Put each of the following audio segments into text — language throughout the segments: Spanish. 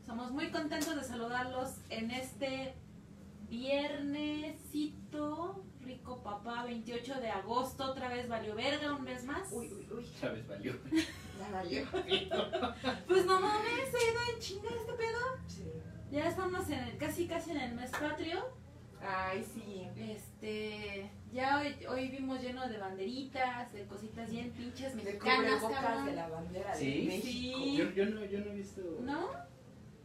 Estamos muy contentos de saludarlos en este viernesito rico papá, 28 de agosto, otra vez valió verga un mes más. Uy, uy, uy, Otra vez valió. la valió. Pues no mames, se ha ido en chinga este pedo. Sí. Ya estamos en el- casi casi en el mes patrio. Ay, sí. Este, ya hoy, hoy vimos lleno de banderitas, de cositas bien pinches De mexicanas, cubrebocas cabrón. de la bandera Sí, de México. Pues sí. Yo, yo no, yo no he visto. ¿No?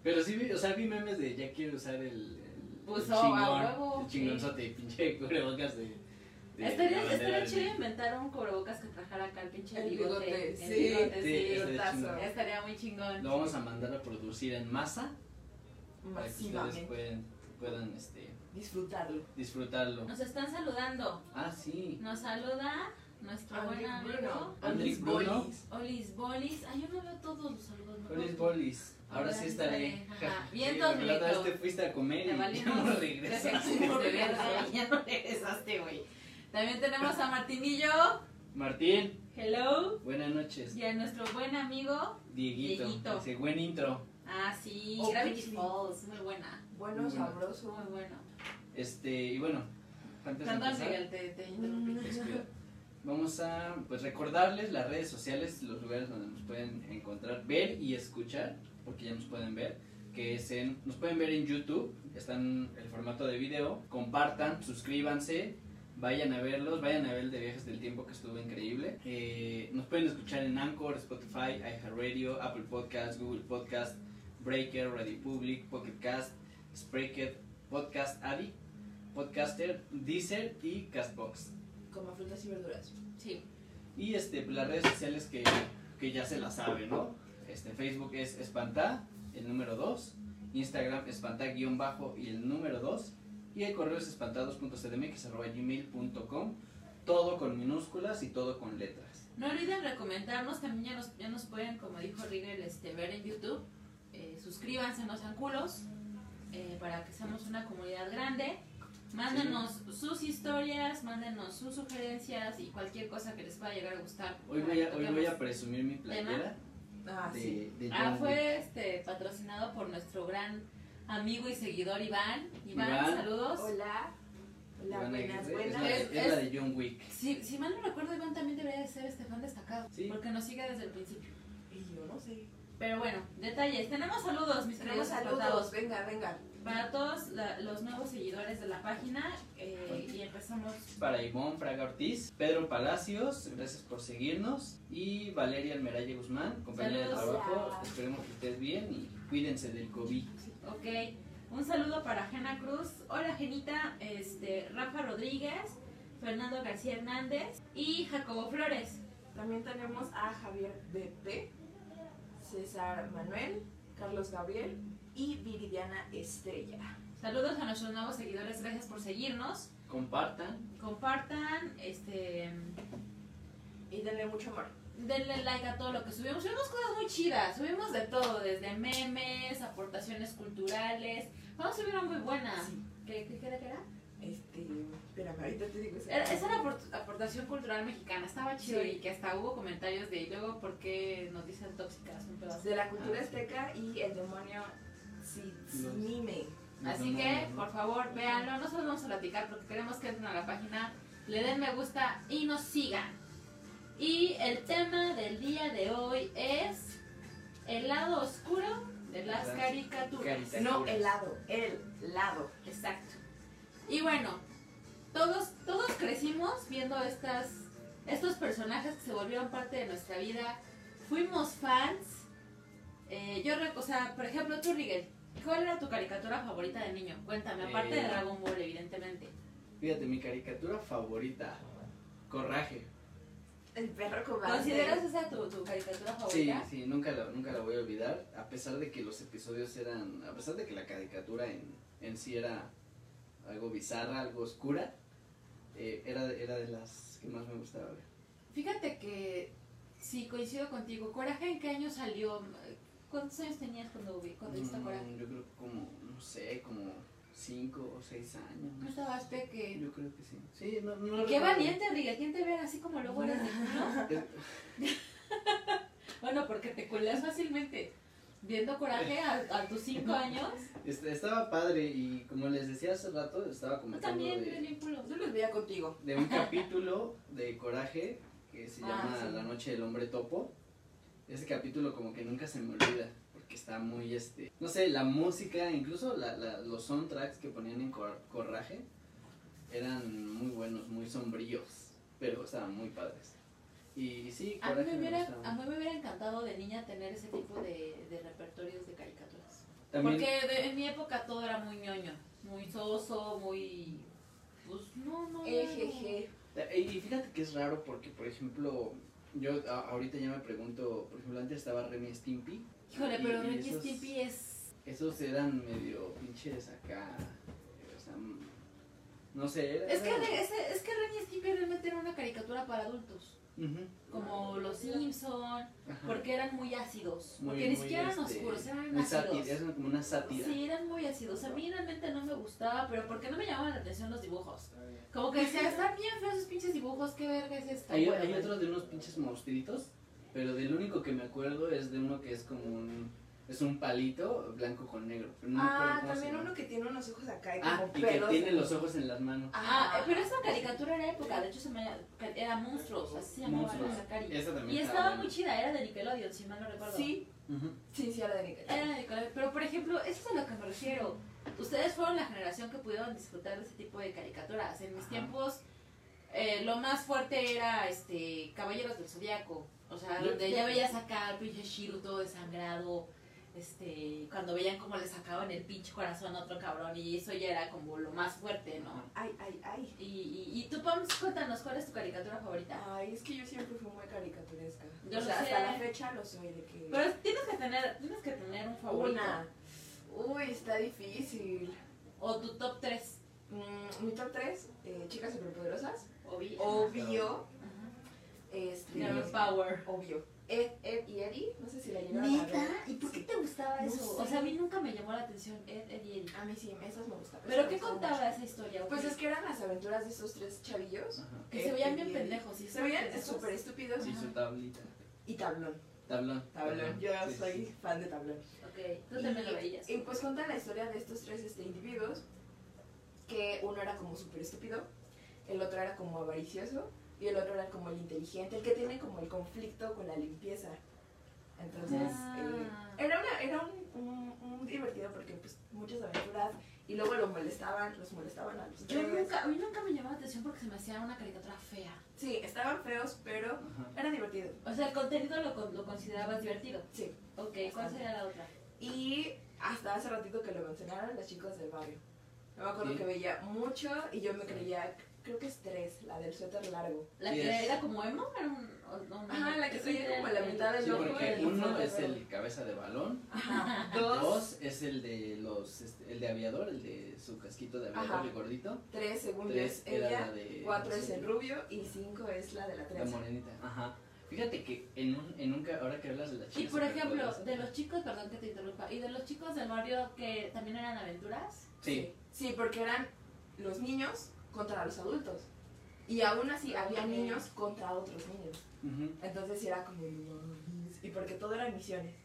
Pero sí, vi- o sea, vi memes de ya quiero usar el. el- Pues, el oh, a chingón, huevo, El chingonzote, pinche cubrebocas de. de estaría la bandera estaría de chido México. inventar un cubrebocas que trajera acá el pinche El bigote. bigote, el sí. bigote, Sí, sí. estaría bigotazo. chingón. Estaría muy chingón. Lo vamos a mandar a producir en masa para que ustedes Masivamente. puedan, puedan este, Disfrutarlo. disfrutarlo. Nos están saludando. Ah, sí. Nos saluda nuestro buen Andrés amigo Bruno. Andrés Bruno. Bolis. Olis Bolis. Ay, yo no veo todos los saludos. ¿no? Bolis Bolis. Ahora sí estaré. Ajá. Bien, Sí, dos porque la otra vez minutos. te fuiste a comer Te y ya no valimos. regresaste. Te fuiste de verga, Ya no regresaste, güey. También tenemos a Martinillo. Martín, Hello. buenas noches. Y a nuestro buen amigo. Dieguito. Dieguito. Dice, buen intro. Ah, sí. Oh, Gravity sí. Falls. Muy buena. Bueno, Muy bueno. sabroso. Muy bueno. Este, y bueno, antes de Perdón, empezar, Miguel, te, te Mm. interrumpí. les pido, Vamos a pues, recordarles las redes sociales, los lugares donde nos pueden encontrar, ver y escuchar, porque ya nos pueden ver, que es en, nos pueden ver en YouTube, está en el formato de video, compartan, suscríbanse, vayan a verlos, vayan a ver el de viajes del tiempo que estuvo increíble. Eh, nos pueden escuchar en Anchor, Spotify, iHeartRadio, Apple Podcasts, Google Podcasts, Breaker, Radio Public, Pocket Cast, Spreaker, Podcast Addict, Podcaster, Deezer y Castbox. Como frutas y verduras. Mm, Sí. Y este, pues, las redes sociales que, que ya se las sabe, ¿no? Este, Facebook es espanta, el número 2. Instagram espanta-bajo y el número 2. Y el correo es espantados.cdmx.gmail.com. Todo con minúsculas y todo con letras. No olviden recomendarnos, también ya nos, ya nos pueden, como dijo Rigel, este, ver en YouTube. Eh, suscríbanse, no sean culos, eh, para que seamos una comunidad grande. Mándenos sus historias, mándenos sus sugerencias y cualquier cosa que les pueda llegar a gustar. Hoy Para voy que a, hoy voy a toquemos. presumir mi playera Ah, sí. de, de Ah, John Wick. fue este, patrocinado por nuestro gran amigo y seguidor Iván. Iván, Iván. saludos. Hola. Hola, Iván buenas, Aguirre, es la buenas. de- Es- Es, la de John Wick. Si, si mal no recuerdo, Iván también debería de ser este fan destacado, Sí. porque nos sigue desde el principio. Y yo no sé. Pero bueno, detalles. Tenemos saludos, mis Tenemos queridos saludos. espantados. Venga, venga. Para todos la- los nuevos seguidores de la página, eh, y empezamos. Para Ivonne Fraga Ortiz, Pedro Palacios, gracias por seguirnos. Y Valeria Almeralle Guzmán, compañera de Saludos. trabajo. Hola. Esperemos que estés bien y cuídense del COVID. Ok, un saludo para Jena Cruz. Hola, Genita. Este, Rafa Rodríguez, Fernando García Hernández y Jacobo Flores. También tenemos a Javier BP, César Manuel, Carlos Gabriel y Viridiana Estrella. Saludos a nuestros nuevos seguidores. Gracias por seguirnos. Compartan. Compartan, este, Y denle mucho amor. denle like a todo lo que subimos. Subimos cosas muy chidas. Subimos de todo, desde memes, aportaciones culturales. Vamos a subir una muy buena. Sí. ¿Qué, qué, qué era que era? Este, espérame, ahorita te digo. Era- Esa era aport- aportación cultural mexicana, estaba chido Sí. y que hasta hubo comentarios de y luego por qué nos dicen tóxicas, un pedazo. de la Ah, cultura azteca y el demonio Sinime. Así No, que, no, no. por favor, véanlo, no se los vamos a platicar porque queremos que entren a la página, le den me gusta y nos sigan. Y el tema del día de hoy es el lado oscuro de las Las caricaturas. caricaturas. No helado, el lado. Exacto. Y bueno, todos, todos crecimos viendo estas, estos personajes que se volvieron parte de nuestra vida. Fuimos fans. Eh, yo, re- o sea, por ejemplo, tú, Rigel, ¿cuál era tu caricatura favorita de niño? Cuéntame, aparte de Eh. Dragon Ball, evidentemente. Fíjate, mi caricatura favorita. Corraje. El perro cobarde. ¿Consideras esa tu, tu caricatura Sí, favorita? sí, nunca la, nunca la voy a olvidar. A pesar de que los episodios eran. A pesar de que la caricatura en, en sí era algo bizarra, algo oscura, eh, era, era de las que más me gustaba ver. Fíjate que, sí, coincido contigo. ¿Coraje en qué año salió? ¿Cuántos años tenías cuando, vi- cuando viste Mm, Coraje? Yo creo que como, no sé, como 5 o 6 años. No estabas pequeño. Yo creo que sí. Sí, no, no Qué recuerdo. valiente, Riga, ¿quién te ve así como luego eres de culo? Es- Bueno, porque te culeas fácilmente. viendo coraje a, a tus cinco años. Este, estaba padre y como les decía hace rato, estaba Yo comentando también de, ridículo. Yo los veía contigo. de un capítulo de Coraje que se Ah, llama sí. La noche del hombre topo. Ese capítulo como que nunca se me olvida porque está muy este, no sé, la música, incluso la- la- los soundtracks que ponían en Cor- Coraje eran muy buenos, muy sombríos, pero estaban muy padres. Y sí, A mí, Coraje me me hubiera, gustaba. a mí me hubiera encantado de niña tener ese tipo de, de repertorios de caricaturas. También- Porque de- en mi época todo era muy ñoño, muy soso, muy... Pues no, no. E era Ejeje. Eh, Y fíjate que es raro porque, por ejemplo, yo a- ahorita ya me pregunto, por ejemplo, antes estaba Remy Stimpy, Híjole, pero Y- y Ricky esos- Stimpy es... esos eran medio pinches acá, eh, o sea, mm, no sé. era- Es que, era- re- es, es que Ricky Stimpy realmente era una caricatura para adultos, Ujú, como Los Simpson, ajá. porque eran muy ácidos, Muy- porque ni muy, siquiera eran este, oscuros, eran muy sátira, ácidos. era como una sátira. Sí, eran muy ácidos. A mí realmente no me gustaba, pero porque no me llamaban la atención los dibujos. Ah, Como que decía, están bien feos esos pinches dibujos, qué verga es esto. Hay, Bueno, ¿eh? hay bueno. otro de unos pinches monstruitos, pero del único que me acuerdo es de uno que es como un, es un palito blanco con negro. pero no me acuerdo Ah, cómo se también llama. uno que tiene unos ojos acá y Ah, como y que pelos. tiene los ojos en las manos. Ah, pero esa caricatura era época, de hecho se me, era Monstruos, así se llamaba Monstruos. esa cari. Esa también Y estaba estaba buena. muy chida, era de Nickelodeon, si mal no recuerdo. Sí, Ujú. sí, sí, era de Nickelodeon. Era de Nickelodeon, pero por ejemplo, eso es a lo que me refiero. Ustedes fueron la generación que pudieron disfrutar de ese tipo de caricaturas. En mis Ajá. tiempos, eh, lo más fuerte era este Caballeros del Zodiaco. O sea, Yo- donde ya veías acá al pinche Shiro todo desangrado. Este, cuando veían cómo le sacaban el pinche corazón a otro cabrón. Y eso ya era como lo más fuerte, ¿no? Ay, ay, ay. Y, y, y tú, Pam, cuéntanos, ¿cuál es tu caricatura favorita? Ay, es que yo siempre fui muy caricaturesca. Yo o sea, lo sé. hasta la fecha lo soy de que. Pero tienes que tener, tienes que tener un favorito. una. Uy, está difícil. O tu top 3. Mm, mi top 3, chicas superpoderosas. Obvio. Este, Girl Power. Obvio. Ed, Ed y Eddie, no sé si la llegaron a ¿Neta? ver. ¿Y por qué Sí. te gustaba No eso? sé. O sea, a mí nunca me llamó la atención Ed, Ed y Eddie. A mí sí, esas me gustan. ¿Pero esas me qué gustaban contaba mucho. esa historia? Pues es que eran las aventuras de esos tres chavillos. Ajá. Que se Ed, veían Ed bien y Eddie. pendejos, sí, Se veían pendejos. súper estúpidos. Sí, su tablita. Y tablón. Tablón. Tablón. Yo Sí, soy sí. fan de tablón. Ok, tú Y- también lo veías. Y pues cuenta la historia de estos tres este, individuos, que uno era como súper estúpido, el otro era como avaricioso y el otro era como el inteligente, el que tiene como el conflicto con la limpieza. Entonces, Ah. eh, era, una- era un, un- un divertido porque pues muchas aventuras y luego lo molestaban, los molestaban a los Yo tres. nunca, a mí nunca me llamó la atención porque se me hacía una caricatura fea. Sí, estaban feos, pero Ajá. era divertido. O sea, el contenido lo, con- lo considerabas divertido. Sí. Ok, ¿cuál Bastante. sería la otra? Y hasta hace ratito que lo mencionaron, las chicas del barrio. Yo me acuerdo Sí. que veía mucho y yo me creía, creo que es tres, la del suéter largo. ¿La Sí, que es. era como emo? Era un, o- o un- Ajá, la que ese tenía era como la Pues el- mitad del Sí, Yo porque creo que uno fue es el- el cabeza de balón, Ajá. dos es el de los, este, el de aviador, el de su casquito de aviador, Ajá. el gordito, Tres, según yo, tres es era ella. la de Cuatro es sí, el rubio y cinco es la de la la trenza. morenita. Ajá. Fíjate que en un, en un ca- ahora que hablas de la chica. Y por ejemplo, de los chicos, perdón que te interrumpa, y de los chicos del barrio que también eran aventuras. Sí. Sí, porque eran los niños contra los adultos. Y aún así había Ah, Ok. niños contra otros niños. Ujú. Entonces sí era como... "No mames". Y porque todo eran misiones.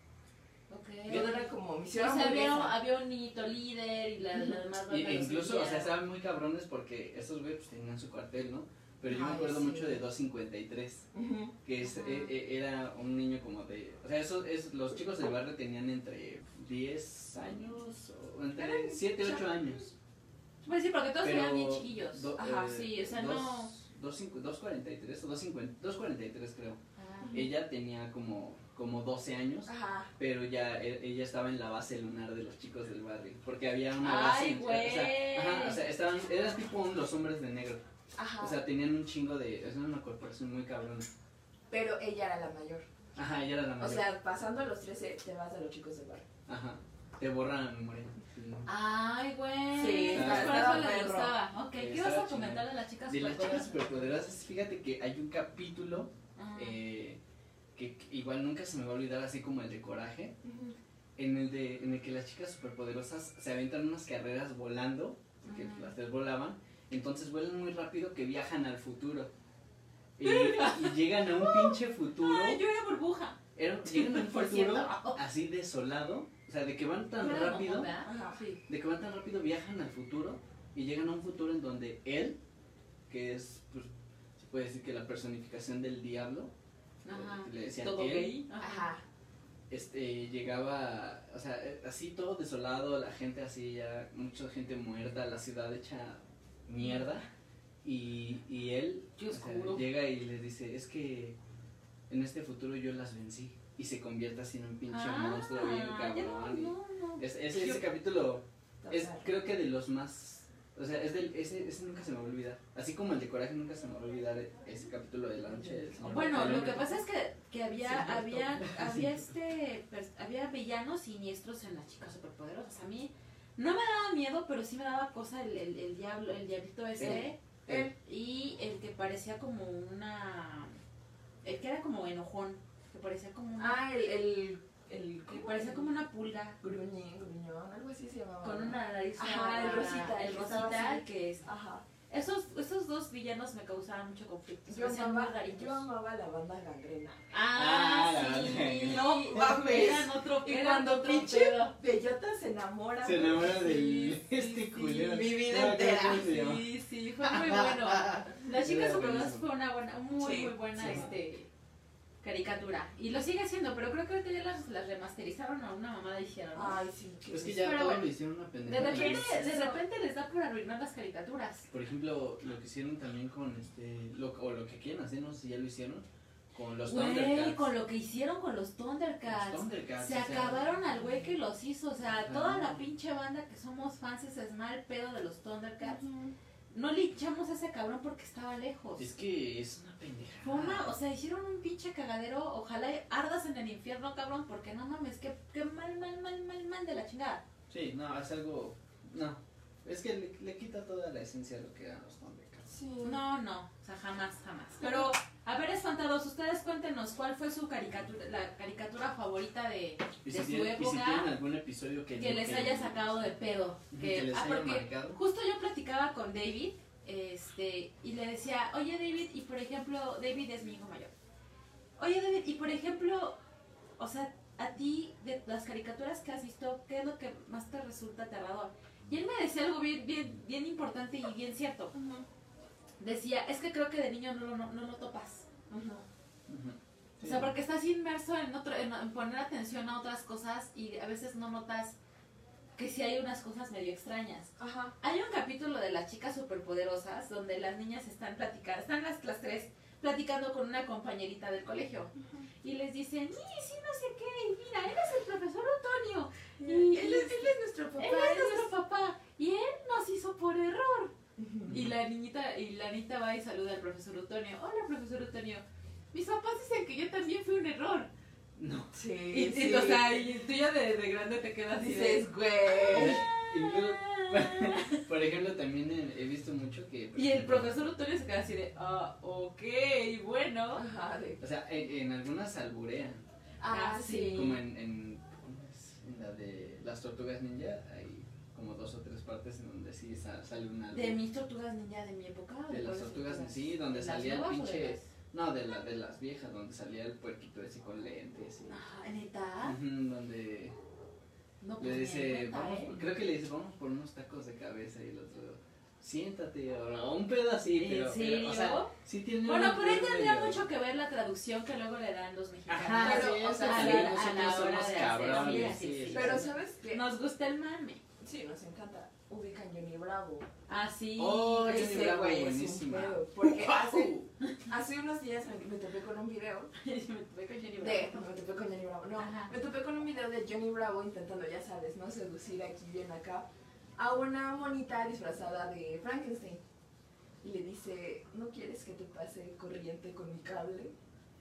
Ok. Todo era como Eh, Sí, misión. o sea, había, hamburguesa. había un niñito líder y la, la demás Y- banda e lo incluso, o sea, seguía. estaban muy cabrones porque esos güeyes pues, tenían su cuartel, ¿no? Pero yo me Ay, acuerdo sí. mucho de 253. ah, Ujú. que es- Ajá. e- e- era un niño como de... O sea, eso es, los chicos del barrio tenían entre 10 años o entre Eran 7, 8 chavos. años. Pues sí, porque todos pero eran bien chiquillos. do- Ajá, eh, sí, o sea, dos- no- dos cincu- 2.43 o 2.50 2.43 creo. Ah. Ella tenía como, como 12 años, Ajá. pero ya e- ella estaba en la base lunar de los chicos del barrio. Porque había una base... Ay, en- o sea, güey. ajá, o sea, estaban, eran tipo un- los hombres de negro. Ajá. O sea, tenían un chingo de... Es una corporación muy cabrona. pero ella era la mayor. Ajá, ella era la O mayor. sea, pasando los 13 te vas a los chicos del barrio. Ajá. Te borran la memoria. Ay, güey. Sí, Pues estaba- por eso estaba le perro. gustaba. Ok, ¿qué Estaba vas a chingón. comentar de las chicas? De las chicas superpoderosas? superpoderosas, fíjate que hay un capítulo Ajá. eh, que, que igual nunca se me va a olvidar, así como el de Coraje, en el, de, en el que las chicas superpoderosas se aventan unas carreras volando, porque Ajá. las tres volaban, entonces vuelan muy rápido que viajan al futuro. Y, y llegan a un pinche futuro. Ay, yo era burbuja. Era, llegan a un Por futuro cierto. así desolado, o sea, de que van tan Fuera de rápido, Bogotá. Ajá. Sí. de que van tan rápido viajan al futuro y llegan a un futuro en donde él, que es, pues, se puede decir que la personificación del diablo, Ajá. le decían Todo él, gay. Ajá. Ajá. este, llegaba, o sea, eh, así todo desolado, la gente así ya, mucha gente muerta, la ciudad hecha mierda. Y, y él Qué o sea, oscuro. llega y le dice, es que en este futuro yo las vencí. Y se convierte así en un pinche Ah, monstruo bien ya cabrón. y- No, no, no. Es, es- ese capítulo es Total. creo que de los más... O sea, es del, ese, ese nunca se me va a olvidar. Así como el de Coraje nunca se me va a olvidar ese capítulo de la noche del señor Bueno, Bartolomé. lo que pasa es que, que había, Sí, había, había este pers- había villanos siniestros en las chicas superpoderosas. A mí no me daba miedo, pero sí me daba cosa el, el, el diablo, el diablito ese Eh, y el que parecía como una el que era como enojón, que parecía como una, Ah, el. el, el que parecía como una pulga Gruñón, gruñón, algo así se llamaba. con una nariz Ajá, el Rosita, el el que estaba rosita así. que es Ajá. esos esos dos villanos me causaban mucho conflicto. se me Yo hacían muy amaba, raritos. yo amaba la banda gangrena. Ah, Ah, la sí. verdad. No mames. Eran otro, Y eran cuando otro pinche- pedo. Bellota se enamora. Se enamora güey. del sí, este sí, culero. mi vida No me acuerdo entera, cómo se llama. Sí, sí, fue muy bueno. Las chicas Era superpoderosas buenísimo. fue una buena, muy, Sí, muy buena sí. este, caricatura. Y lo sigue siendo, pero creo que ahorita ya las, las remasterizaron a una mamada hicieron. ¿no? Ay, sí. qué Es que triste. ya Pero todo bueno, lo hicieron una de, pendejada. repente, de Eso. repente les da por arruinar las caricaturas. Por ejemplo, lo que hicieron también con este. Lo, o lo que quieren hacer, no sé si ya lo hicieron. Con los Güey, Thundercats. con lo que hicieron con los Los Thundercats. Thundercats, Se o sea, acabaron al güey que los hizo, o sea, Ajá. toda la pinche banda que somos fans es mal pedo de los Thundercats. No linchamos a ese cabrón porque estaba lejos. Es Ah. que es una pendejada. Fue una- o sea, hicieron un pinche cagadero. Ojalá ardas en el infierno, cabrón, porque no mames, qué, qué mal, mal, mal, mal, mal de la chingada. Sí, no, es algo. No. Es que le, le quita toda la esencia de lo que eran los Thundercats. Sí. No, no, o sea, jamás, jamás. Pero, a ver, espantados, ustedes cuéntenos cuál fue su caricatura, la caricatura favorita de, Y de si, su tienen, y si época tienen algún episodio que, que les haya sacado de pedo. Ujú, Que, que les ah, haya porque marcado. justo yo platicaba con David este, y le decía, oye David, y por ejemplo, David es mi hijo mayor. Oye David, y por ejemplo, o sea, a ti de las caricaturas que has visto, ¿qué es lo que más te resulta aterrador? Y él me decía algo bien, bien, bien importante y bien cierto. Decía, es que creo que de niño no, lo- no, no lo topas. Ujú. O Sí. sea, porque estás inmerso en, otro, en en poner atención a otras cosas y a veces no notas que sí hay unas cosas medio extrañas. Ajá. Hay un capítulo de las chicas superpoderosas donde las niñas están platicando, están las, las tres platicando con una compañerita del colegio y les dicen, y sí, no sé qué, y mira, él es el profesor Antonio, Él es, él es nuestro papá. él es nuestro papá y él nos hizo por error. Ujú. Y la niñita, y la niñita va y saluda al profesor Antonio. Hola, profesor Antonio. Mis papás dicen que yo también fui un error. No. Sí. Y, y, sí. o sea, y tú ya de, de grande te quedas "Ah". así de... dices, güey. Y luego, por ejemplo, también he, he visto mucho que. por Y el ejemplo, profesor Antonio se queda así de, ah, ok, bueno. Ajá, de- O sea, en, en algunas alburean. Ah, sí. Como en, en, ¿cómo es? en la de las tortugas ninja, hay como dos o tres partes en donde sí sa- sale una. De mis tortugas ninja de mi época. ¿o De las cuáles tortugas en sí, donde ¿Las salía el nuevas o de pinche. las- No, de, la, de las viejas, donde salía el puerquito ese con lentes. y- Ah, neta. Ujú, Donde No, pues, le ni dice, neta, vamos, ¿eh? creo que le dice, vamos por unos tacos de cabeza y el otro, siéntate ahora, un pedacito. ¿En pero, pero, o sea, serio? sí tiene Bueno, un por ahí buen tendría medio. mucho que ver la traducción que luego le dan los mexicanos. Ajá, Pero, sí, o o sea, sea, a sí, la- a la nosotros hora somos de hacer cabrones. vida, sí, sí, sí, sí. Pero sí. ¿sabes qué? Nos gusta el mame. Sí, nos encanta. Ubican Johnny Bravo. Ah, sí. Oh, Johnny Ese Bravo, güey es un buenísima. pedo, Porque hace, hace unos días me, me topé con un video me tuve con Jenny de... Bravo. Me topé con Johnny Bravo, no. Ajá. Me topé con un video de Johnny Bravo intentando, ya sabes, no seducir aquí bien acá a una monita disfrazada de Frankenstein. Y le dice, ¿no quieres que te pase corriente con mi cable?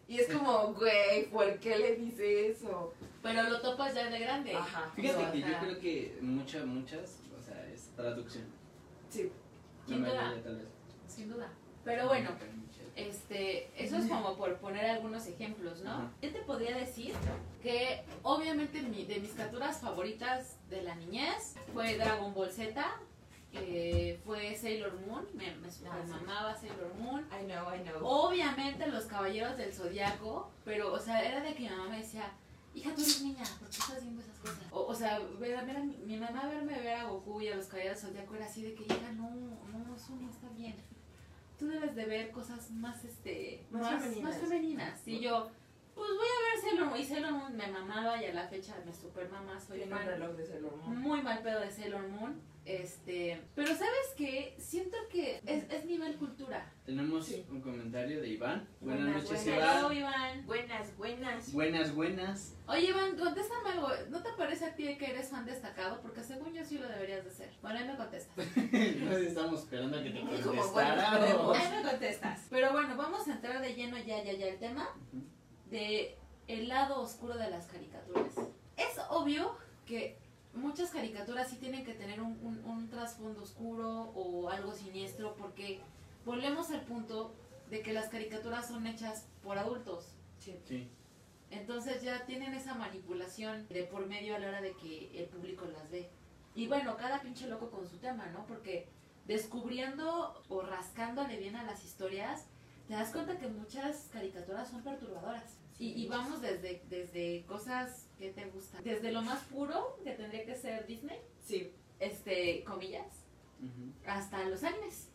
Y es como, güey, ¿por qué le dice eso? Pero lo topas ya de grande. Ajá. Fíjate No, que ajá. yo creo que muchas, muchas, o sea, es traducción. Sí. La ¿Quién te da? mayoría, tal vez. Sin duda. Pero bueno, Ujú. este, eso es como por poner algunos ejemplos, ¿no? Ajá. Yo te podría decir que obviamente mi, de mis caricaturas favoritas de la niñez fue Dragon Ball Z, eh, fue Sailor Moon, me, me supermamaba Sailor Moon. I know, I Oh, know. Obviamente los caballeros del zodiaco, pero, o sea, era de que mi mamá me decía, hija, tú eres niña, ¿por qué estás viendo esas cosas? O, o sea, ver, a- ver a mi, mi mamá verme ver a Goku y a los caballeros del zodiaco era así de que, hija, no, no, eso no está bien. Tú debes de ver cosas más, este, Más femeninas. más femeninas. Y yo, pues voy a ver Sailor Moon. Y Sailor Moon me mamaba y a la fecha me supermama, soy Tiene un fan Mm. reloj de Sailor Moon. muy mal pedo de Sailor Moon. Este, pero ¿sabes qué? Siento que es, es nivel cultura. Tenemos Sí. un comentario de Iván. Buenas, Buenas, noches, buenas. Hello, Iván. Iván. Buenas, buenas. Buenas, buenas. Oye, Iván, contéstame algo. ¿No te parece a ti que eres fan destacado? Porque según yo sí lo deberías de ser. Bueno, ahí me contestas. Nos estamos esperando a que te Como contestara. buenos o- Ahí me contestas. Pero bueno, vamos a entrar de lleno ya, ya, ya el tema de el lado oscuro de las caricaturas. Es obvio que muchas caricaturas sí tienen que tener un, un- un trasfondo oscuro o algo siniestro porque volvemos al punto de que las caricaturas son hechas por adultos. Sí. Entonces ya tienen esa manipulación de por medio a la hora de que el público las ve. Y bueno, cada pinche loco con su tema, ¿no? Porque descubriendo o rascándole bien a las historias, te das cuenta que muchas caricaturas son perturbadoras. Y, y vamos desde, desde cosas que te gustan. Desde lo más puro, que tendría que ser Disney, Sí. este, comillas, Ujú. hasta los animes.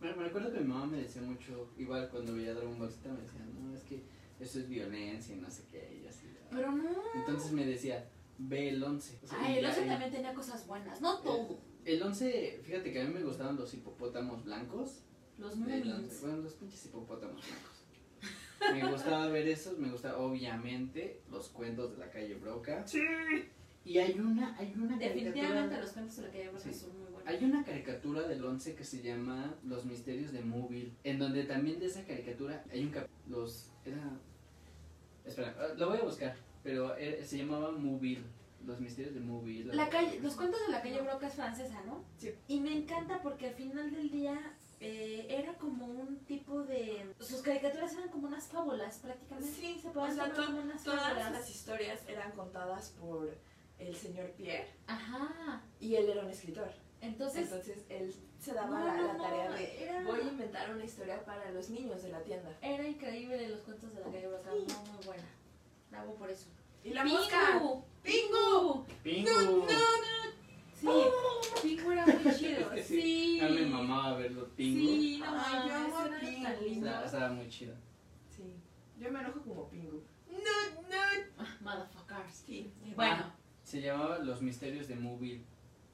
Bueno, me recuerdo que mi mamá me decía mucho, igual cuando veía Dragon Ball Z, me decía, no, es que eso es violencia y no sé qué, y así. ah. Pero no. Entonces me decía, ve el 11. O sea, Ay, y el ya, oso y- también tenía cosas buenas. No todo. El 11, fíjate que a mí me gustaban los hipopótamos blancos. Los El Moomins. once, Bueno, los pinches hipopótamos blancos. Me gustaba ver esos, me gustaba obviamente los cuentos de la calle Broca. Sí. Y hay una, hay una Definitivamente caricatura. los cuentos de la calle Broca Sí. son muy buenos. Hay una caricatura del 11 que se llama Los misterios de Móvil, en donde también de esa caricatura hay un cap los era Espera, ah, lo voy a buscar, pero eh, se llamaba Móvil, Los misterios de Móvil. La calle, los cuentos de la calle Broca es francesa, ¿no? Sí. Y me encanta porque al final del día eh, era como un tipo de... Sus caricaturas eran como unas fábulas prácticamente. Sí, se podían o sea, tomar to- como unas Todas fábulas. las historias eran contadas por el señor Pierre Ajá. y él era un escritor. Entonces... Entonces él se no, daba la, no, la no, tarea de era, voy a inventar una historia para los niños de la tienda. era increíble los cuentos de la calle Broca. Muy, muy buena. Bravo por eso. Y la ¡Pingu! mosca. ¡Pingu! Pingu. Sí, ¡Oh! Pingu era muy chido. Sí, Sí. A mi mamá a ver los Pingu. Sí, no, Ay, mames, yo amo eran tan Pingu. lindos. Estaba, estaba muy chida. Sí. Yo me enojo como Pingu. No, no. Ah, Motherfuckers. Sí. Bueno. Se llamaba Los Misterios de Movie.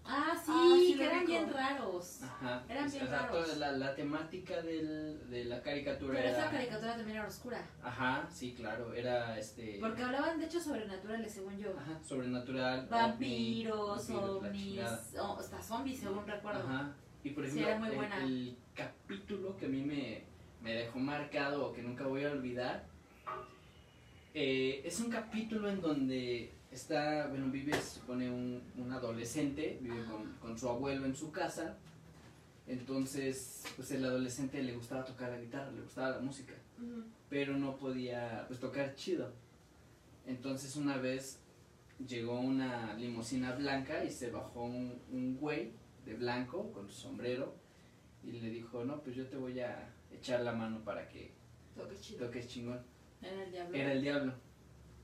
Ah, sí, Ah, sí, que lo eran ubico. bien raros. Ajá. Eran O sea, bien raros. toda la, la temática del, de la caricatura Pero era. esa caricatura también era oscura. Ajá, sí, claro. Era este. Porque hablaban de hechos sobrenaturales, según yo. Ajá, sobrenatural. Vampiros, ovni, vampiros, la ovnis, chingada. o- hasta zombies, según recuerdo. Ajá. Y por Sí, ejemplo, era muy el- buena. El, capítulo que a mí me, me dejó marcado o que nunca voy a olvidar eh, es un capítulo en donde está, bueno, vive, se supone, un, un adolescente, vive Ajá. con, con su abuelo en su casa. Entonces, pues el adolescente le gustaba tocar la guitarra, le gustaba la música Ujú. pero no podía pues, tocar chido. Entonces una vez llegó una limusina blanca y se bajó un, un güey de blanco con su sombrero y le dijo, no, pues yo te voy a echar la mano para que Toque chido. toques chingón. Era el diablo. Era el diablo.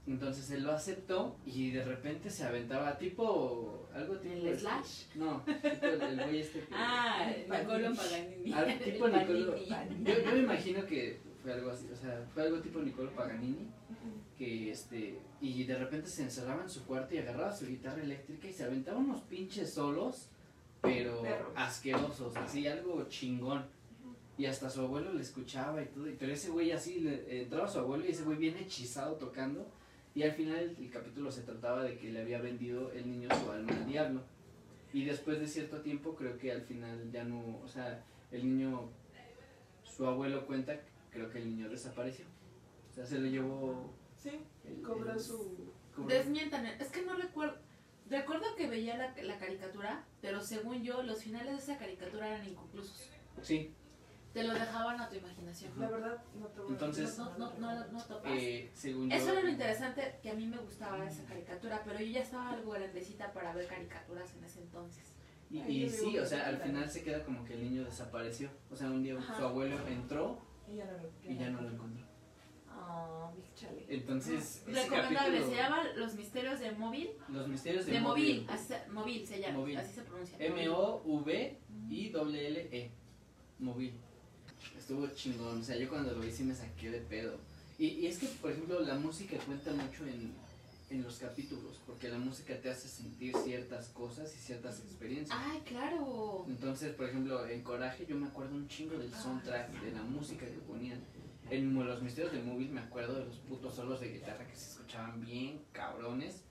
Entonces él lo aceptó y de repente se aventaba tipo algo tipo... este. ¿El Slash? No, tipo el, el güey este que... Ah, el Nicolo Paganini. Panini. Al- Ah, tipo El Nicolo- Panini. Yo, yo me imagino que fue algo así, o sea, fue algo tipo Niccolo Paganini que este y de repente se encerraba en su cuarto y agarraba su guitarra eléctrica y se aventaba unos pinches solos pero Perros. asquerosos así algo chingón y hasta su abuelo le escuchaba y todo y- pero ese güey así le, entraba su abuelo y ese güey bien hechizado tocando y al final el, el capítulo se trataba de que le había vendido el niño su alma al diablo y después de cierto tiempo creo que al final ya no o sea el niño su abuelo cuenta creo que el niño desapareció o sea se lo llevó Sí. el- Cobró el- su. cobró. Desmientan, es que no recuerdo. Recuerdo que veía la, la caricatura, pero según yo, los finales de esa caricatura eran inconclusos. Sí, Te lo dejaban a tu imaginación. La verdad, no te voy a- Entonces- no, no, no, no topas. eh, según yo. Eso era lo interesante que a mí me gustaba de esa caricatura, pero yo ya estaba algo grandecita para ver caricaturas en ese entonces. Y, Ay, y yo digo sí, que o sea, al sí, final se queda como que el niño desapareció. O sea, un día Ajá. su abuelo entró Y ya no lo y ya no lo encontró. Ah, Big Chale. Ah, Entonces, ese Recomendable, se capítulo, llama Los Misterios de Móvil. Los misterios de, De Móvil. Móvil, así, se- Móvil se llama, Móvil. así se pronuncia. M-O-V y W-L-E. Móvil. E. Estuvo chingón. O sea, yo cuando lo vi sí me saqué de pedo. Y, y es que, por ejemplo, la música cuenta mucho en, en los capítulos. Porque la música te hace sentir ciertas cosas y ciertas experiencias. Ay, claro. Entonces, por ejemplo, en Coraje yo me acuerdo un chingo del soundtrack, de la música que ponían. En Mo- Los Misterios del Móvil me acuerdo de los putos solos de guitarra que se escuchaban bien cabrones.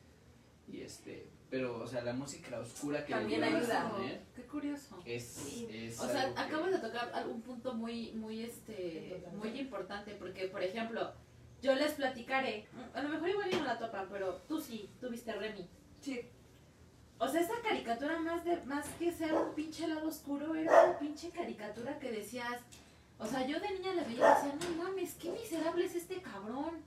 Y este, pero, o sea, la música oscura que le También llegaban a ayuda. poner Qué curioso. es, Sí. es O sea, algo que- acabas de tocar algún punto muy, muy, este, Importante. muy importante, porque, por ejemplo, yo les platicaré, a lo mejor igual y no la topan, pero tú sí, tú viste a Remy. Sí, O sea, esa caricatura más de más que ser un pinche lado oscuro, era una pinche caricatura que decías, o sea, yo de niña la veía y decía, no mames, qué miserable es este cabrón.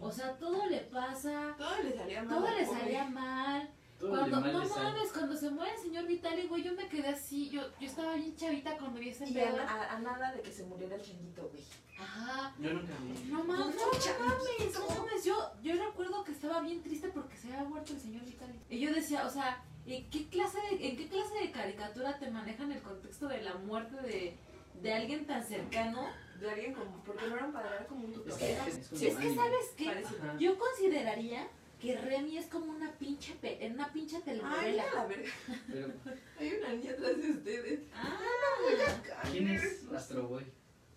O sea, todo le pasa, todo le salía mal. todo al le pobre. salía mal. todo lo Cuando, demás no le sale. mames, cuando se muere el señor Vitali, güey, yo me quedé así, yo, yo estaba bien chavita cuando vi ese Y pedo. a, a- a nada de que se muriera el changuito, güey. Ajá. Yo nunca vi. No mames, no mames, no Changuito. mames, yo, yo recuerdo que estaba bien triste porque se había muerto el señor Vitali. Y yo decía, o sea, ¿en qué clase de, en qué clase de caricatura te manejan el contexto de la muerte de, de alguien tan cercano? De alguien como. Porque no era un padre, era como un tutor. Es que, es, es como Si es que anime. sabes que Parece- Ajá. yo consideraría que Remy es como una pinche pe- en una pinche Ay, telenovela. a la verga. Pero, Hay una niña atrás de ustedes. Ah, ¿quién es Astro Boy?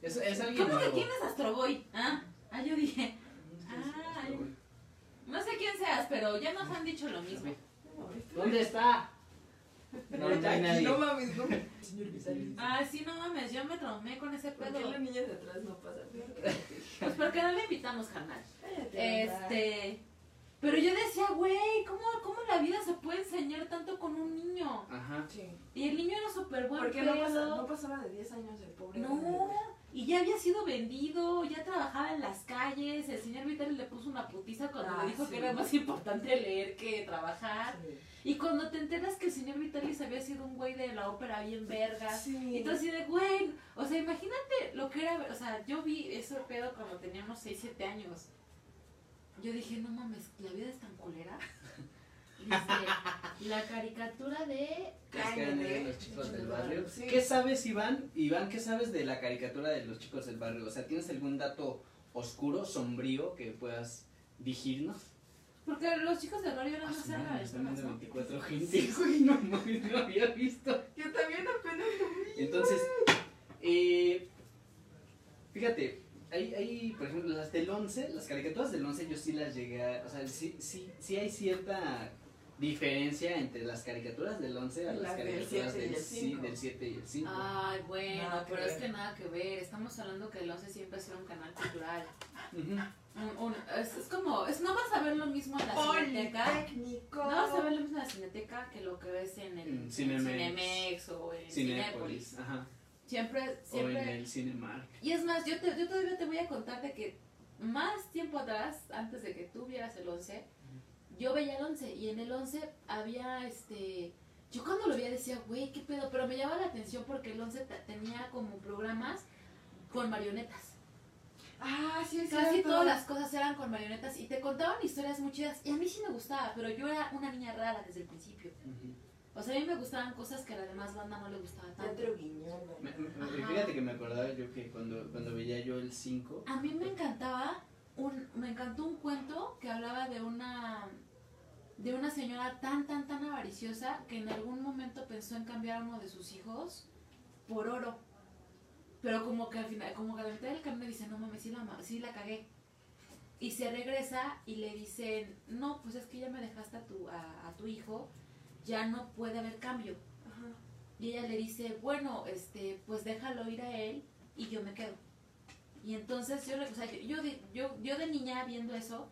Es, es alguien ¿Cómo que nuevo. quién es Astro Boy? Ah, ah, yo dije. Ah, Ay. No sé quién seas, pero ya nos han dicho lo mismo. ¿Dónde está? No, no hay nadie. No mames, no. Señor Pizarro. Ah, sí, no mames, yo me traumé con ese ¿Por qué pedo. la niña de atrás Pues no pasa? Pues porque no le invitamos, carnal. Cállate, Ana. Este. Pero yo decía, güey, ¿cómo, ¿cómo la vida se puede enseñar tanto con un niño? Ajá. Sí. Y el niño era súper buen ¿Por qué pedo. no, pasa- no pasaba de 10 años el pobre? No, y ya había sido vendido, ya trabajaba en las calles. El señor Vitale le puso una putiza cuando Ah, le dijo sí. que era más importante leer que trabajar. Sí. Y cuando te enteras que el señor Vitalis había sido un güey de la ópera bien vergas. Sí. Y tú así de, güey, o sea, imagínate lo que era, o sea, yo vi ese pedo cuando teníamos 6, 7 años. Yo dije, no mames, la vida es tan culera. Dice, la caricatura de... Cállate. Cállate. Los chicos del barrio. Sí. ¿Qué sabes, Iván? Iván, ¿qué sabes de la caricatura de los chicos del barrio? O sea, ¿tienes algún dato oscuro, sombrío que puedas vigirnos? Porque los chicos del barrio eran Ah, más su madre, árabes, están viendo ¿no? 24 gente, güey, no mames, no había visto. Yo también apenas lo vi. Entonces, eh, fíjate, hay, hay, por ejemplo, las del 11, las caricaturas del 11 yo sí las llegué a, o sea, sí, sí, sí hay cierta diferencia entre las caricaturas del 11 a las Las del caricaturas 7 y del, el Ah. sí, 5. del 7 y el 5. Ay, bueno, Nada que pero es ver. que nada que ver. Estamos hablando que el 11 siempre ha sido un canal cultural. Ujú. Un- un- es, es como, es, no vas a ver lo mismo en la cineteca. Politécnico. No vas a ver lo mismo en la cineteca que lo que ves en el En en Cinemex. Cinemex o en Cinépolis. Cinépolis, ajá. Siempre, O en siempre. el Cinemark. Y es más, yo, te, yo todavía te voy a contar de que más tiempo atrás, antes de que tú vieras el 11, yo veía el 11 y en el 11 había este. Yo cuando lo veía decía, güey, qué pedo, pero me llamaba la atención porque el 11 ta- tenía como programas con marionetas. Ah, sí, es Casi cierto. todas las cosas eran con marionetas y te contaban historias muy chidas y a mí sí me gustaba, pero yo era una niña rara desde el principio. Ujú. O sea, a mí me gustaban cosas que a la demás banda no le gustaba tanto. Teatro Guiñol. Me- ¿verdad? me- Ajá. Fíjate que me acordaba yo que cuando, cuando veía yo el 5, A mí me encantaba un me encantó un cuento que hablaba de una de una señora tan tan tan avariciosa que en algún momento pensó en cambiar a uno de sus hijos por oro. Pero como que al final, como que a la mitad del camino dice, "No mames, sí la ma- sí la cagué." Y se regresa y le dicen, "No, pues es que ya me dejaste a tu a- a tu hijo, ya no puede haber cambio." Ajá. Y ella le dice, bueno, este, pues déjalo ir a él y yo me quedo. Y entonces yo, re- o sea, yo, yo de- yo, yo de niña viendo eso,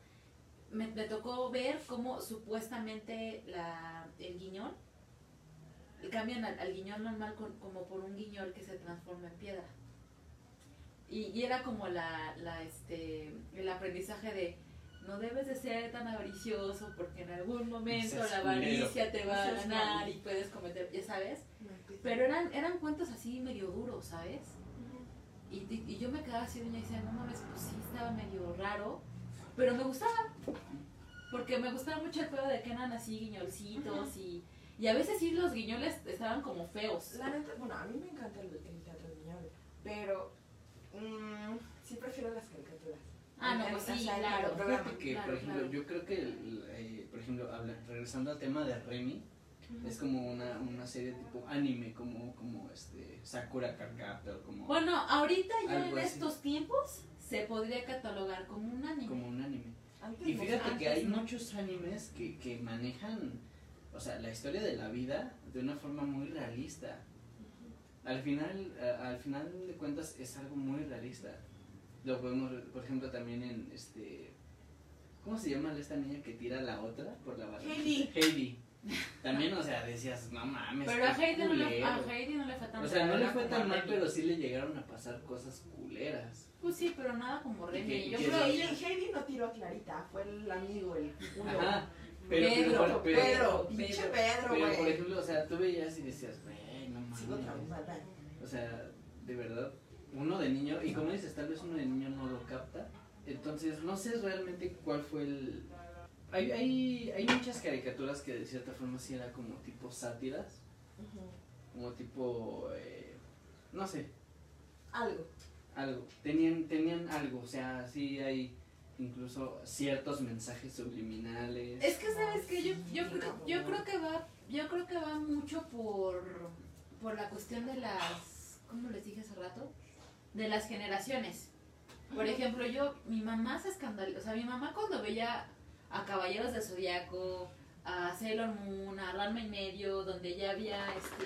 me, me tocó ver cómo supuestamente la, el guiñón, cambian al, al guiñón normal con- como por un guiñón que se transforma en piedra. Y, y era como la, la, este, el aprendizaje de, no debes de ser tan avaricioso porque en algún momento seas la culero. avaricia te va a No seas ganar y malo. puedes cometer, ya sabes. Pero eran, eran cuentos así medio duros, ¿sabes? Y, y- y yo me quedaba así doña y decía, no mames, pues sí, estaba medio raro, pero me gustaba. Porque me gustaba mucho el juego de que eran así guiñolcitos y, y a veces sí los guiñoles estaban como feos. La neta, bueno, a mí me encanta el, el teatro guiñol, pero mm, sí prefiero las caricaturas. Ah, no, pues sí, O sea, el claro. programa. Fíjate que, Claro, por ejemplo, claro. yo creo que, el- eh, por ejemplo, habla- regresando al tema de Remy, es como una, una serie tipo anime, como, como este, Sakura Carcaptor, como, Bueno, ahorita ya en Algo así. estos tiempos se podría catalogar como un anime. como un anime. Antes Y no, fíjate que hay antes no. muchos animes que, que manejan, o sea, la historia de la vida de una forma muy realista. Al final, a- al final de cuentas es algo muy realista. Lo podemos, ver, por ejemplo, también en este ¿Cómo se llama esta niña que tira a la otra por la barra? Heidi. Heidi. También, o sea, decías, no mames. Pero a qué Heidi, no le, culero". a Heidi no le fue tan O sea, no mal, le fue como tan a mal, Remy. pero sí le llegaron a pasar cosas culeras. Pues sí, pero nada como que- Remy. Yo que- creo Pero que y el Heidi no tiró a Clarita, fue el amigo, el culo. Ajá. Pero, pero, Pedro, pero, pero- Pedro, pinche Pedro, Pero, por güey. ejemplo, o sea, tú veías y decías, güey, no mames. Sigo traumada. O sea, de verdad, uno de niño, y como dices, tal vez uno de niño no lo capta. Entonces, no sé realmente cuál fue el. Hay, hay, hay muchas caricaturas que de cierta forma sí era como tipo sátiras, Ujú. como tipo. eh, no sé, Algo. algo. Tenían, tenían algo, o sea, sí hay incluso ciertos mensajes subliminales. Es que sabes que yo, yo, creo- Sí, cabrón. yo creo que va, yo creo que va mucho por, por la cuestión de las, ¿cómo les dije hace rato? De las generaciones. Por ejemplo, yo, mi mamá se escandalizó, o sea, mi mamá cuando veía a Caballeros del Zodiaco, a Sailor Moon, a Ranma y medio, donde ya había, este,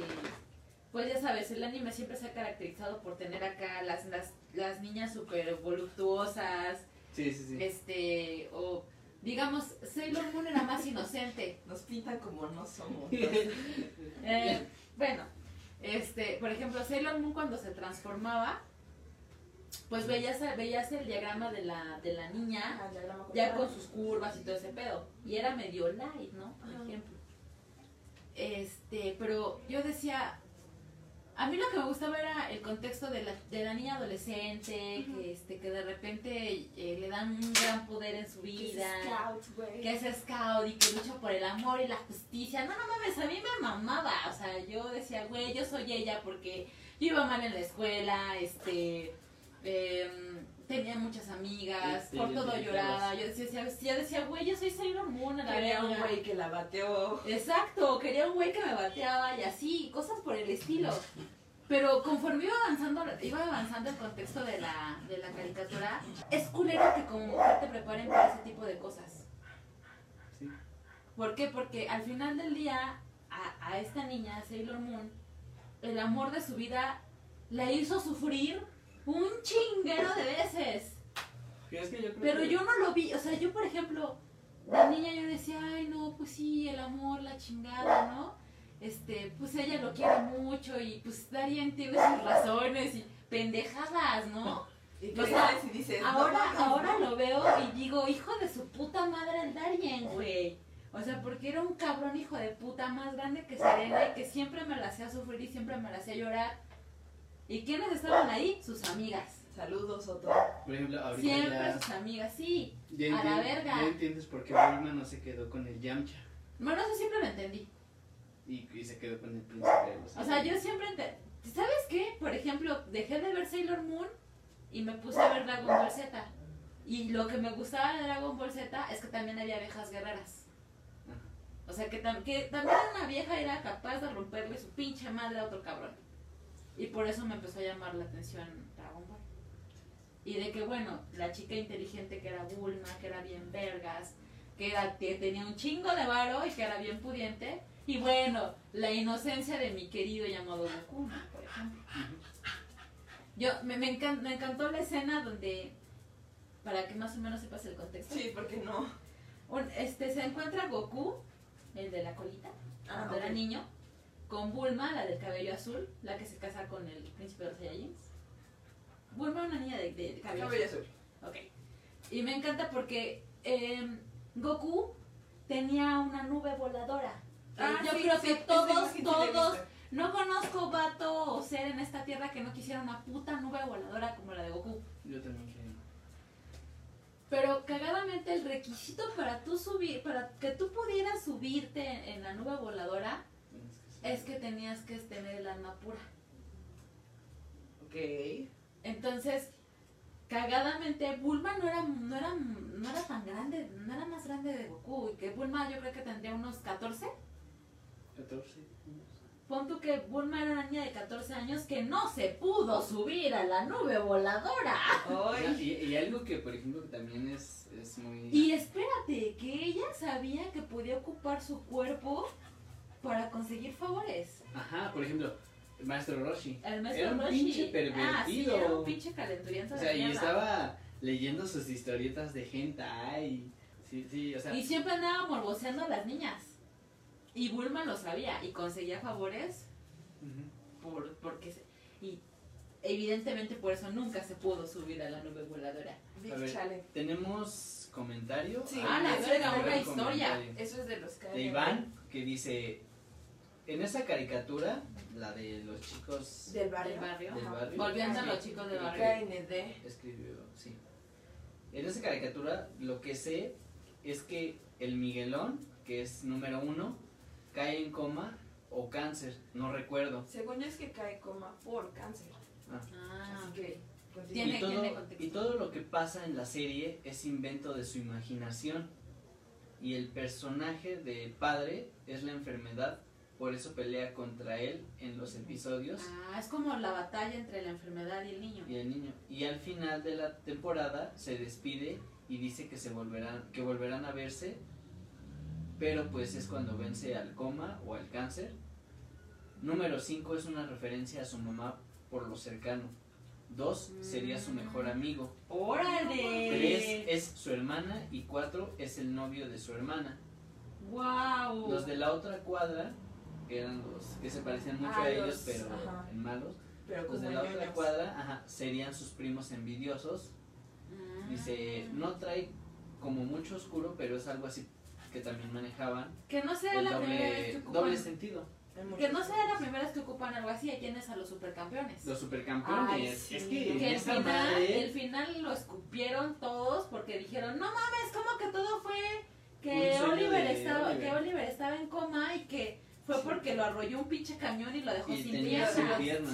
pues ya sabes, el anime siempre se ha caracterizado por tener acá las, las, las niñas súper voluptuosas, Sí, sí, sí. este, o digamos, Sailor Moon era más inocente. Nos pintan como no somos. Eh, bueno, este, por ejemplo, Sailor Moon cuando se transformaba, pues veías, veías el diagrama de la, de la niña, Ajá, ya la me acuerdo. ya con sus curvas y todo ese pedo. Y era medio light, ¿no? Por Ajá. ejemplo. Este, pero yo decía, a mí lo que me gustaba era el contexto de la, de la niña adolescente, Ujú. que, este, que de repente eh, le dan un gran poder en su Que es vida. scout, güey. que es scout y que lucha por el amor y la justicia. No, no mames, a mí me mamaba. O sea, yo decía, güey, yo soy ella porque yo iba mal en la escuela, este, em, tenía muchas amigas, Este, por yo todo tenía lloraba. clavas. Yo decía, yo decía, güey, yo soy Sailor Moon a la Quería un verga". güey que la bateó. Exacto, quería un güey que me bateaba y así, cosas por el estilo. Pero conforme iba avanzando, iba avanzando el contexto de la, de la caricatura, es culero que como mujer te preparen para ese tipo de cosas. Sí. ¿Por qué? Porque al final del día, a, a esta niña, a Sailor Moon, el amor de su vida la hizo sufrir un chinguero de veces. Es que yo creo Pero que- yo no lo vi, o sea, yo por ejemplo, la niña yo decía, ay no, pues sí, el amor, la chingada, ¿no? Este, pues ella lo quiere mucho y pues Darien tiene sus razones y pendejadas, ¿no? Y O que sea, sales y dices. no Ahora, mames, ahora no. lo veo y digo, hijo de su puta madre el Darien, güey. O sea, porque era un cabrón hijo de puta más grande que Serena y que siempre me la hacía sufrir y siempre me la hacía llorar. ¿Y quiénes estaban ahí? Sus amigas. Saludos, Otto. Por ejemplo, ahorita Siempre ya- sus amigas, sí. Ya A la entien- verga. ya entiendes por qué Bulma no se quedó con el Yamcha Bueno, eso siempre lo entendí. y, y se quedó con el príncipe. de los O sea, yo siempre... ente- ¿Sabes qué? Por ejemplo, dejé de ver Sailor Moon y me puse a ver Dragon Ball Z. Y lo que me gustaba de Dragon Ball Z es que también había viejas guerreras. Ajá. O sea, que, tam- que también una vieja era capaz de romperle su pinche madre a otro cabrón. Y por eso me empezó a llamar la atención Dragon Ball. Y de que, bueno, la chica inteligente que era Bulma, que era bien vergas, que, era, que tenía un chingo de varo y que era bien pudiente. Y bueno, la inocencia de mi querido llamado Goku, ¿no? por ejemplo. Yo, me, me, encan- me encantó la escena donde, para que más o menos sepas el contexto, Sí, ¿por qué no? un- este, se encuentra Goku, el de la colita, cuando Ah, ok. Ah, era niño, con Bulma, la del cabello azul, la que se casa con el príncipe de los Saiyajins. Bulma, una niña de, de cabello Cabello azul. azul. Ok. Y me encanta porque em, Goku tenía una nube voladora. Eh, Ah, Yo sí, creo sí, que esa todos, imagen sí la he todos, visto. no conozco vato o ser en esta tierra que no quisiera una puta nube voladora como la de Goku. Yo también creo. Pero cagadamente el requisito para tú subir, para que tú pudieras subirte en, en la nube voladora es que tenías que tener el alma pura. Ok. Entonces, cagadamente, Bulma no era, no era, no era tan grande, no era más grande de Goku. Y que Bulma yo creo que tendría unos 14. 14. Pon tú que Bulma era una niña de 14 años que no se pudo subir a la nube voladora. Ay. Y, y algo que, por ejemplo, que también es, es muy... Y espérate, que ella sabía que podía ocupar su cuerpo para conseguir favores. Ajá, por ejemplo, el Maestro Roshi. El maestro Era un Roshi. pinche Ah, sí, pervertido. era un pinche calenturiento O de sea, y mierda. estaba leyendo sus historietas de hentai. Sí, sí, o sea... Y siempre andaba morboseando a las niñas. Y Bulma lo sabía y conseguía favores Ujú. por, porque se- y evidentemente por eso nunca se pudo subir a la nube voladora. Big A ver. challenge. ¿Tenemos comentario? Sí. Ah, la Hay verga, un una historia. comentario. Eso es de los que. de Iván que dice en esa caricatura la de los chicos Del barrio. Del barrio. Del Ajá. barrio. Volviendo a Sí. los chicos del barrio. KND. escribió sí en esa caricatura lo que sé es que el Miguelón que es número uno cae en coma o cáncer no recuerdo Según yo es que cae coma por cáncer. Ah, Así ok. que. pues, continúa. Tiene- y todo contexto. y todo lo que pasa en la serie es invento de su imaginación y el personaje del padre es la enfermedad por eso pelea contra él en los episodios Ah, es como la batalla entre la enfermedad y el niño. y el niño. Y al final de la temporada se despide y dice que se volverán, que volverán a verse, pero pues es cuando vence al coma o al cáncer. Número 5 es una referencia a su mamá por lo cercano. 2 sería su mejor amigo. ¡Órale! 3 Eh. es su hermana y 4 es el novio de su hermana. ¡Wow! Los de la otra cuadra, que eran los que se parecían mucho Ah, a ellos, los- pero ajá. en malos. Pero como Los de Pues la otra ñoños. cuadra, ajá, serían sus primos envidiosos. Ah. Dice, no trae como mucho oscuro, pero es algo así que también manejaban. Que no sea El la primera vez que doble, ocupan. doble sentido. Hay muchos. Que no sea la primera vez que ocupan algo así. ¿A quiénes? A los supercampeones. Los supercampeones. Ay, sí. Es que, en que el esa final, madre- el final lo escupieron todos porque dijeron, no mames, como que todo fue que Un sueño Oliver de estaba, Oliver". que Oliver estaba en coma y que fue Sí. porque lo arrolló un pinche camión y lo dejó y sin tenía piernas. su piernas.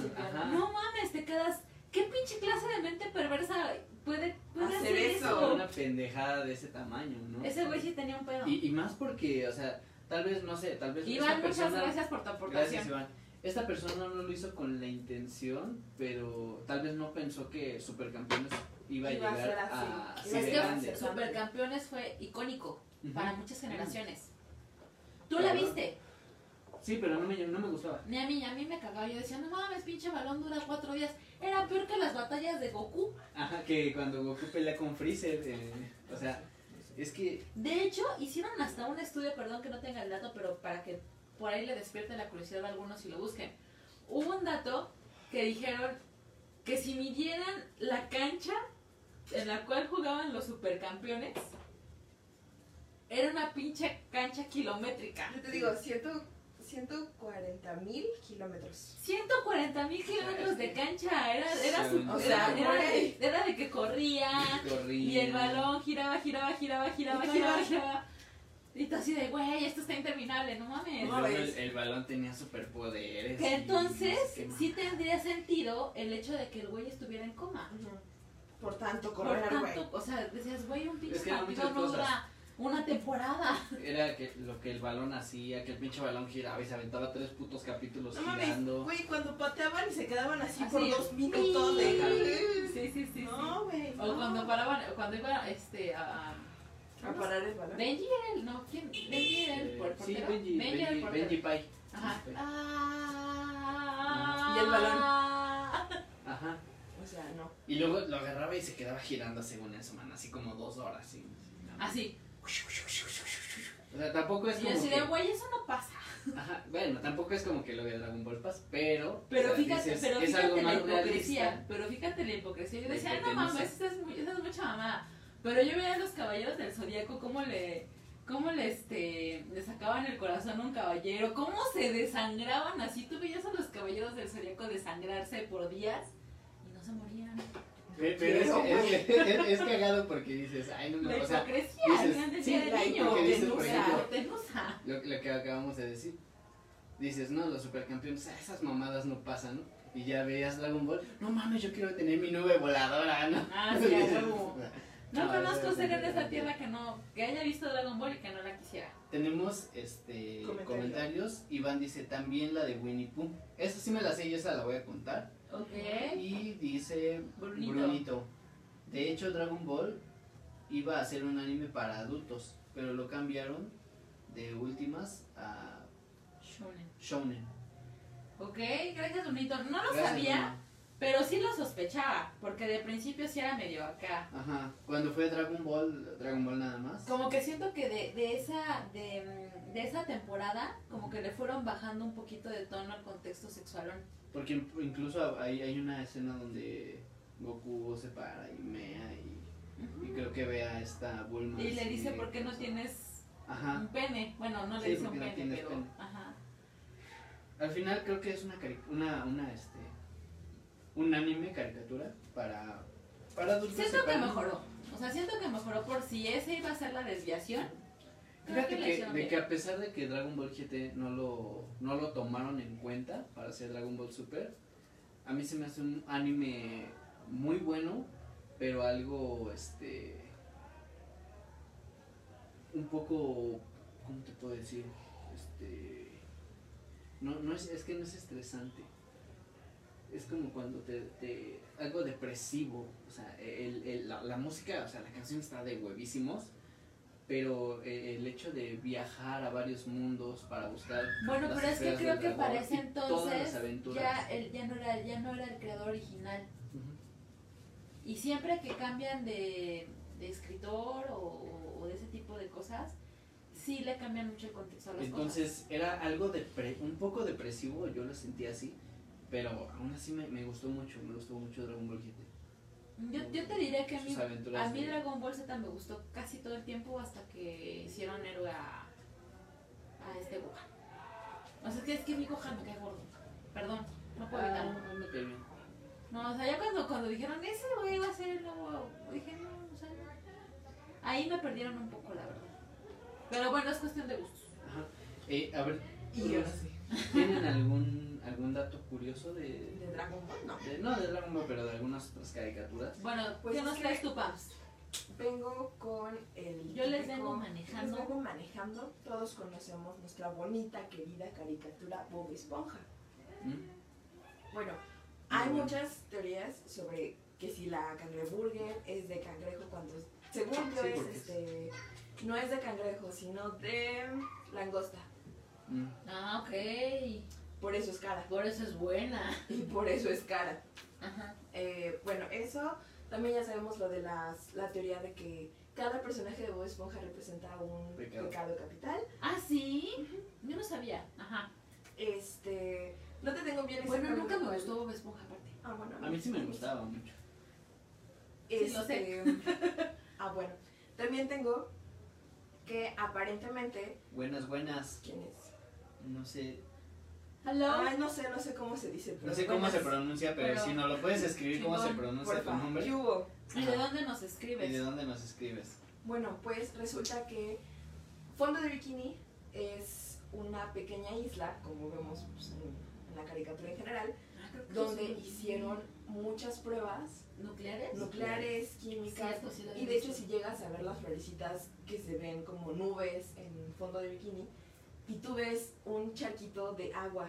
pierna. Sí, ajá. No mames, te quedas. ¿Qué pinche clase de mente perversa puede, puede hacer, Hacer eso? eso. Una pendejada de ese tamaño, ¿no? Ese güey sí tenía un pedo. Y, y más porque, o sea, tal vez, no sé, tal vez Iván, muchas gracias por tu aportación. Gracias, Iván. Esta persona no lo hizo con la intención, pero tal vez no pensó que Supercampeones iba a Iba a llegar ser así. a así Iba a de Es ser que grande. así. Supercampeones fue icónico Ujú. para muchas generaciones. Tú la Claro. viste, Sí, pero no me, no me gustaba. ni a mí, a mí me cagaba. Yo decía, no mames, pinche balón dura cuatro días. Era peor que las batallas de Goku. Ajá, que cuando Goku pelea con Freezer, eh, o sea, es que De hecho, hicieron hasta un estudio, perdón que no tenga el dato, pero para que por ahí le despierte la curiosidad a algunos y lo busquen. Hubo un dato que dijeron que si midieran la cancha en la cual jugaban los supercampeones, era una pinche cancha kilométrica. Yo te digo, 140 mil kilómetros. 140 mil kilómetros de cancha, era, era, su- O sea, era- era de, era de que corría corría. Ah, y el balón giraba, giraba, giraba, giraba, Y giraba, todo. giraba. Y tú así de, güey, esto está interminable, no Y mames. No. luego El, el balón tenía superpoderes. Que y entonces no sé qué más. sí tendría sentido el hecho de que el güey estuviera en coma. Por tanto, Por correr, güey. tanto, o sea, decías, güey, un pinche Es que eran partido muchas no cosas. dura una temporada. Era que, lo que el balón hacía, que el pinche balón giraba y se aventaba tres putos capítulos No mames, Pues girando. güey, cuando pateaban y se quedaban así, Así, por dos minutos de... Sí, sí, sí. sí. No, güey. O cuando paraban, cuando iba este, a- a A parar el balón. Benji era el, no, ¿quién? Benji era el por- Eh, sí, portero. Benji, Benji, era el Benji, portero. Pie. Ajá. Benji Pie. Ah. Y el balón. Ah. Ajá. O sea, no. Y luego lo agarraba y se quedaba girando según eso, man, así como dos horas. sí. Así. O sea, tampoco es Y yo como. así de, que- güey, eso no pasa. Ajá, bueno, tampoco es como que lo de Dragon Ball Pass, pero. Pero o sea, fíjate, dices, pero es fíjate algo la más hipocresía. realista. Pero fíjate la hipocresía. Yo De decía, que "Ay, no te mames, dicen". esa es, muy- esa es mucha mamada. Pero yo veía a los caballeros del zodiaco cómo le. Cómo le, este, le sacaban el corazón a un caballero, cómo se desangraban así. Tú veías a los caballeros del zodiaco desangrarse por días y no se morían. Pe- Pero es, Quiero, que- es, que- es cagado porque dices, ay, no, La no, o sea, hipocresía dices, al final del sí, día del la niño, porque dices, por tenusa, ejemplo- tenusa. lo, lo que acabamos de decir. Dices, no, los supercampeones, ah, esas mamadas no pasan, ¿no? Y ya veías Dragon Ball, no mames, yo quiero tener mi nube voladora, ¿no? Ah, sí, a huevo. No No, conozco no, ser en no, esta no. tierra que no, que haya visto Dragon Ball y que no la quisiera. Tenemos este Comentario. comentarios. Iván dice también la de Winnie Pooh. Esa sí me la sé y esa la voy a contar. Ok. Y dice Brunito. Brunito. De hecho, Dragon Ball iba a ser un anime para adultos, pero lo cambiaron de últimas a Shonen. Shonen. Ok, gracias, Brunito. Ah, No lo Gracias, sabía, Bruno. pero sí lo sospechaba, porque de principio sí era medio acá. Ajá. Cuando fue Dragon Ball, Dragon Ball nada más. Como que siento que de, de esa de, mm, de esa temporada, como que le fueron bajando un poquito de tono al contexto sexualón. Porque in- incluso hay, hay una escena donde Goku se para y mea y, y creo que ve a esta Bulma. Y le así dice, de- ¿por qué no tienes Ajá. un pene? Bueno, no le Ah. Sí, dice un porque no pene, tienes pero... pene. Ajá. Al final creo que es una cari- una, una este un anime caricatura para para adultos. Siento y que para niños. mejoró. O sea, siento que mejoró por si esa iba a ser la desviación. Creo Fíjate que la que, hicieron de bien. que a pesar de que Dragon Ball GT no lo, no lo tomaron en cuenta para hacer Dragon Ball Super, a mí se me hace un anime muy bueno, pero algo, este, un poco, ¿cómo te puedo decir? Este, no, no es, es que no es estresante. Es como cuando te, te- algo depresivo, o sea, el- el- la, la música, o sea, la canción está de huevísimos, pero eh, el hecho de viajar a varios mundos para buscar Bueno, las pero es que esferas creo del que dragón para ese y todas las entonces aventuras. ya, el, ya, no era, ya no era el creador original. Ujú. Y siempre que cambian de, de escritor o, o de ese tipo de cosas, sí le cambian mucho el contexto a las entonces era algo depre- un poco depresivo yo lo sentía así pero aún así me, me gustó mucho me gustó mucho Dragon Ball GT cosas. Yo, yo te diré que a mí, sus aventuras a mí de- Dragon Ball Z me gustó casi todo el tiempo hasta que hicieron héroe a, a este Gohan. O sea, es que, es que mi Gohan me cae gordo. Perdón, no puedo evitarlo. Ah, me cae bien. No, o sea, ya cuando, cuando dijeron ese güey va a ser el nuevo, dije, no, o sea, no". ahí me perdieron un poco, la verdad. Pero bueno, es cuestión de gustos. Ajá. Eh, a ver Y ahora sí. tienen algún algún dato curioso de, ¿De Dragon Ball? No. de- no de Dragon Ball pero de algunas otras caricaturas Bueno, Pues ¿qué es nos que- traes tu Pams? Vengo con el. Yo les típico- vengo manejando. Les vengo manejando. Todos conocemos nuestra bonita, querida caricatura Bob Esponja. ¿Mm? Bueno, hay Muy bueno. muchas teorías sobre que si la cangreburger es de cangrejo cuando. Según yo Sí, es porque es- este. No es de cangrejo, sino de langosta. Mm. Ah, ok. Por eso es cara. Por eso es buena. Y por eso es cara. Ajá. Eh, bueno, eso también ya sabemos lo de las, la teoría de que cada personaje de Bob Esponja representa un Pecado. pecado, capital. Ah, sí. Yo no sabía. Ajá. Este, no te tengo bien Bueno, exactamente nunca me cuál- gustó Bob Esponja aparte. Ah, bueno. a mí sí me gustaba mucho Sí, lo Este, ah, bueno. También tengo que aparentemente, buenas buenas ¿quién es? no sé Hello. Ay, no sé, no sé cómo se dice. No sé cómo se pronuncia. pronuncia, pero, Pero- si no lo puedes escribir cómo se Chingón, pronuncia tu ¿Qué nombre hubo? ¿Y de Ajá. dónde nos y de escribes? dónde nos escribes. Bueno, pues resulta que Fondo de Bikini es una pequeña isla, como vemos pues, en, en la caricatura en general, Ah, creo que donde sí. hicieron muchas pruebas nucleares. nucleares, químicas, Cierto, sí lo y de vi. hecho si llegas a ver las florecitas que se ven como nubes en Fondo de Bikini, y tú ves un charquito de agua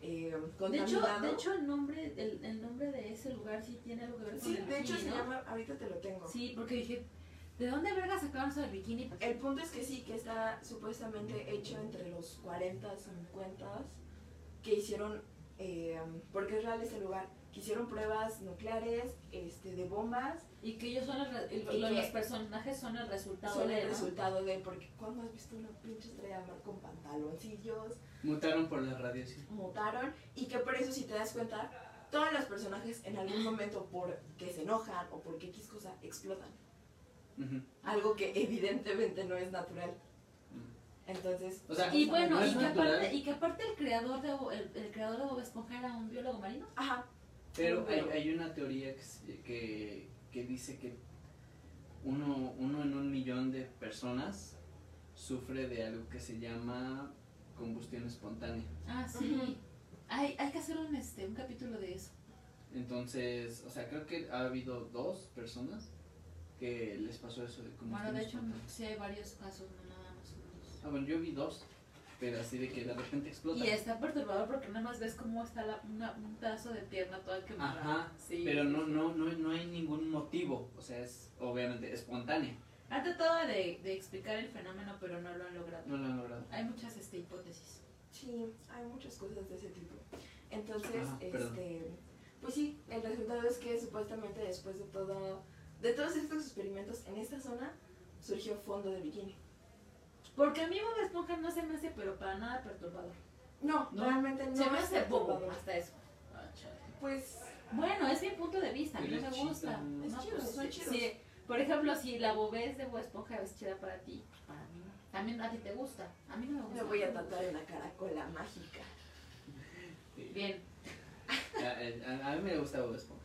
eh, De hecho, contaminado. de hecho el nombre, el, el nombre de ese lugar sí tiene algo que ver con sí, el de hecho bikini, se ¿no? llama, ahorita te lo tengo. Sí, porque dije, ¿de dónde verga sacaron eso del bikini? El punto es que sí, que está supuestamente hecho entre los 40 y 50 que hicieron, eh, porque es real este lugar, que hicieron pruebas nucleares, este, de bombas, Y que ellos son el re- el- Y los, que- los personajes son el resultado son de el ¿no? resultado de, porque cuando has visto una pinche estrella de mar con pantaloncillos, Mutaron por la radiación. mutaron, y que por eso si te das cuenta, todos los personajes en algún momento, porque se enojan o porque X cosa, explotan. Ujú. algo que evidentemente no es natural. Entonces, O sea, Y bueno, no y, es que natural, aparte, y que aparte el creador de Bo- el, el creador de Bob Esponja era un biólogo marino. ajá, pero hay, pero- hay una teoría que, s- que, que dice que uno, uno en un millón de personas sufre de algo que se llama combustión espontánea. Ah, sí. hay, hay que hacer un este un capítulo de eso. Entonces, o sea, creo que ha habido dos personas que les pasó eso de combustión Bueno, de hecho, espontánea. sí hay varios casos, no nada más unos. Ah, bueno, yo vi dos, pero así de que de repente explota. Y está perturbador porque nada más ves cómo está la- una- un pedazo de pierna toda quemada. Ajá, sí. Pero no, no, no, no hay ningún motivo, o sea, es obviamente espontánea. Han tratado de, de explicar el fenómeno, pero no lo han logrado. No lo han logrado. Hay muchas este, hipótesis. sí, hay muchas cosas de ese tipo. Entonces, Ah, perdón. este, pues sí, el resultado es que supuestamente después de todo, de todos estos experimentos en esta zona, surgió fondo de bikini. Porque a mí Bob Esponja no se me hace, pero para nada perturbador. No, No. realmente no. se me es hace bobo perturbador. hasta eso. Ah, chale. Pues, Bueno, es mi punto de vista, a mí no Pero me es gusta. chido. No, Es chido, pues, son sí, chidos. sí. Por ejemplo, si la bobez de Bob Esponja es chida para ti, pues, para mí no. También a ti te gusta, a mí no me gusta. me voy a tatuar en la caracola mágica. Sí. Bien, eh, A, a- a mí me gusta Bob Esponja.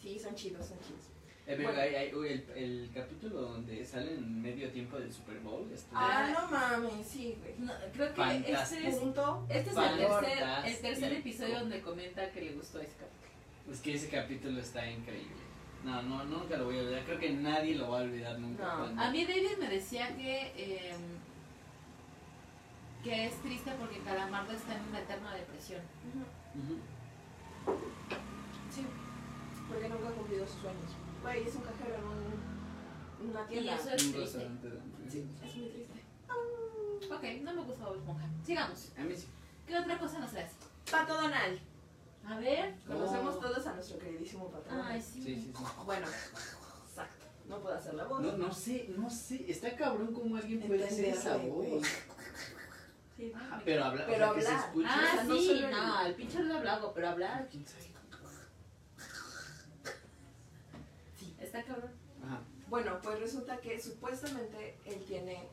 Sí, son chidos, son chidos. Eh, pero Bueno. hay, hay- uy, el, el capítulo donde sale en medio tiempo del Super Bowl. Este, Ah, no mames, sí, güey. No, creo que este Fantástico. es, Punto. este es el Fantástico. tercer, el tercer episodio donde comenta que le gustó ese capítulo. Es que ese capítulo está increíble. No, no, nunca lo voy a olvidar. Creo que nadie lo va a olvidar nunca. No, cuando- A mí David me decía que, eh, que es triste porque Calamardo está en una eterna depresión. Ujú. Sí, porque nunca ha cumplido sus sueños. Güey, es un cajero en un- una Y tienda. eso es Un triste. restaurante de- Sí, es muy triste. Ok, no me gusta Bob Esponja. Sigamos. A mí sí. ¿Qué otra cosa nos traes? Pato Donald. A ver. Conocemos Oh. todos a nuestro queridísimo Pato Ay, Donald. sí. Ah, Sí, sí, sí. Bueno, exacto. No puedo hacer la voz. No, no sé, no sé. Está cabrón cómo alguien puede hacer esa Entenderle, güey. voz. Sí. Ah, pero habla, Pero o sea, que se hablar. escuche. o Ah, sea, no sí, solo el- no, el pinche no hablago, pero hablar ¿Quién sabe? está cabrón. Ajá. Bueno, pues resulta que supuestamente él tiene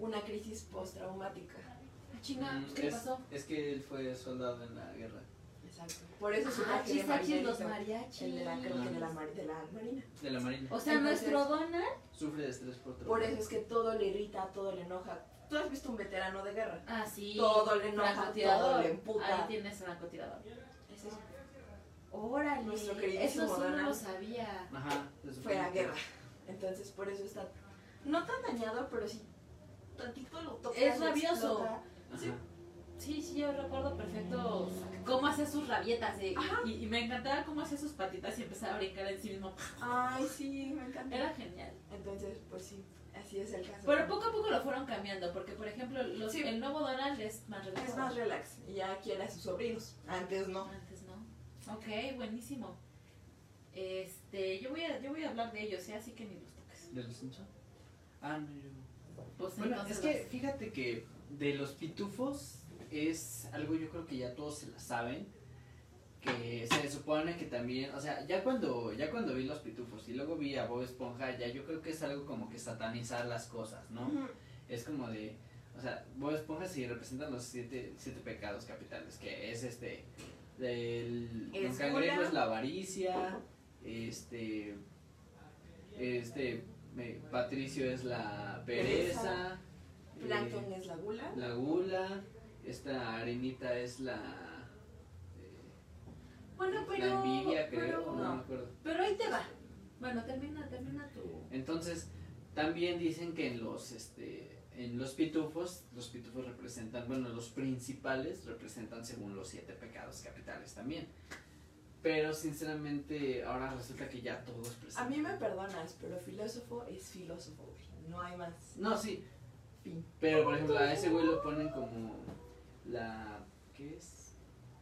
una crisis postraumática. Ah, Chinga, Mm, ¿qué es, pasó? Es que él fue soldado en la guerra. Exacto. Por eso es una Ah, chis, achis, los El de la, creo que de la, mariachis. mar- de la marina. De la marina. O sea, Entonces- nuestro Donald. Sufre de estrés por trabajo. Por eso es que todo le irrita, todo le enoja. ¿Tú has visto un veterano de guerra? Ah, sí. Todo le enoja, todo le emputa. Ahí tienes francotirador. Ese Órale, Nuestro queridísimo eso sí no Donald. lo sabía. Ajá. se supone fue a que- guerra. Entonces por eso está no tan dañado, pero sí tantito lo toca. Es rabioso. Ajá. Sí. Sí, sí, yo recuerdo perfecto cómo hacía sus rabietas. eh, Ajá. y, y me encantaba cómo hacía sus patitas y empezaba a brincar en sí mismo. Ay, sí, me encanta. Era genial. Entonces, pues sí, así es el caso. Pero poco a poco lo fueron cambiando, porque por ejemplo, los- Sí. el nuevo Donald es más relajado. es más relax. Y ya quiere a sus sobrinos. Antes no. Antes no. Ok, buenísimo. Este, yo voy a, yo voy a hablar de ellos, ¿eh? así que ni los toques. ¿De los Simpson? Ah, no, yo. Pues Bueno, es entonces que fíjate que de los pitufos es algo yo creo que ya todos se la saben. Que se supone que también, o sea, ya cuando, ya cuando vi los pitufos y luego vi a Bob Esponja, ya yo creo que es algo como que satanizar las cosas, ¿no? Ujú. es como de, o sea, Bob Esponja sí representa los siete, siete pecados capitales, que es este, el, los Es cangrejos, gula. la avaricia, este, este, eh, Patricio es la pereza, Plankton eh, es la gula. la gula, esta arenita es la, eh, Bueno, pero. la envidia, creo, pero, o no me acuerdo. pero ahí te va. Bueno, termina, termina tu. Entonces, también dicen que en los este en los pitufos, los pitufos representan, bueno, los principales representan según los siete pecados capitales también. Pero sinceramente, ahora resulta que ya todos A presentan. mí me perdonas, pero filósofo es filósofo, güey. No hay más. No, sí. Fin. Pero por ejemplo, a ese güey lo ponen como la ¿qué es?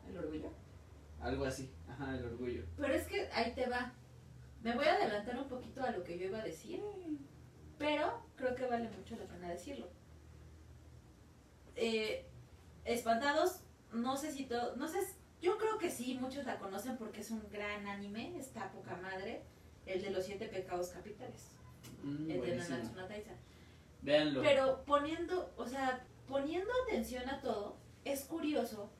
El orgullo. Algo así. Ajá, el orgullo. Pero es que ahí te va. Me voy a adelantar un poquito a lo que yo iba a decir, pero creo que vale mucho la pena decirlo. Eh, espantados, no sé si todo, no sé, s- yo creo que sí, muchos la conocen porque es un gran anime, está poca madre, el de los siete pecados capitales. Mm, el de buenísimo. Nanatsu no Taizai. Véanlo. Pero poniendo, o sea, poniendo atención a todo, es curioso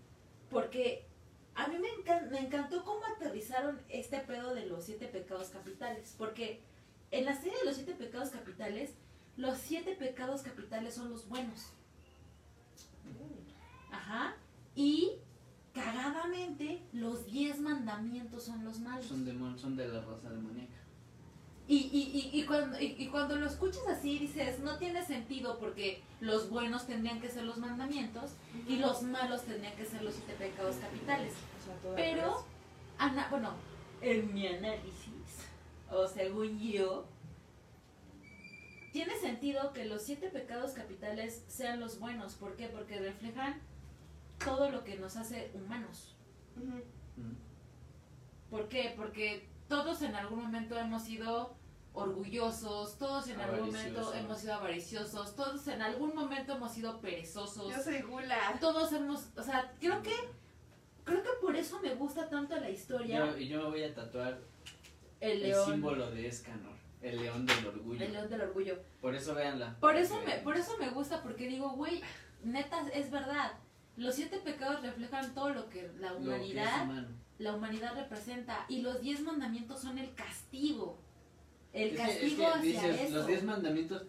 porque a mí me, encan- me encantó cómo aterrizaron este pedo de los siete pecados capitales. Porque en la serie de los siete pecados capitales, los siete pecados capitales son los buenos. Ajá. Y cagadamente, los diez mandamientos son los malos. Son, demon- son de la raza demoníaca. Y, y, y, y, cuando, y, y cuando lo escuchas así dices, no tiene sentido porque los buenos tendrían que ser los mandamientos y los malos tendrían que ser los siete pecados capitales. O sea, todo Pero, ana- bueno, en mi análisis, o según yo, tiene sentido que los siete pecados capitales sean los buenos. ¿Por qué? Porque reflejan todo lo que nos hace humanos. al revés. Mm. ¿Por qué? Porque todos en algún momento hemos sido orgullosos, todos en algún momento Avariciosos. hemos sido avariciosos, todos en algún momento hemos sido Ujú. perezosos, Yo soy gula. todos hemos, o sea, creo que creo que por eso me gusta tanto la historia Yo, y yo me voy a tatuar el el, león, símbolo de Escanor, el león del orgullo. el león del orgullo. Por eso véanla. Por eso me Véanla. por eso me gusta porque digo, güey, neta es verdad. Los siete pecados reflejan todo lo que la Lo que es humanidad humano. la humanidad representa y los diez mandamientos son el castigo. Es El que- es que castigo hacia dices, eso. Los 10 mandamientos.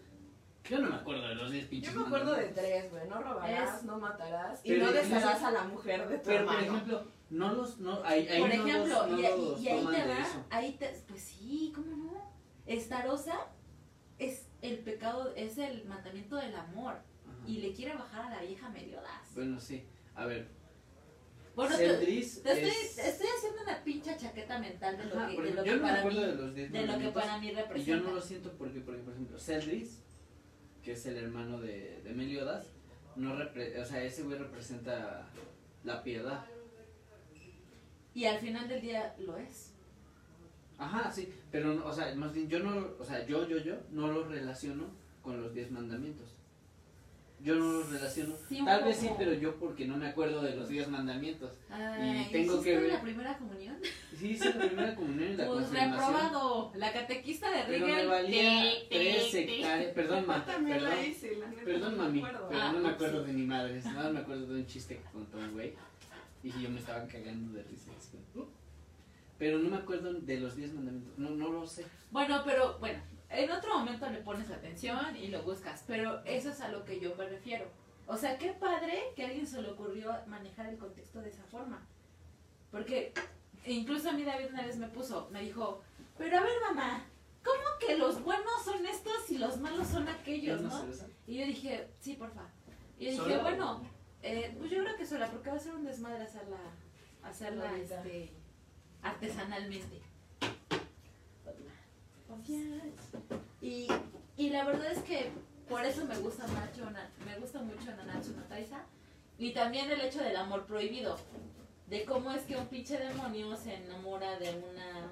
Yo no me acuerdo de los 10 Yo pinches me acuerdo de mandamientos. tres, güey. No robarás, Es- no matarás y Pero no incluso- desearás a la mujer de tu Pero por hermano. ejemplo, no los. No, ahí, ahí Por no los- ejemplo, no y, ahí- los y ahí toman te de va, eso. ahí te, pues sí, ¿cómo no? Estarosa es el pecado, es el mandamiento del amor Ajá. y le quiere bajar a la vieja Meliodas. Bueno, sí. A ver. Bueno, te, Celdris te estoy, es- te estoy haciendo una pincha chaqueta mental de lo Ajá, que, por de lo ejemplo, que yo no me para mí, acuerdo de los 10 de lo que mandamientos. para mí Y yo representa. no lo siento porque, porque por ejemplo, Celdris, que es el hermano de, de Meliodas, no repre- o sea, ese güey representa la piedad. Y al final del día lo es. Ajá, sí, pero, no- o sea, más bien yo no, o sea, yo, yo, yo no lo relaciono con los 10 mandamientos. Yo no los relaciono. Sí, un Tal vez sí, poco. pero yo porque no me acuerdo de los 10 mandamientos. Ay, tengo ¿hiciste que ver- la primera comunión? Sí, hice la primera comunión y la Pues confirmación. reprobado. La catequista de Pero Rigel. me valía Te- te- 3 te- hectáreas. Perdón, ma, También perdón. la hice, la neta. Perdón, no me mami, acuerdo. pero Ah, no me pues acuerdo de mi madre. Nada más me acuerdo de un chiste que contó un güey. Y yo me estaba cagando de risa. así como, "Uh". Pero no me acuerdo de los 10 mandamientos. No, no lo sé. Bueno, pero bueno, en otro momento le pones atención y lo buscas, pero eso es a lo que yo me refiero. O sea, qué padre que a alguien se le ocurrió manejar el contexto de esa forma. Porque e incluso a mí David una vez me puso, me dijo, pero a ver mamá, ¿cómo que los buenos son estos y los malos son aquellos, Yo no no? sé, ¿sabes? Y yo dije, sí, porfa. Y yo dije, ¿Sola? bueno, eh, pues yo creo que sola, porque va a ser un desmadre hacerla, hacerla Solita. este, artesanalmente. Y, y la verdad es que por eso me gusta mucho, Na- me gusta mucho Nanatsu no Taizai. Y también el hecho del amor prohibido. De cómo es que un pinche demonio se enamora de una.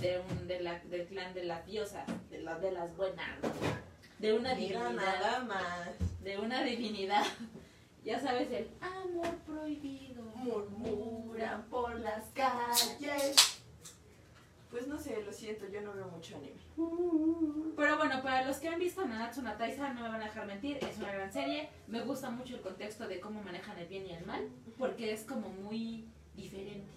de un. de la, del clan de las diosas, de, la- de las buenas. De una Mira divinidad. nada más. De una divinidad. Ya sabes, el amor prohibido. Murmuran por las calles. Pues no sé, lo siento, yo no veo mucho anime. Pero bueno, para los que han visto Nanatsu no Taizai, no me van a dejar mentir, es una gran serie. Me gusta mucho el contexto de cómo manejan el bien y el mal, porque es como muy diferente.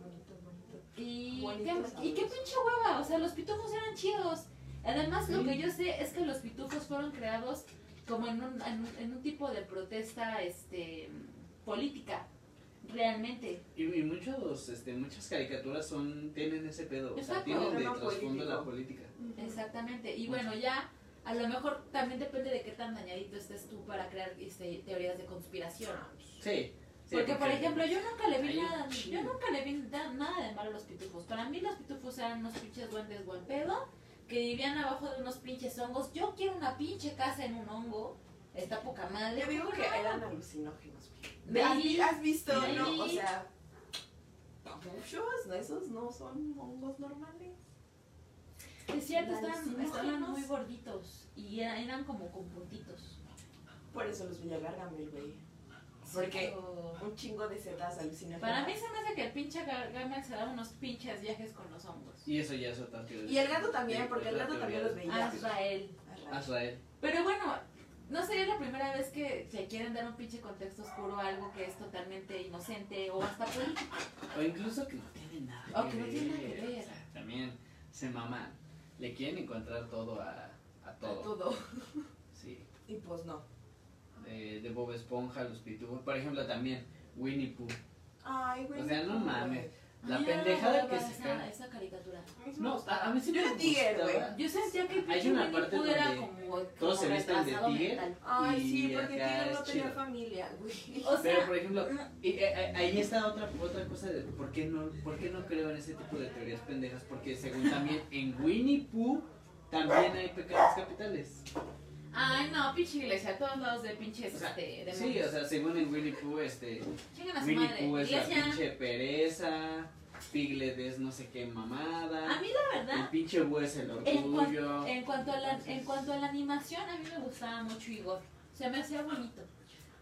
Bonito, bonito. Y, Bonito, qué- sabroso. y qué pinche hueva, o sea, los pitufos eran chidos. Además, lo que yo sé es que los pitufos fueron creados como en un, en un- en un tipo de protesta este, política, realmente. Y, y muchos, este, muchas caricaturas son, tienen ese pedo. O sea, Exacto. tienen de Tema trasfondo la político. política. Exactamente. Y bueno, ya a lo mejor también depende de qué tan dañadito estés tú para crear este, teorías de conspiración. Sí. sí, porque, por ejemplo, yo nunca le vi Ahí, nada, yo chido. nunca le vi na- nada de malo a los pitufos. Para mí los pitufos eran unos pinches duendes buen pedo que vivían abajo de unos pinches hongos. Yo quiero una pinche casa en un hongo. Está poca madre. Yo digo ¿cómo que no? eran alucinógenos. Ve ¿Has, ahí. vi- has visto? Ve No, o ahí. sea, papuchos, no, esos no son hongos normales. Es cierto, estaban, alucinógenos. estaban muy gorditos y era- eran como con puntitos. Por eso los vi a Gargamel, güey. Porque Pero- un chingo de setas alucinantes. Para mí se me hace que el pinche Gar- Gargamel se da unos pinches viajes con los hongos. Y eso ya es otra teoría. Y el gato también, porque el gato también los veía. Azrael. Azrael. Pero bueno, no sería la primera vez que le quieren dar un pinche contexto oscuro a algo que es totalmente inocente o hasta político. O incluso que no tiene nada O que no tiene nada que ver. O sea, también se maman. Le quieren encontrar todo a, a todo. Todo. Sí. Y pues no. Eh, de Bob Esponja, los pitufos. Por ejemplo, también Winnie Pooh. Ay, güey. O sea, no mames. La Ay, yo no pendejada que recordaba se esa, cae. esa caricatura. No, a, a mí sí Yo me era tigre, güey. gustaba. Yo sentía que el Hay pinche una Winnie parte Pooh era donde como, como todos se visten de retrasado tigre. mental. Ay, Y sí, porque acá Tigre no es tenía chido. familia, güey. Pero O sea, por ejemplo, y, eh, eh, ahí está otra otra cosa de por qué no por qué no creo en ese tipo de teorías pendejas porque según también en Winnie Pooh también hay pecados capitales. ay no, pinche iglesia, a todos lados de pinches O sea, este, Sí, demonios. o sea, según en Winnie Pooh este Chingan a su Winnie madre. Pooh es la Iglesia, pinche pereza, Piglet es no sé qué mamada, a mí la el Ah, verdad, pinche búho es el en, cuan- orgullo. en cuanto a la, en Entonces, cuanto a la animación, a mí me gustaba mucho Igor. Se me hacía bonito.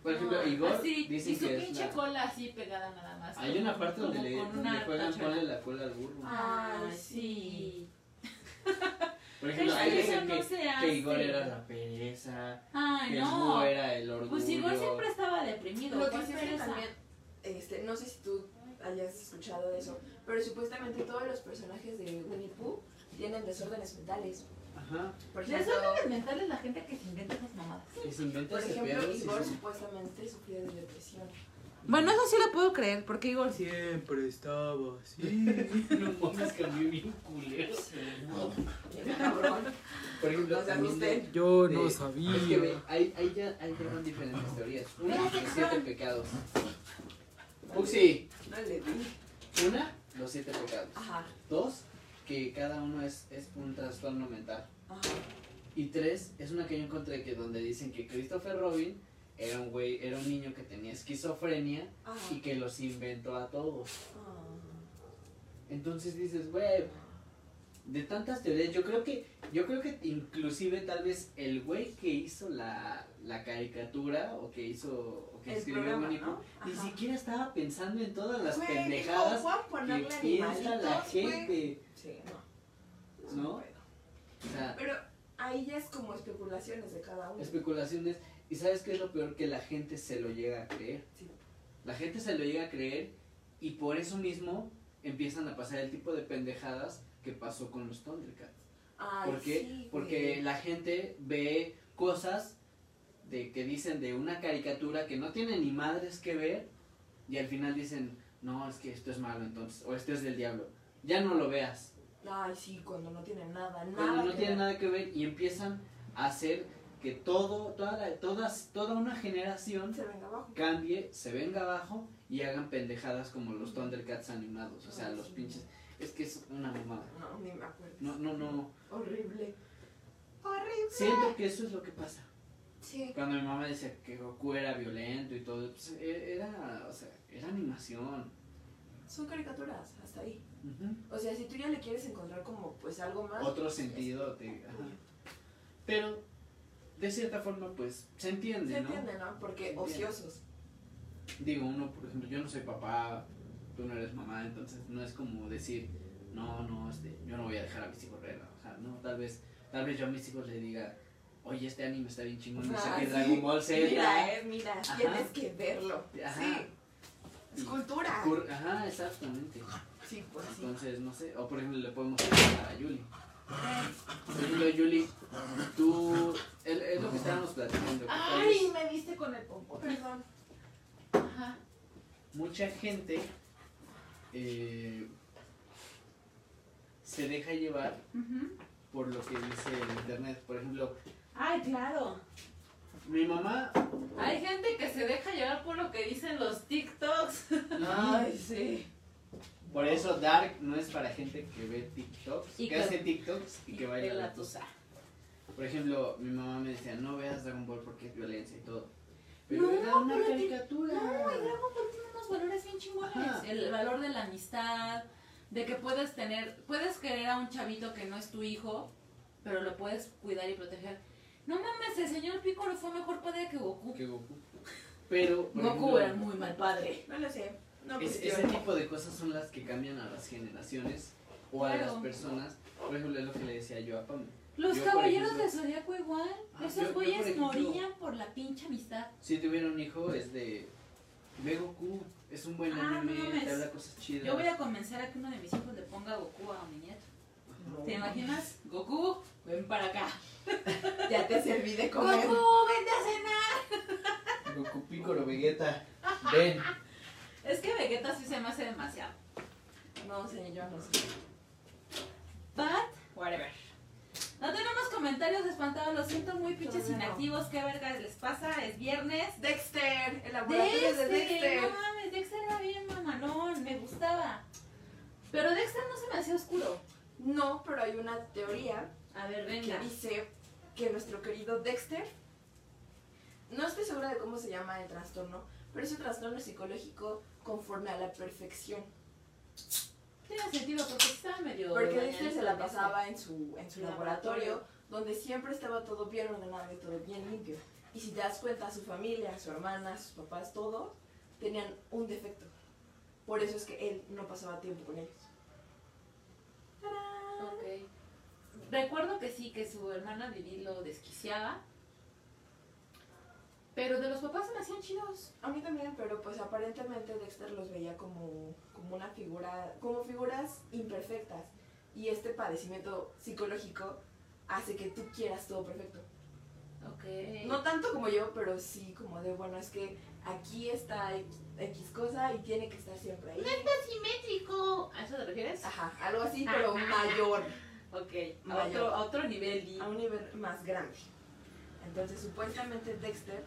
Por ejemplo, No, Igor así, dicen y su que es pinche la- cola así pegada nada más. Hay una parte donde como le, con donde una Ah, juegan tachuela. ponle la cola al burro. Ay, Ay, sí. Por Pero ejemplo, hay eso dicen no que, se hace. que Igor era la pereza, Ay, Que no. no era el orgullo. Pues Igor siempre estaba deprimido. Lo que ¿cuál sí es que pereza? también, este, no sé si tú hayas escuchado de eso, pero supuestamente todos los personajes de Winnie Pooh tienen desórdenes mentales. Ajá. Por Les ejemplo, suelen inventar a la gente que se inventa esas mamadas. Y se inventa por ese ejemplo pedo, sí, Igor sí. supuestamente sufría de depresión. Bueno, eso sí lo puedo creer, porque Igor sí. Siempre estaba así. No mames, cambió bien culero. Cabrón. Por ejemplo, No se también de- asusten. Yo de- no Es que ve, sabía. ahí, ahí ya, ahí ya van diferentes teorías. Una, Espérate, los siete cabrón. pecados. Puxi, No le di. una, los siete pecados. Ajá, Dos, que cada uno es, es un trastorno mental. ajá. Y tres, es una que yo encontré que donde dicen que Christopher Robin era un güey, era un niño que tenía esquizofrenia Ah, y que los inventó a todos. ah. Entonces dices, güey, de tantas teorías, yo creo que, yo creo que inclusive tal vez el güey que hizo la, la caricatura o que hizo, o que El escribió programa, Winnie ¿no? Pooh, ni Ajá. siquiera estaba pensando en todas las Güey, dijo, pendejadas voy a que ponerle piensa la animalitos, güey. gente. Sí, no. Es ¿No? un pedo. O sea, Pero ahí ya es como especulaciones de cada uno. especulaciones. ¿Y sabes qué es lo peor? Que la gente se lo llega a creer. Sí. La gente se lo llega a creer y por eso mismo empiezan a pasar el tipo de pendejadas que pasó con los Thundercats. Ay, ¿Por qué? sí, Porque güey. la gente ve cosas de que dicen de una caricatura que no tiene ni madres que ver y al final dicen, no, es que esto es malo entonces, o esto es del diablo. Ya no lo veas. Ay, sí, cuando no tiene nada, nada. Cuando no que tiene ver. nada que ver y empiezan a hacer que todo, toda, la- todas, toda una generación Se venga abajo. cambie, se venga abajo y hagan pendejadas como los Thundercats animados. O sea, Ay, los sí. pinches... Es que es una mamada. No, ni me acuerdo. No, no, no. Horrible. Horrible. Siento que eso es lo que pasa. Sí. Cuando mi mamá decía que Goku era violento y todo, pues e- era, o sea, era animación. Son caricaturas, hasta ahí. O sea, si tú ya le quieres encontrar como, pues, algo más. Otro sentido. te- ajá. Pero, de cierta forma, pues, se entiende, Se ¿no? entiende, ¿no? Porque Bien. ociosos. Digo, uno, por ejemplo, yo no soy papá, tú no eres mamá, entonces no es como decir, no, no, este, yo no voy a dejar a mis hijos relajar, ¿no? Tal vez, tal vez yo a mis hijos le diga, oye, este anime está bien chingón, no sé Ah, qué, sí. Dragon Ball Z. Mira, eh, mira, Ajá. tienes que verlo. Ajá. Sí. Es cultura. Cur- Ajá, exactamente. Sí, pues sí. Entonces, no sé, o por ejemplo le podemos preguntar a Yuli. Por ejemplo, Yuli, tú, es, es lo que estábamos platicando. que tal Ay, vez me diste con el pompo. Perdón. Ajá. Mucha gente eh, se deja llevar Ujú. por lo que dice el internet. Por ejemplo, Ay, claro. mi mamá, Hay gente que se deja llevar por lo que dicen los TikToks. Ay, sí. por eso Dark no es para gente que ve TikToks, Y que que- hace TikToks y que baila la la tusa. tusa. Por ejemplo, mi mamá me decía, no veas Dragon Ball porque es violencia y todo. Pero No, era una pero ti- caricatura. No, el Dragon Ball tiene unos valores bien chingones. Ajá. El valor de la amistad, de que puedes tener, puedes querer a un chavito que no es tu hijo, pero lo puedes cuidar y proteger. No mames, el señor Piccolo fue mejor padre que Goku. Que Goku. Pero. por Goku era ejemplo, muy mal padre. No lo sé. No, es- pues yo ese no. tipo de cosas son las que cambian a las generaciones o a Claro. las personas. Por ejemplo, es lo que le decía yo a Pam. Los Yo, por caballeros ejemplo- del Zodíaco igual. Ah, yo- yo, Esos por güeyes ejemplo- morían por la pinche amistad. Si tuviera un hijo, es de. Ve Goku, es un buen Ah, no anime, mames. te habla cosas chidas. Yo voy a convencer a que uno de mis hijos le ponga Goku a mi nieto. No. Oh. ¿Te imaginas? Goku, ven para acá. Ya te serví de comer. Goku, vente a cenar. Goku Piccolo Vegeta. Ven. Es que Vegeta sí se me hace demasiado. No sé, yo no sé. But, whatever. No tenemos comentarios espantados, lo siento muy pinches Todavía no. inactivos. ¿Qué verga les pasa? Es viernes. Dexter, el laboratorio Dexter, de Dexter. no mames, Dexter era bien mamalón, me gustaba. Pero Dexter no se me hacía oscuro. No, pero hay una teoría A ver, que venga. dice que nuestro querido Dexter, no estoy segura de cómo se llama el trastorno, pero es un trastorno psicológico conforme a la perfección. Tiene sentido porque estaba medio. este. Porque dañadito Dexter se la Dexter. pasaba en su, en su Laboratorio. laboratorio, donde siempre estaba todo bien ordenado y todo bien limpio. Y si te das cuenta, su familia, su hermana, sus papás, todos tenían un defecto. Por eso es que él no pasaba tiempo con ellos. ¡Tarán! Ok. Recuerdo que sí, que su hermana Lili lo desquiciaba. Pero de los papás se me hacían chidos. A mí también, pero pues aparentemente Dexter los veía como, como una figura, como figuras imperfectas. Y este padecimiento psicológico hace que tú quieras todo perfecto. Ok. No tanto como yo, pero sí como de, bueno, es que aquí está X, X cosa y tiene que estar siempre ahí. simétrico. ¿A eso te refieres? Ajá, algo así, pero mayor, Ok. A Mayor. otro, a otro nivel. Di. a un nivel más grande. Entonces supuestamente Dexter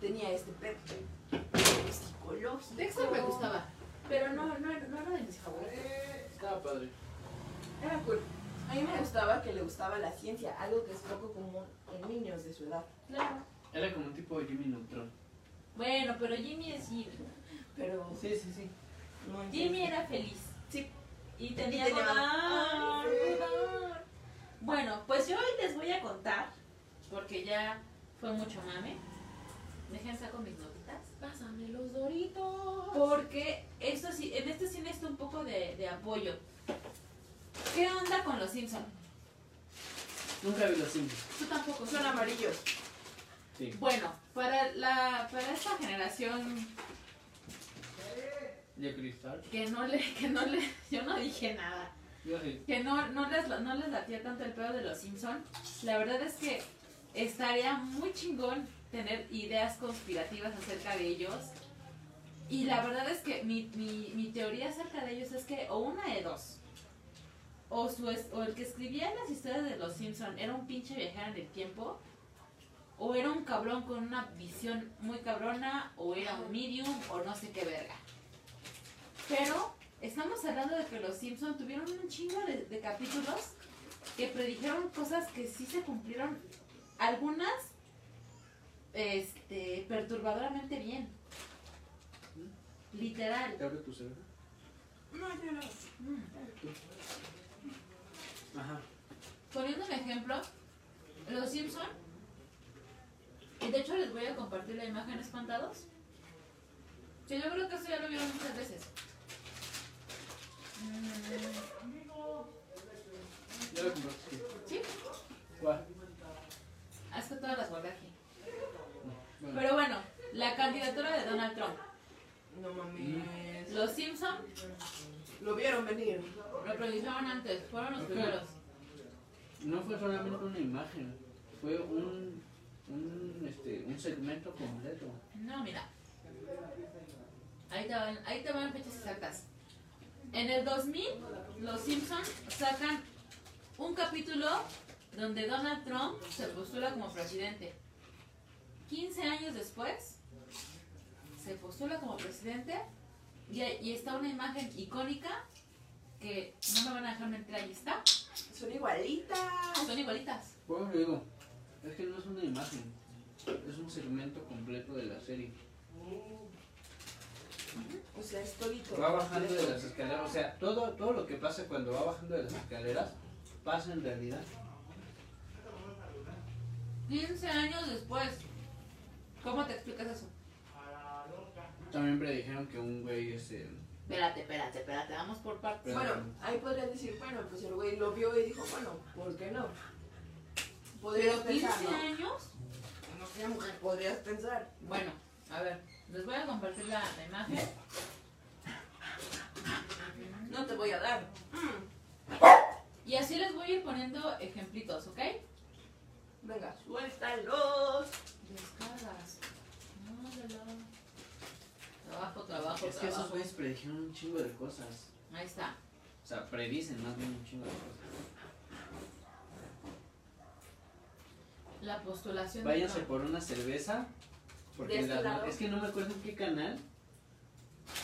tenía este pedo psicológico. Dexter me gustaba. Pero no, no, no era de mis favoritos. Eh, Estaba padre. Era cool. A mí me gustaba que le gustaba la ciencia, algo que es poco común en niños de su edad. Claro. Era como un tipo de Jimmy Neutron. Bueno, pero Jimmy es Jimmy. Pero Sí, sí, sí. no entiendo. Jimmy era feliz. Sí. Y tenía Y tenía dolor, dolor. dolor. Bueno, pues yo hoy les voy a contar, porque ya fue mucho mame. Dejen saco mis notitas. Pásame los doritos. Porque esto sí, en este sí necesito un poco de, de apoyo. ¿Qué onda con los Simpson? Nunca vi los Simpsons. Tú tampoco. Son amarillos. Sí. Bueno, para, la, para esta generación De Cristal. que no le, que no le, yo no dije nada. Yo sí. que no, no, les, no les latía tanto el pedo de los Simpson, la verdad es que estaría muy chingón tener ideas conspirativas acerca de ellos. Y la verdad es que mi, mi, mi teoría acerca de ellos es que o una de dos. O, su, es- o el que escribía las historias de los Simpson era un pinche viajero en el tiempo. O era un cabrón con una visión muy cabrona. O era un medium. O no sé qué verga. Pero estamos hablando de que los Simpson tuvieron un chingo de, de capítulos que predijeron cosas que sí se cumplieron, algunas este, perturbadoramente bien. Literal. ¿Te abre tu cerebro? No, yo no. Mm. Ajá. Poniendo un ejemplo, los Simpson, y de hecho les voy a compartir la imagen espantados, que yo creo que eso ya lo vieron muchas veces. Mm. Ya lo compraste. Sí. Guau. Haz que todas las guardé aquí. Bueno. Pero bueno, la candidatura de Donald Trump. No mames. Los Simpson Lo vieron venir. lo produjeron antes, fueron los Ok. primeros. No fue solamente una imagen. Fue un. Un, este, un segmento completo. No, mira. Ahí te van, ahí te van fechas exactas. En el 2000, los Simpson sacan un capítulo donde Donald Trump se postula como presidente. 15 años después, se postula como presidente y, y está una imagen icónica que no me van a dejar mentir, ahí está. Son igualitas. Son igualitas. Por eso digo, es que no es una imagen. Es un segmento completo de la serie. O sea, es todito. Va bajando de las escaleras. O sea, todo, todo lo que pasa cuando va bajando de las escaleras pasa en realidad. 15 años después. ¿Cómo te explicas eso? También predijeron que un güey este. Espérate, espérate, espérate, vamos por partes. Pero- Bueno, ahí podrías decir, bueno, pues el güey lo vio y dijo, bueno, ¿por qué no? Podrías Pero pensar, 15 ¿no? años. No sé, mujer, podrías pensar. Bueno, a ver, les voy a compartir la, la imagen. no te voy a dar. Y así les voy a ir poniendo ejemplitos, ¿ok? Venga, suéltalos. Descargas. No, no, no. Trabajo, trabajo, Es que esos trabajo. güeyes predijeron un chingo de cosas. Ahí está. O sea, predicen más bien un chingo de cosas. La postulación de Váyanse Trump. por una cerveza. Porque ¿De este las no- lado? es que no me acuerdo en qué canal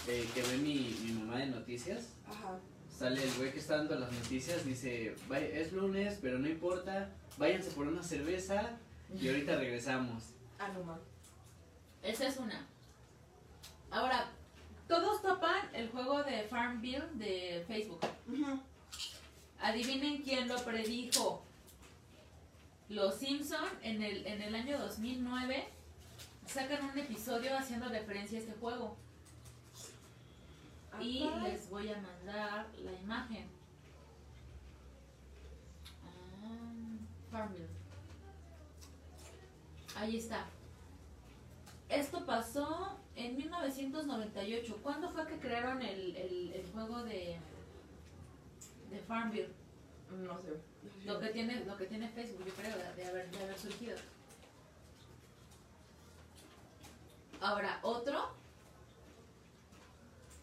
eh, que ve mi, mi mamá de noticias. Ajá. Sale el güey que está dando las noticias. Dice: "Vaya, Es lunes, pero no importa. Váyanse por una cerveza. Y ahorita regresamos. Ah, no más. Esa es una. Ahora, todos topan el juego de Farmville de Facebook. Adivinen quién lo predijo. Los Simpson en el, en el año 2009 sacan un episodio haciendo referencia a este juego. Y Ah, les voy a mandar la imagen. Ah, Farmville. Ahí está. Esto pasó en 1998. ¿Cuándo fue que crearon el, el- el juego de, de Farmville? No sé. Lo que tiene, lo que tiene Facebook, yo creo, de haber, de haber surgido. Ahora, otro.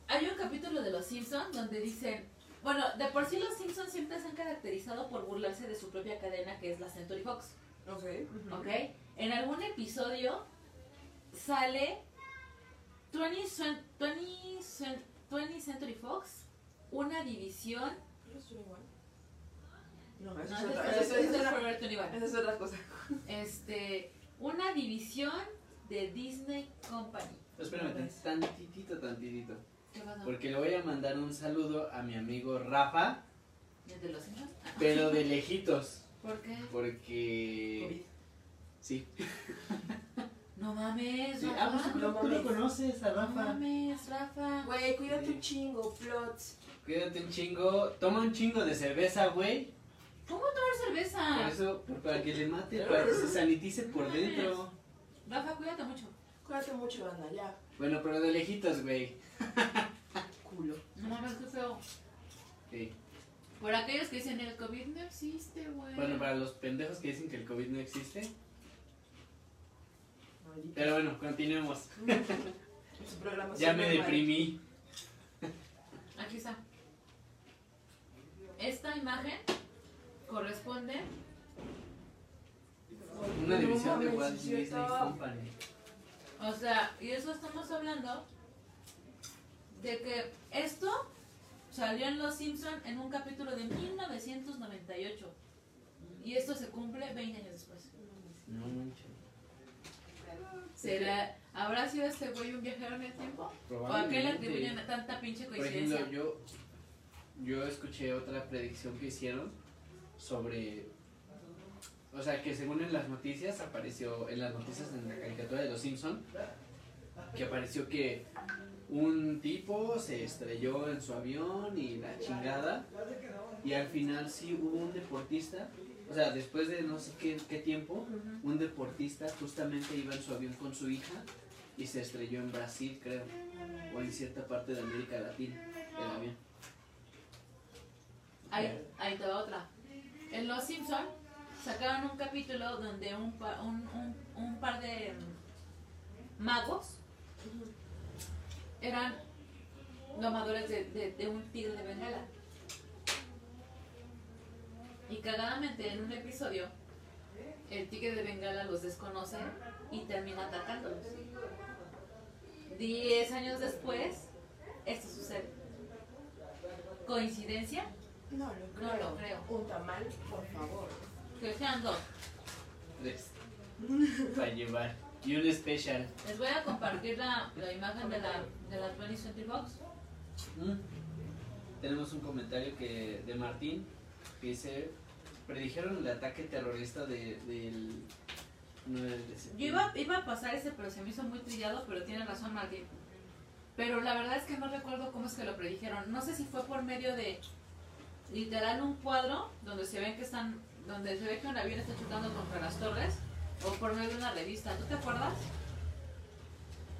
Hay un capítulo de Los Simpsons donde dicen. Bueno, de por sí los Simpsons siempre se han caracterizado por burlarse de su propia cadena que es la Century Fox. Ok. ¿ok? En algún episodio sale 20, cen- 20, cen- 20 Century Fox, una división. ¿No es un igual? No, No, esa esa es es Forever- otra- esa es esa es otra- Forever 21. esa es otra cosa. Este, una división de Disney Company. Espérame, Pues. tantitito, tantitito. ¿Qué pasó? Porque le voy a mandar un saludo a mi amigo Rafa, ¿El de los Simpsons? Ah, pero de lejitos. ¿Por qué? Porque. Sí. No mames, Sí, Rafa. ah, pues, no tú lo mames. conoces a no Rafa. mames, Rafa. Güey, cuídate Sí. un chingo, plots. Cuídate un chingo. Toma un chingo de cerveza, güey. ¿Cómo tomar Por cerveza? Ah. eso, por- para que le mate, para que se sanitice por dentro. Rafa, cuídate mucho. Cuídate mucho, banda, ya. Bueno, pero de lejitos, güey. Culo. No mames, qué feo. Sí. Por aquellos que dicen el COVID no existe, güey. Bueno, para los pendejos que dicen que el COVID no existe. Maldito. Pero bueno, continuemos. Su programa Ya es me muy mal. deprimí. Aquí está. Esta imagen corresponde. Una No división de mames, Walt sí, sí, Disney estaba- Company. O sea, y eso estamos hablando de que esto salió en Los Simpson en un capítulo de 1998. Y esto se cumple 20 años después. No manches. ¿Será, ¿Habrá sido este güey un viajero en el tiempo? ¿O a qué le atribuyen tanta pinche Por ejemplo, coincidencia? yo, yo escuché otra predicción que hicieron sobre. O sea, que según en las noticias apareció, en las noticias en la caricatura de Los Simpson, que apareció que un tipo se estrelló en su avión y la chingada, y al final sí hubo un deportista, o sea, después de no sé qué, qué tiempo, Ujú. un deportista justamente iba en su avión con su hija y se estrelló en Brasil, creo, o en cierta parte de América Latina, el avión. Ahí, ahí te va otra. En Los Simpson sacaron un capítulo donde un, pa- un, un- un par de mm, magos eran domadores de, de- de un tigre de Bengala. Y cagadamente en un episodio, el tigre de Bengala los desconoce y termina atacándolos. Diez años después, esto sucede. ¿Coincidencia? No lo creo. No lo creo. Un tamal, por favor. Que sean dos. Tres. Para llevar. Y un especial. Les voy a compartir la, la imagen de la, de la 2020 Box. Mm. Tenemos un comentario que de Martín que dice, predijeron el ataque terrorista de, del 9 de Yo septiembre". iba, iba a pasar ese, pero se me hizo muy trillado, pero tiene razón Martín. Pero la verdad es que no recuerdo cómo es que lo predijeron. No sé si fue por medio de literal un cuadro donde se ven que están, donde se ve que un avión está chocando contra las torres, o por medio de una revista. ¿Tú te acuerdas?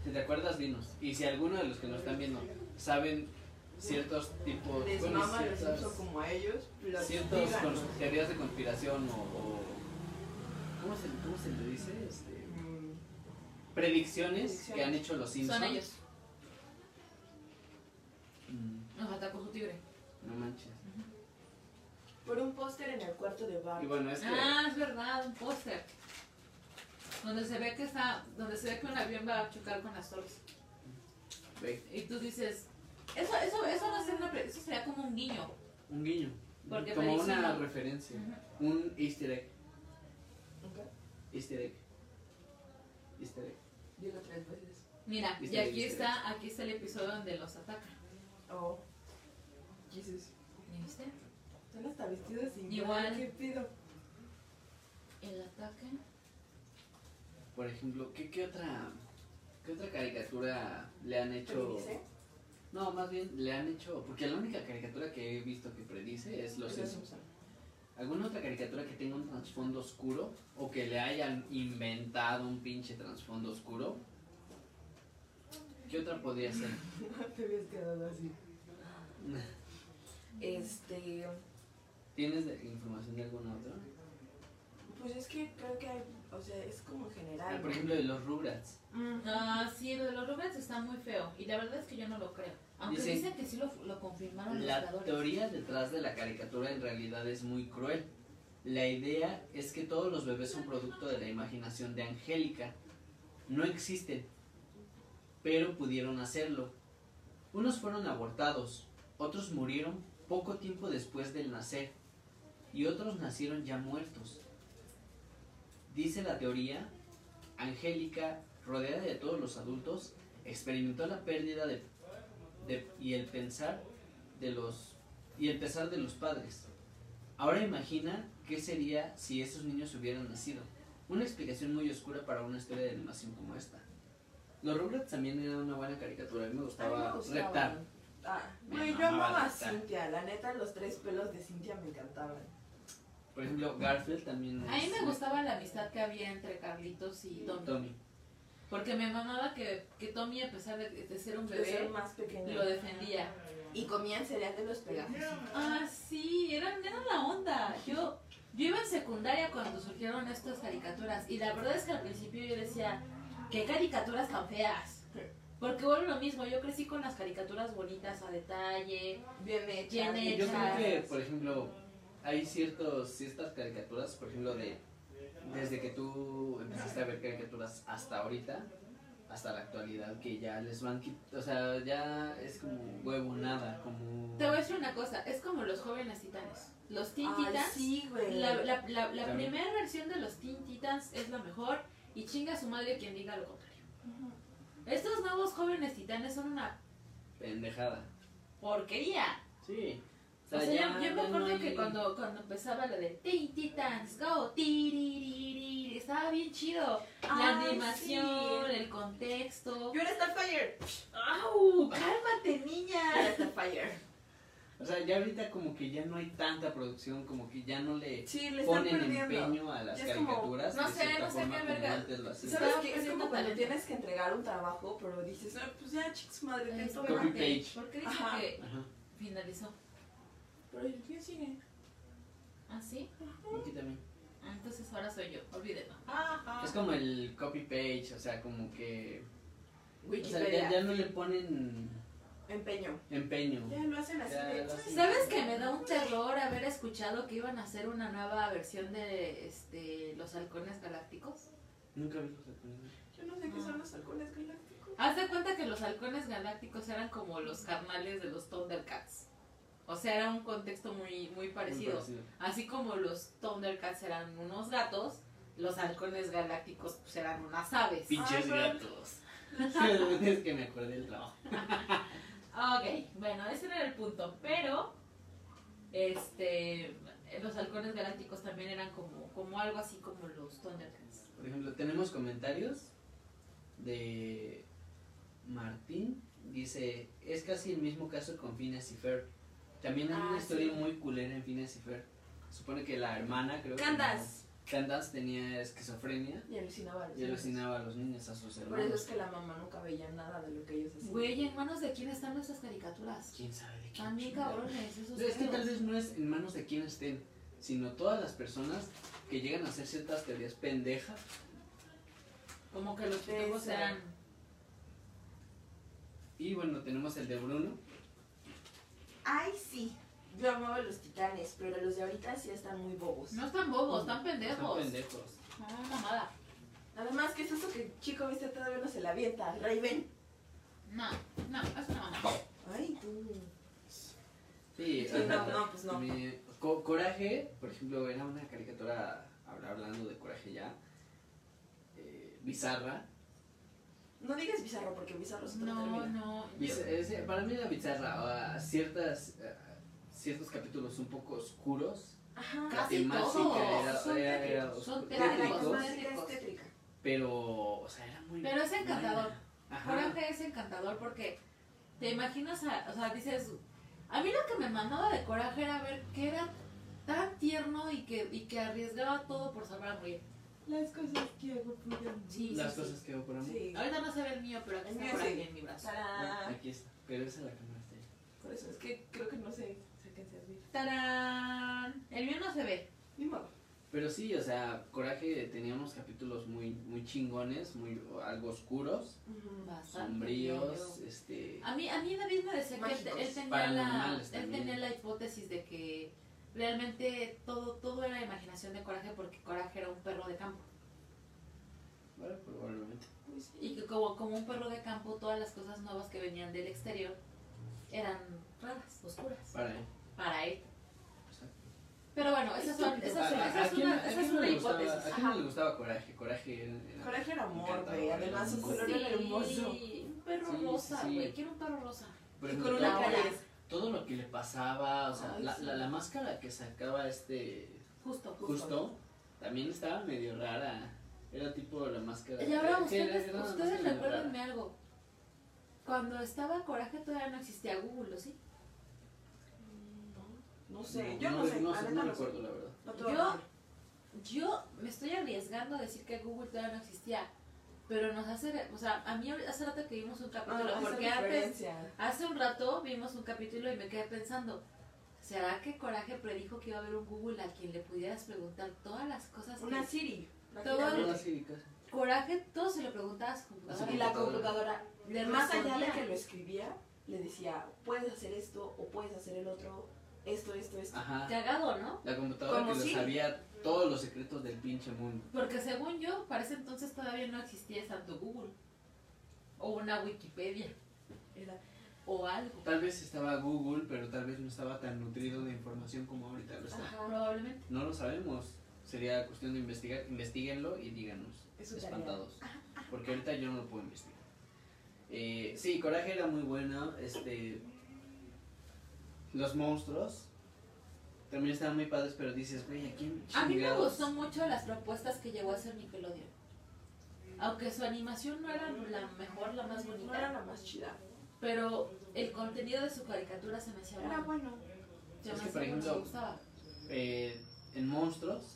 Si te acuerdas, dinos. Y si alguno de los que nos están viendo saben ciertos tipos, Les bueno, mama, les ciertas, uso como a ellos. Los ciertos díganos. cons- teorías de conspiración o, o- ¿cómo, se, cómo se le dice? Este, Mm, predicciones que han hecho los Simpsons. Son ellos. Mm, Nos atacó su tigre. no manches. Por un póster en el cuarto de Bart. Y bueno, es que Ah, es verdad, un póster. Donde se ve que está, donde se ve que un avión va a chocar con las torres. ve, Y tú dices, eso, eso, eso no sería una pre- eso sería como un guiño. un guiño. Porque como predicen- una referencia. Un easter egg. Ok, Easter egg. Easter egg. Dilo tres veces. Mira, y Viste, aquí viste. está, aquí está el episodio donde los atacan. Oh. Jesus. ¿Me viste? Son hasta vestidos sin Igual. nada, ¿Qué pido? El ataque. Por ejemplo, ¿qué, qué otra qué otra caricatura le han hecho? ¿Predice? No, más bien le han hecho, porque la única caricatura que he visto que predice es los Los Simpsons. Simpson. ¿Alguna otra caricatura que tenga un trasfondo oscuro o que le hayan inventado un pinche trasfondo oscuro? ¿Qué otra podría ser? Te habías quedado así. Este. ¿Tienes de- información de alguna otra? Pues es que creo que hay. O sea, es como en Ah, general. por ejemplo, de los Rugrats. Mm. Ah, sí, lo de los Rubens está muy feo. Y la verdad es que yo no lo creo. Aunque Dicen- dicen, que sí lo, lo confirmaron los La creadores. teoría detrás de la caricatura en realidad es muy cruel. La idea es que todos los bebés son producto de la imaginación de Angélica. No existen, pero pudieron hacerlo. Unos fueron abortados, otros murieron poco tiempo después del nacer y otros nacieron ya muertos. Dice la teoría, Angélica, rodeada de todos los adultos, experimentó la pérdida de, de- y el pensar de los y el pesar de los padres. Ahora imagina qué sería si esos niños hubieran nacido. Una explicación muy oscura para una historia de animación como esta. Los Rugrats también era una buena caricatura, a mí me A mí gustaba me gustaban. reptar. Ah, Me güey, yo mamaba amaba a reptar. Cintia. La neta, los tres pelos de Cintia me encantaban. Por ejemplo, Garfield también. A mí es- me gustaba la amistad que había entre Carlitos y Tommy. Tommy. Porque me mamaba que, que Tommy, a pesar de, de ser un De ser bebé, más pequeño. lo defendía. Y comían cereal de los pegajosos. Ah, sí, eran, eran la onda. Yo, yo iba en secundaria cuando surgieron estas caricaturas. Y la verdad es que al principio yo decía, qué caricaturas tan feas. Porque vuelvo a lo mismo, yo crecí con las caricaturas bonitas a detalle. Bien hechas. Bien Y Yo creo hechas. que, por ejemplo, hay ciertos, ciertas caricaturas, por ejemplo, de desde que tú empezaste a ver caricaturas hasta ahorita, hasta la actualidad, que ya les van quit- o sea, ya es como huevonada, como... Te voy a decir una cosa, es como los jóvenes titanes. Los Teen Ay, Titans, sí, güey. la, la, la, la También. primera versión de los Teen Titans es la mejor y chinga a su madre quien diga lo contrario. Estos nuevos jóvenes titanes son una Pendejada. porquería. Sí. O sea, ya- yo, yo me ya no acuerdo hay- que cuando, cuando empezaba lo de Teen Titans Go, tiririri, estaba bien chido. La Ay, animación, sí. el contexto. You're a Starfire. ¡Au! ¡Cálmate, niña! Starfire. O sea, ya ahorita como que ya no hay tanta producción, como que ya no le Sí, le están ponen perdiendo. empeño a las Ya es como, caricaturas. no de sé, cierta no sé forma qué como verga. antes lo hacían. ¿Sabes Estaba qué? Es como perdiendo cuando talento. tienes que entregar un trabajo, pero dices, "Ah, pues ya, chicos, madre, Ay, que esto espérate, Copy page. ¿Por qué dice Ajá. que Ajá. finalizó? Pero el mío sigue. ¿Ah, sí? Aquí también. Ah, Entonces ahora soy yo, olvídenlo. Ajá. Es como el copy page, o sea, como que. O sea, Wikipedia. ya, ya no le ponen Empeño. empeño. Ya lo hacen así Ya de. lo hacen. ¿Sabes que me da un terror haber escuchado que iban a hacer una nueva versión de este, Los Halcones Galácticos? Nunca vi los japoneses. Yo no sé qué son los halcones galácticos. Haz de cuenta que los halcones galácticos eran como los carnales de los Thundercats. O sea, era un contexto muy, muy parecido. Muy parecido. Así como los Thundercats eran unos gatos, los halcones galácticos pues, eran unas aves. Pinches Ah, gatos. es que me acordé del trabajo. Ok, bueno, ese era el punto. Pero, este, los halcones galácticos también eran como, como algo así como los Thundercats. Por ejemplo, tenemos comentarios de Martín dice, es casi el mismo caso con Phineas y Fer. También hay Ah, una historia sí. muy culera en Phineas y Fer. Supone que la hermana, creo que Candas. no, Candace tenía esquizofrenia Y alucinaba. a los y niños. alucinaba a los niños, a sus Por eso es hermanos. que la mamá nunca veía nada de lo que ellos hacían. Güey, ¿en manos de quién están nuestras caricaturas? ¿Quién sabe de quién? También chingados? cabrones, esos Es que pedos. tal vez no es en manos de quién estén, sino todas las personas que llegan a hacer ciertas teorías pendejas. Como que los pitujos Esa. eran... Y bueno, tenemos el de Bruno. Ay, sí. Yo amaba los titanes, pero los de ahorita sí están muy bobos. No están bobos, están Son pendejos. pendejos. No, mamada. Además, ¿qué es eso que el chico viste todavía no se la avienta? Raven. No, no, es una mamada. Ay, tú. Sí, Sí, no, no, pues no. Mi- Co- Coraje, por ejemplo, era una caricatura, habla- hablando de Coraje ya, eh, bizarra. No digas bizarro porque bizarro se no, No, termina. no. yo- Biz- es- eh, para mí era bizarra, ah, ciertas, ah, ciertos capítulos un poco oscuros, Ajá. Casi temática todos. era- Son era- era tétricos, son oscuro- La, tétricos. la tétrico, temática es tétrica. pero, o sea, era muy Pero es buena. encantador. Ajá. Coraje es encantador porque te imaginas, a- o sea, dices, a mí lo que me mandaba de coraje era ver que era tan tierno y que, y que arriesgaba todo por salvar a Muriel. Las cosas que hago por Sí, Las sí, cosas que hago por amor. Sí. Ahorita no se ve el mío, pero aquí El está mío por sí. aquí en mi brazo. Ah, Tará. aquí está, pero esa es la cámara está ahí. Por eso es que creo que no sé saquen servir. ¡Tarán! El mío no se ve. Ni modo. Pero sí, o sea, Coraje tenía unos capítulos muy, muy chingones, muy algo oscuros, Ah, Bastante. sombríos, este... A mí, a mí David me decía que él, te- él Mágicos. tenía la, Paranormales él también. tenía la hipótesis de que realmente todo, todo era imaginación de coraje porque coraje era un perro de campo. Bueno, probablemente. Pues sí. Y que como, como un perro de campo, todas las cosas nuevas que venían del exterior eran raras, oscuras, Para él. para él. Exacto. Pero bueno, esa, son, esa, son- ¿A- a- esa a es quién- una, a esa quién es no una le gustaba- hipótesis. ¿A quién no Ajá. le gustaba Coraje? Coraje era... era- Coraje era amor, Encantador, güey. era Además, su hermoso. color era hermoso. Sí, un perro Sí, sí, rosa, sí. güey. Quiero un perro rosa. por Y ejemplo, con una todo, Laura. cara de- todo lo que le pasaba, o sea, Ay, la, sí. la, la máscara que sacaba este Justo. justo, también estaba medio rara. Era tipo la máscara... Y ahora que- ustedes, era una ustedes máscara medio recuérdenme rara. algo. Cuando estaba Coraje todavía no existía Google, ¿o sí? No sé, yo no, sé. No, la sé, neta no no sé. recuerdo, la verdad. No te voy a Yo- mentir. Yo me estoy arriesgando a decir que Google todavía no existía, pero nos hace, o sea, a mí hace rato que vimos un capítulo, Ah, porque hace antes, referencia. hace un rato vimos un capítulo y me quedé pensando, ¿será que Coraje predijo que iba a haber un Google a quien le pudieras preguntar todas las cosas? que- Una Siri. Todo- Todas prácticamente. cívicas. Coraje, todo se lo preguntabas Así Y la computadora, Le más allá respondía. de que lo escribía, le decía, puedes hacer esto o puedes hacer el otro, esto, esto, esto. Ajá. Cagado, ¿no? La computadora Como que si- lo sabía todos los secretos del pinche mundo. Porque según yo, para ese entonces todavía no existía tanto Google, o una Wikipedia, Era- o algo, Tal vez estaba Google, pero tal vez no estaba tan nutrido de información como ahorita lo está. Ajá. Ah, probablemente. No lo sabemos. Sería cuestión de investigar. Investíguenlo y díganos. Es su tarea. espantados. Porque ahorita yo no lo puedo investigar. Eh, sí, Coraje era muy bueno. Este, los monstruos también estaban muy padres, pero dices, güey, ¿a quién A mí me chingados? gustó mucho las propuestas que llegó a hacer Nickelodeon. Aunque su animación no era la mejor, la más No era bonita, la más chida. pero el contenido de su caricatura se me hacía Era Ah, bueno. bueno. Se Es me que, por hacía bueno, me ejemplo, gustaba. eh, en monstruos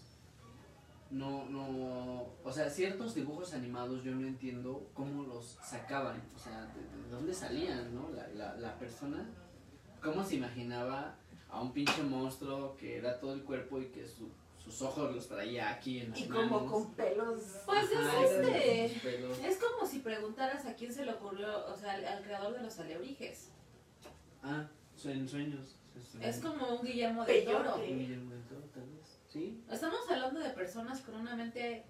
no no o sea ciertos dibujos animados yo no entiendo cómo los sacaban o sea de, de dónde salían no la, la, la persona cómo se imaginaba a un pinche monstruo que era todo el cuerpo y que su- sus ojos los traía aquí en las Y como manos. con pelos. Ajá, Pues es y con este. sus pelos. Es como si preguntaras a quién se le ocurrió, o sea, al, al creador de los alebrijes. ah su- en sueños Es como como un Guillermo del Peyote. Toro. tal vez sí Estamos hablando de personas con una mente,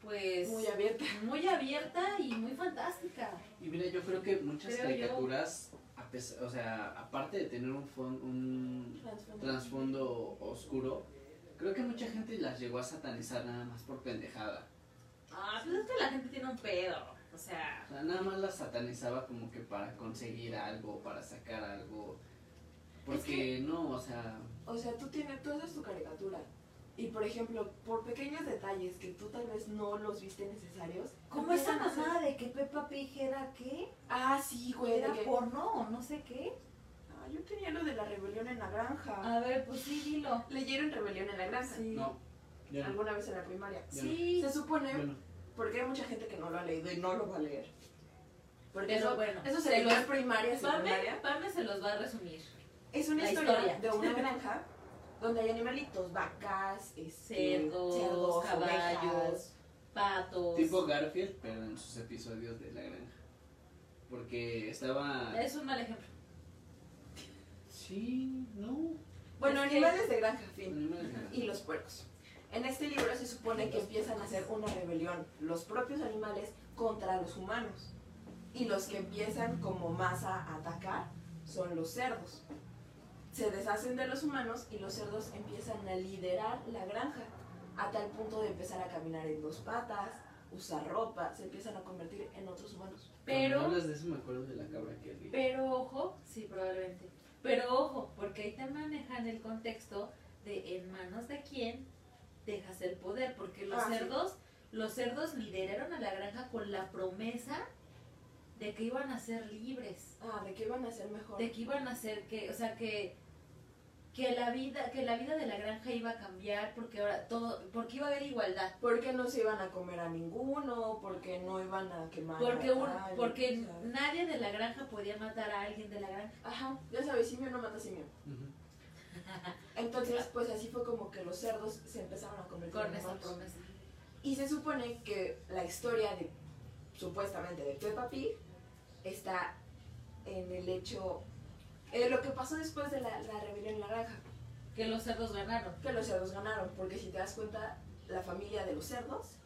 pues, Muy abierta. muy abierta y muy fantástica. Y mira, yo creo que muchas Creo yo. caricaturas, a pesar- o sea, aparte de tener un, fon- un trasfondo oscuro, creo que mucha gente las llegó a satanizar nada más por pendejada. Ah, pues es que la gente tiene un pedo. O sea, O sea, nada más las satanizaba como que para conseguir algo, para sacar algo. Porque no, o sea, O sea, tú tienes, tú haces tu caricatura, Y por ejemplo, por pequeños detalles que tú tal vez no los viste necesarios. Como esa empiezan a ser- mamada de que Peppa Pig era qué? Ah, sí, güey. de ¿Era que- porno o no sé qué? Ah, yo tenía lo de la rebelión en la granja. Ah. A ver, pues sí, dilo. ¿Leyeron Rebelión en la granja? Sí. No, yo no. ¿Alguna vez en la primaria? yo Sí, Se supone, no, yo no. porque hay mucha gente que no lo ha leído y no lo va a leer. Porque Pero eso, bueno, eso se se leyó los- en primaria, Pame, secundaria. Pame se los va a resumir. Es una La historia, historia. de una granja donde hay animalitos, vacas, este, Cerdos, caballos. Patos. Tipo Garfield, pero en sus episodios de La Granja. Porque estaba. Es un mal ejemplo. Sí, no. Bueno, Es que- animales de granja, fin. Animales de Y los puercos. En este libro se supone que empiezan a hacer una rebelión los propios animales contra los humanos. Y los que empiezan como masa a atacar son los cerdos. Se deshacen de los humanos y los cerdos empiezan a liderar la granja a tal punto de empezar a caminar en dos patas, usar ropa, se empiezan a convertir en otros humanos. Pero- Cuando hablas de eso, me acuerdo de la cabra que vi. Pero ojo, sí, probablemente. Pero ojo, porque ahí te manejan el contexto de en manos de quién dejas el poder, porque los Ah, sí. cerdos, los cerdos lideraron a la granja con la promesa de que iban a ser libres, Ah, ¿de qué van a ser mejor? de que iban a ser que, o sea, que que la vida, que la vida de la granja iba a cambiar porque ahora todo, porque iba a haber igualdad. Porque no se iban a comer a ninguno, porque no iban a quemar. Porque a un, nadie, porque ¿sabes? nadie de la granja podía matar a alguien de la granja. Ajá, ya sabes, simio no mata simio. Ujú. Entonces, pues así fue como que los cerdos se empezaron a convertir Con en esa humanos. promesa. Y se supone que la historia de, supuestamente, de Peppa Pig está en el hecho, eh, lo que pasó después de la, la rebelión en la granja, Que los cerdos ganaron. que los cerdos ganaron, porque si te das cuenta, la familia de los cerdos,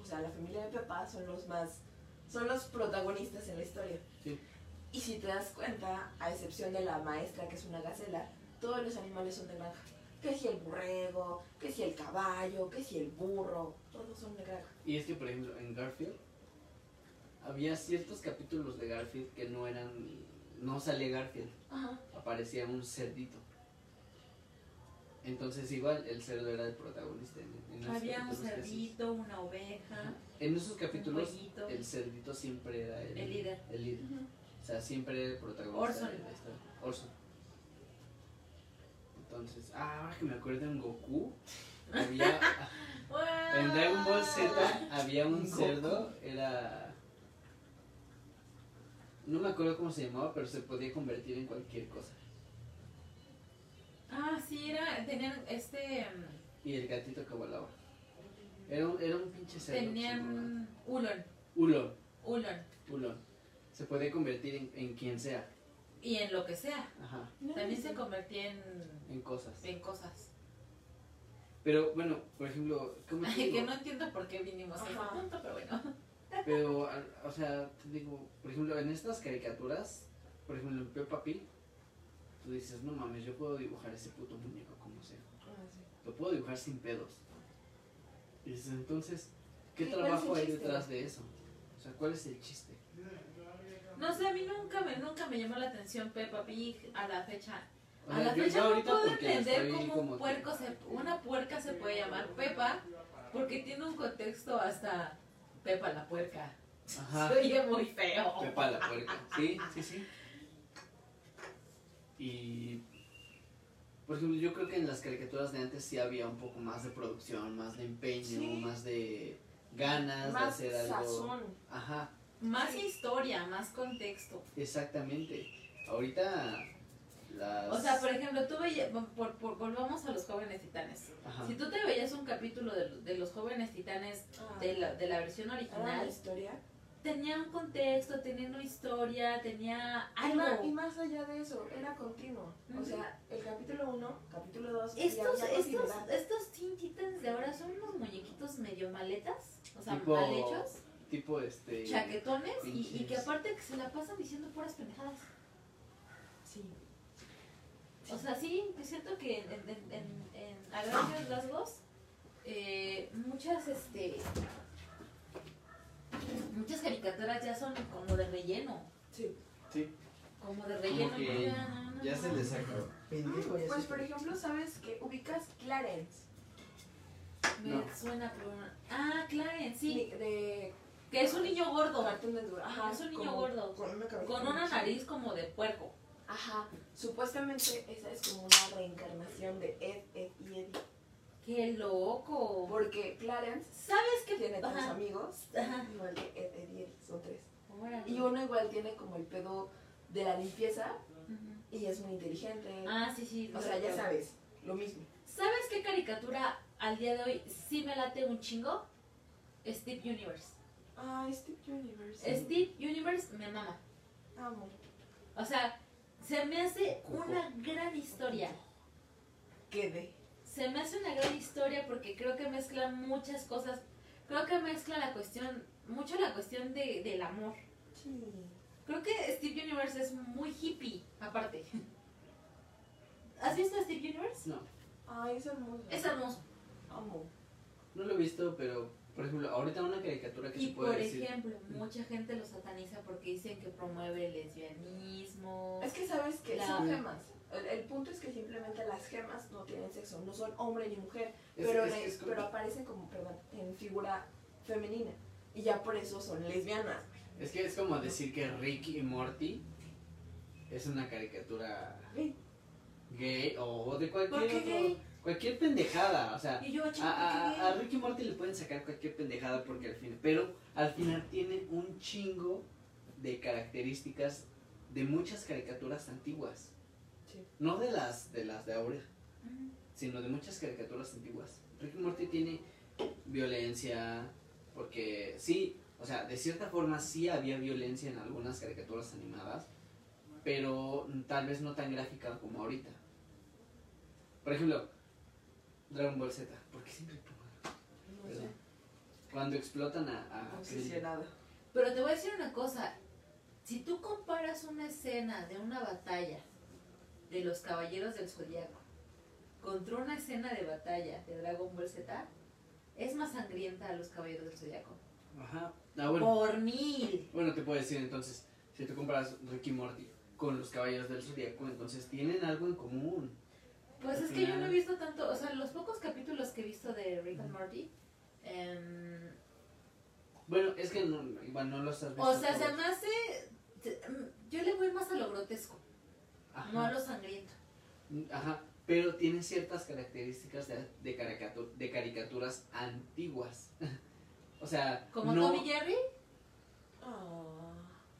o sea, la familia de Peppa, son los más, son los protagonistas en la historia. Sí. Y si te das cuenta, a excepción de la maestra, que es una gacela, todos los animales son de granja. Que si el borrego, que si el caballo, que si el burro, todos son de granja. Y es que, por ejemplo, en Garfield había ciertos capítulos de Garfield que no eran. No salía Garfield, Ajá. aparecía un cerdito. Entonces, igual el cerdo era el protagonista. En, en esos Había un capítulos que haces. cerdito, una oveja, En esos un capítulos, pollito. el cerdito siempre era el, El líder. el líder. O sea, siempre era el protagonista. Orson. de la historia. Orson. Entonces, ah, ahora que me acuerdo en Goku, había. En Dragon Ball Z había un Goku. cerdo, era... No me acuerdo cómo se llamaba, pero se podía convertir en cualquier cosa. Ah, sí, era, tenían este, mm, Y el gatito que volaba. Era un, era un pinche cerdo. chingón. tenían ulon, Ulon, ulon, ulon. Se podía convertir en, en quien sea. y en lo que sea. Ajá, También se convertía en, en cosas. en cosas. Pero bueno, por ejemplo, ¿cómo te Ay, que digo? no entiendo por qué vinimos a ese Ajá. punto, pero bueno. Pero, al- o sea, te digo, por ejemplo, en estas caricaturas, por ejemplo, en Peppa Pig, tú dices, no mames, yo puedo dibujar ese puto muñeco como sea. lo puedo dibujar sin pedos. Y dices, entonces, ¿qué ¿Y cuál trabajo es el hay chiste? detrás de eso? O sea, ¿cuál es el chiste? No sé, a mí nunca me, nunca me llamó la atención Peppa Pig a la fecha. O A sea, la fecha no puedo porque entender estoy cómo como un puerco que- se, una puerca se puede llamar Peppa, porque tiene un contexto hasta Peppa la puerca. Ajá, Oye, muy feo. Pepa la puerca. Sí, sí, sí. Y, por ejemplo, yo creo que en las caricaturas de antes sí había un poco más de producción, más de empeño, Sí. más de ganas Más de hacer algo. sazón. Ajá, Más historia, más contexto. exactamente. Ahorita las... O sea, por ejemplo, tú veías, por, por- volvamos a los jóvenes titanes. Ajá. Si tú te veías un capítulo de, los- de los jóvenes titanes de la, de la versión Ahora Ah. la original, historia. tenía un contexto, tenía una historia, tenía Y ma- Y algo. más allá de eso, era continuo. O Ujú. sea, el capítulo 1, capítulo 2, Estos, estos, estos Teen Titans de ahora son unos muñequitos medio maletas, o sea, Tipo- mal hechos, tipo este... chaquetones y, y que pinches. aparte que se la pasan diciendo puras pendejadas. Sí. O sea, sí, es cierto que en, en- en- en- a grandes rasgos, eh, muchas, este, muchas caricaturas ya son como de relleno, Sí. Sí. como de relleno. que no, no, no, Ya se no. les sacó. Pendejo, ya pues sé. por ejemplo, sabes que ubicas Clarence. Me No. suena, pero. no. Ah, Clarence, sí. Ni- De Que es un niño gordo. Cartoon Network. Ajá. Es un niño como gordo. Con una cabeza Con una muy chica. nariz como de puerco. Ajá. Supuestamente esa es como una reencarnación de Ed, Ed y Eddie. ¡Qué loco! Porque Clarence ¿Sabes qué? tiene tres Ajá. amigos. Ajá. Igual que Ed, Ed y Eddie. Son tres. Órale. Y uno igual tiene como el pedo de la limpieza Ujú. y es muy inteligente. Ah, sí, sí. o sea, ya recuerdo. sabes. Lo mismo. ¿Sabes qué caricatura al día de hoy sí me late un chingo? Steve Universe. Ah, Steve Universe. Steve Universe me mama. Amo. O sea, se me hace una gran historia. Quede. Se me hace una gran historia porque creo que mezcla muchas cosas. Creo que mezcla la cuestión, mucho la cuestión de, del amor. Sí. Creo que Steve Universe es muy hippie, aparte. ¿Has visto Steve Universe? No, Ay, es hermoso. Es hermoso. Amo. no lo he visto, pero por ejemplo, ahorita una caricatura que Y se puede por decir. ejemplo, mucha gente lo sataniza porque dicen que promueve el lesbianismo. Es que sabes que La- son gemas. El, el punto es que simplemente las gemas no tienen sexo, no son hombre ni mujer, Es- pero, es- re- es como- pero aparecen como, perdón, en figura femenina. Y ya por eso son lesbianas. Es que es como decir que Ricky y Morty es una caricatura Gay. gay o de cualquier ¿Por qué otro- gay? cualquier pendejada, o sea, Y yo, a, chico, Ah, a, ¿qué a- a gay? Ricky y Morty le pueden sacar cualquier pendejada porque al final, pero al final tiene un chingo de características de muchas caricaturas antiguas. Sí. No de las de las de ahora, ah, Ujú. sino de muchas caricaturas antiguas. Ricky Morty tiene violencia, porque sí, o sea, de cierta forma sí había violencia en algunas caricaturas animadas, pero tal vez no tan gráfica como ahorita. Por ejemplo, Dragon Ball Z, porque siempre No sé, cuando explotan a, a Krillin. obsesionada. Pero te voy a decir una cosa. Si tú comparas una escena de una batalla de los Caballeros del Zodiaco contra una escena de batalla de Dragon Ball Z, es más sangrienta a los Caballeros del Zodiaco. Ajá. Ah, bueno. Por Oh. mil. Bueno, te puedo decir entonces, si tú comparas Ricky Morty con los Caballeros del Zodiaco, entonces tienen algo en común. Pues Al es que yo final- no he visto tanto, o sea, los pocos capítulos que he visto de Rick and Morty. em, Bueno, es que no, igual no los has visto. o sea, se todos. me hace. se- mm, Yo le voy más a lo grotesco, Ajá. no a lo sangriento. Ajá, pero tiene ciertas características de, de, caricatu- de caricaturas antiguas. o sea, Como no, Tommy Jerry, Ah,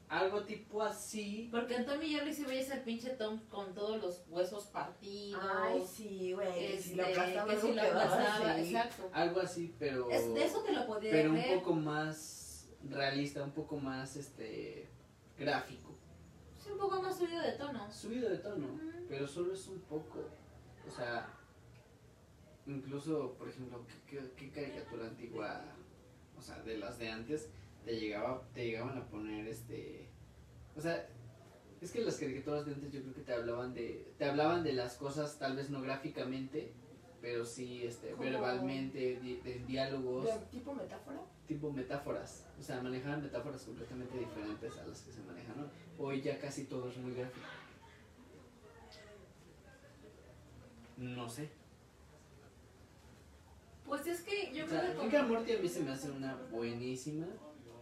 algo tipo así. Porque en Tommy Jerry se veía ese pinche Tom con todos los huesos partidos. Ah. Ay, sí, güey. que si lo este, aplastaba, que si algo lo quedaba aplastaba, así. exacto. Algo así, pero. Es- de eso te lo podía pero un creer. poco más realista, un poco más este gráfico. Sí, un poco más subido de tono. Subido de tono, Ujú. pero solo es un poco. O sea, incluso, por ejemplo, ¿qué, qué- qué caricatura antigua, o sea, de las de antes, te, llegaba, te llegaban a poner este. O sea, es que las caricaturas de antes yo creo que te hablaban de. Te hablaban de las cosas, tal vez no gráficamente, pero sí este, Como- verbalmente, di- de diálogos, De tipo metáfora. tipo metáforas. O sea, manejaban metáforas completamente diferentes a las que se manejan hoy. Hoy ya casi todo es muy gráfico. No sé. Pues es que yo O sea, creo que. Rick como- and Morty a mí se me hace una buenísima,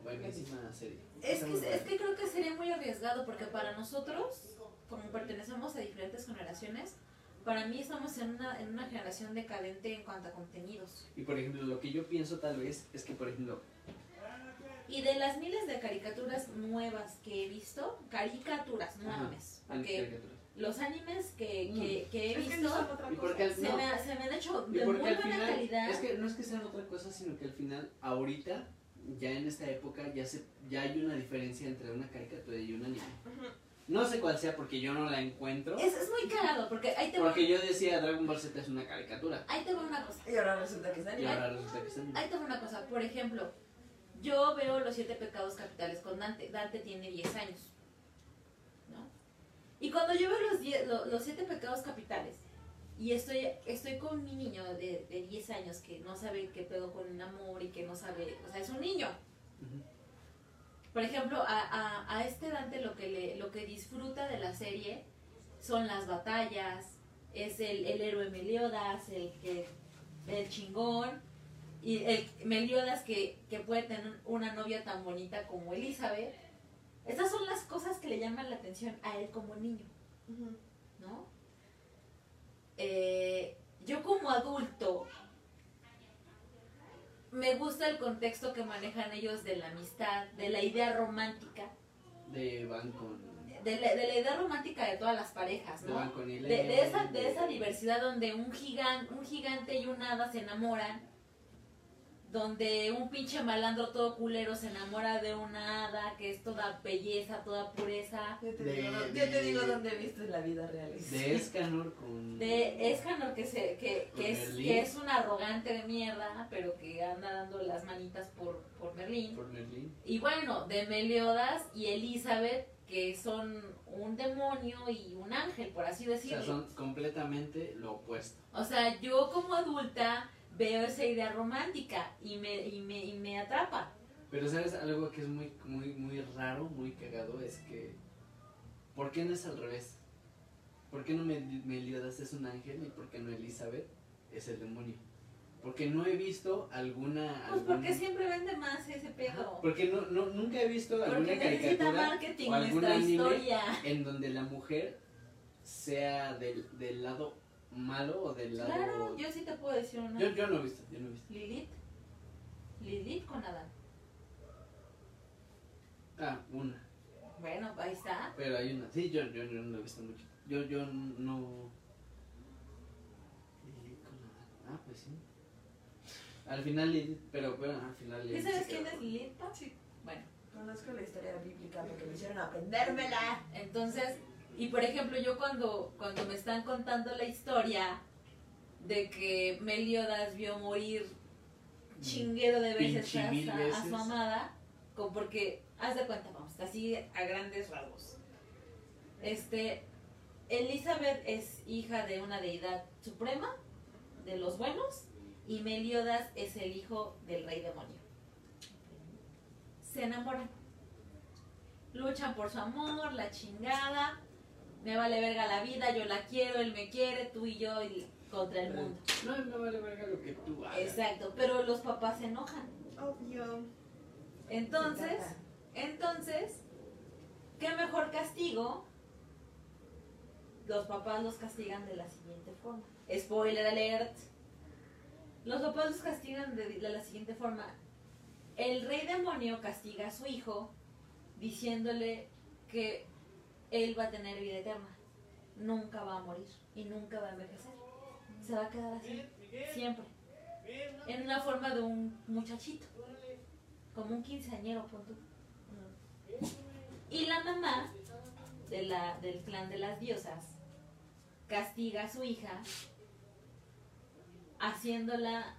buenísima serie. Es Está muy que, es buena. que creo que sería muy arriesgado porque para nosotros, como pertenecemos a diferentes generaciones, para mí estamos en una, en una generación decadente en cuanto a contenidos. Y por ejemplo, lo que yo pienso tal vez es que, por ejemplo, Y de las miles de caricaturas nuevas que he visto, caricaturas, no Ajá. animes, en porque caricaturas. los animes que, que, que he Es que no visto son otra Y porque cosa. al- se, no, me, ha- se me han hecho Y de muy porque al buena final, calidad. es que no es que sean otra cosa, sino que al final, ahorita, ya en esta época, ya se ya hay una diferencia entre una caricatura y un anime. No sé cuál sea porque yo no la encuentro. es, es muy cagado porque ahí te, Porque voy, yo decía Dragon Ball Z es una caricatura. ahí te va una cosa. Y ahora resulta que es Y anime. ahora resulta que es anime. Ahí te va una cosa. Por ejemplo, yo veo los siete pecados capitales con Dante. Dante tiene 10 años. ¿no? Y cuando yo veo los, die- lo- los siete pecados capitales y estoy, estoy con mi niño de, de 10 años que no sabe qué pedo con un amor y que no sabe, o sea, es un niño. Ujú. Por ejemplo, a, a- a este Dante lo que, le, lo que disfruta de la serie son las batallas, es el, el héroe Meliodas, el, que- el chingón, Y el Meliodas que, que puede tener una novia tan bonita como Elizabeth. Estas son las cosas que le llaman la atención a él como niño, Ujú. ¿no? Eh, yo como adulto me gusta el contexto que manejan ellos de la amistad, de la idea romántica, De banco. de la, de la idea romántica de todas las parejas, De ¿no? banco ni de, de esa, de esa diversidad donde un, gigan- un gigante y un hada se enamoran, donde un pinche malandro todo culero se enamora de una hada que es toda belleza, toda pureza, Yo te, De- digo, dó- yo te de- digo dónde he visto en la vida real. De Escanor con. de Escanor que, se, que, Con que, es, Merlín. que es un arrogante de mierda, pero que anda dando las manitas por, por Merlín. Por Merlín. Y bueno, de Meliodas y Elizabeth, que son un demonio y un ángel, por así O sea, decirlo. son completamente lo opuesto. O sea, yo como adulta veo esa idea romántica y me, y me, y me atrapa. Pero sabes algo que es muy, muy, muy raro, muy cagado, es que ¿por qué no es al revés? ¿Por qué no Mel- Meliodas es un ángel y por qué no Elizabeth es el demonio? Porque no he visto alguna. Pues algún- porque siempre vende más ese pedo. porque no, no- nunca he visto Porque alguna necesita caricatura marketing o algún nuestra anime. historia. en donde la mujer sea del, del lado malo o del lado. Claro, yo sí te puedo decir una. yo, yo no he visto, yo no he visto. Lilith. Lilith con Adán. Ah, una. Bueno, ahí está. Pero hay una. Sí, yo, yo, yo no he visto mucho. Yo, yo no. Lilith con Adán. Ah, pues sí. Al final Lilith, pero bueno, al final ¿Y Lilith. sabes se quedó quién es con- Lilith? Sí. Bueno, Ah, Conozco la historia bíblica porque me hicieron aprendérmela. entonces, y por ejemplo, yo cuando, cuando me están contando la historia de que Meliodas vio morir chinguero de veces a, Pinchimil a- a Mm. veces. su amada, con- porque haz de cuenta, vamos, así a grandes rasgos. Este, Elizabeth es hija de una deidad suprema, de los buenos, y Meliodas es el hijo del rey demonio. Se enamoran. Luchan por su amor, la chingada. Me vale verga la vida, yo la quiero, él me quiere, tú y yo y contra el mundo. No, no vale verga lo que tú hagas. Exacto, pero los papás se enojan. Obvio. Entonces, entonces, ¿qué mejor castigo? Los papás los castigan de la siguiente forma. Spoiler alert. Los papás los castigan de, de la siguiente forma. El rey demonio castiga a su hijo diciéndole que él va a tener vida eterna. Nunca va a morir y nunca va a envejecer. Se va a quedar así siempre. En una forma de un muchachito. Como un quinceañero, pon tú. Y la mamá de la, del clan de las diosas castiga a su hija haciéndola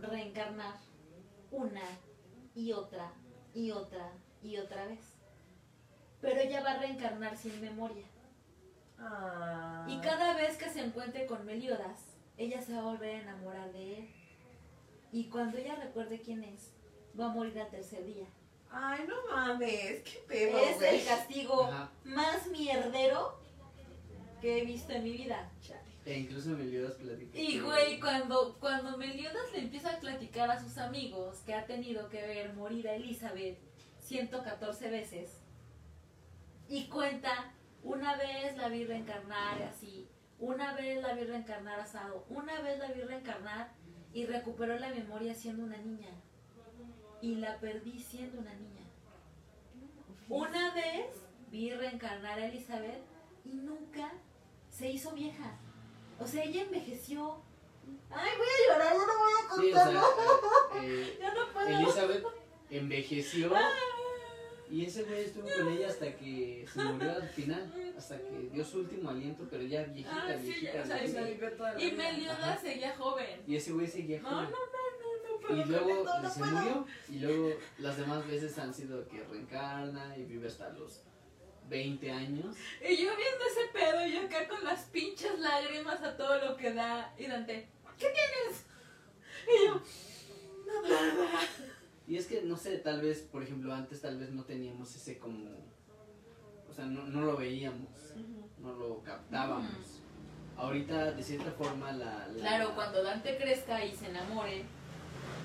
reencarnar una y otra y otra y otra vez. Pero ella va a reencarnar sin memoria. Ah. Y cada vez que se encuentre con Meliodas, ella se va a volver a enamorar de él. Y cuando ella recuerde quién es, va a morir al tercer día. Ay, no mames, qué pedo, Es güey. el castigo Ajá. más mierdero que he visto en mi vida. E incluso Meliodas platica. Y que- güey, cuando, cuando Meliodas le empieza a platicar a sus amigos que ha tenido que ver morir a Elizabeth 114 veces y cuenta, una vez la vi reencarnar así, una vez la vi reencarnar asado, una vez la vi reencarnar y recuperó la memoria siendo una niña y la perdí siendo una niña. Una vez vi reencarnar a Elizabeth y nunca se hizo vieja. O sea, ella envejeció. Ay, voy a llorar, ya no voy a Sí, o sea, contarlo. eh, Ya no puedo. Elizabeth envejeció y ese güey estuvo con ella hasta que se murió al final, hasta que dio su último aliento, pero ya viejita, Ah, sí, viejita, ya, o sea, viejita. sí. Y Meliodas seguía joven. Y ese güey seguía No, no, joven. no, no, no, Y puedo con luego esto, no se puedo. murió y luego las demás veces han sido que reencarna y vive hasta los 20 años. Y yo viendo ese pedo y acá con las pinches lágrimas a todo lo que da. Y Dante, ¿qué tienes? Y yo, Y es que, no sé, tal vez, por ejemplo, antes tal vez no teníamos ese como... O sea, no, no lo veíamos, no lo captábamos. ahorita de cierta forma la... la- Mm. Claro, cuando Dante crezca y se enamore,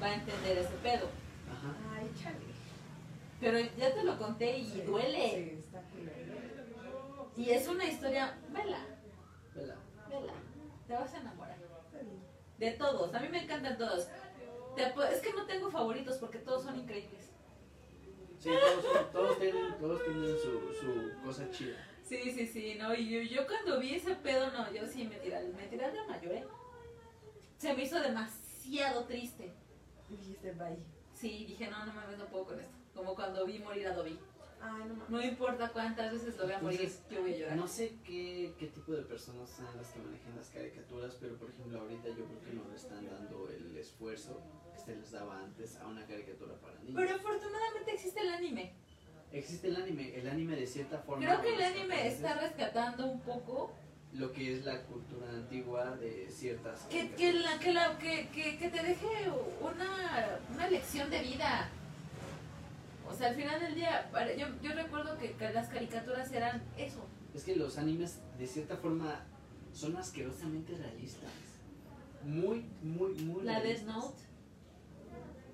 va a entender ese pedo. Ajá. Ay, chale. Pero ya te lo conté y Sí, duele. sí, está culero. Y es una historia, vela, Vela. vela. Te vas a enamorar. De todos, a mí me encantan todos. Te pu- es que no tengo favoritos porque todos son increíbles. Sí, todos, son- todos tienen, todos tienen su, su cosa chida. Sí, sí, sí, no, y yo, yo cuando vi ese pedo, no, yo sí me tiré, al- me tiré de mayor, ¿eh? Se me hizo demasiado triste. Dijiste bye. Sí, dije, no, no mames, no puedo con esto. Como cuando vi morir a Dobby. Ay, no mames. No importa cuántas veces lo vea morir, Entonces, yo voy a llorar. No sé qué, qué tipo de personas sean las que manejan las caricaturas, pero por ejemplo ahorita yo creo que no le están dando el esfuerzo que se les daba antes a una caricatura para niños. Pero afortunadamente existe el anime. Existe el anime, el anime de cierta forma... Creo que el rescata anime veces está rescatando un poco Lo que es la cultura antigua de ciertas... que, que, caricaturas. la, que, la, que, que, que te deje una, una lección de vida. O sea, al final del día, para- yo, yo recuerdo que ca- las caricaturas eran eso. Es que los animes de cierta forma son asquerosamente realistas. Muy, muy, muy La Death realistas. Note.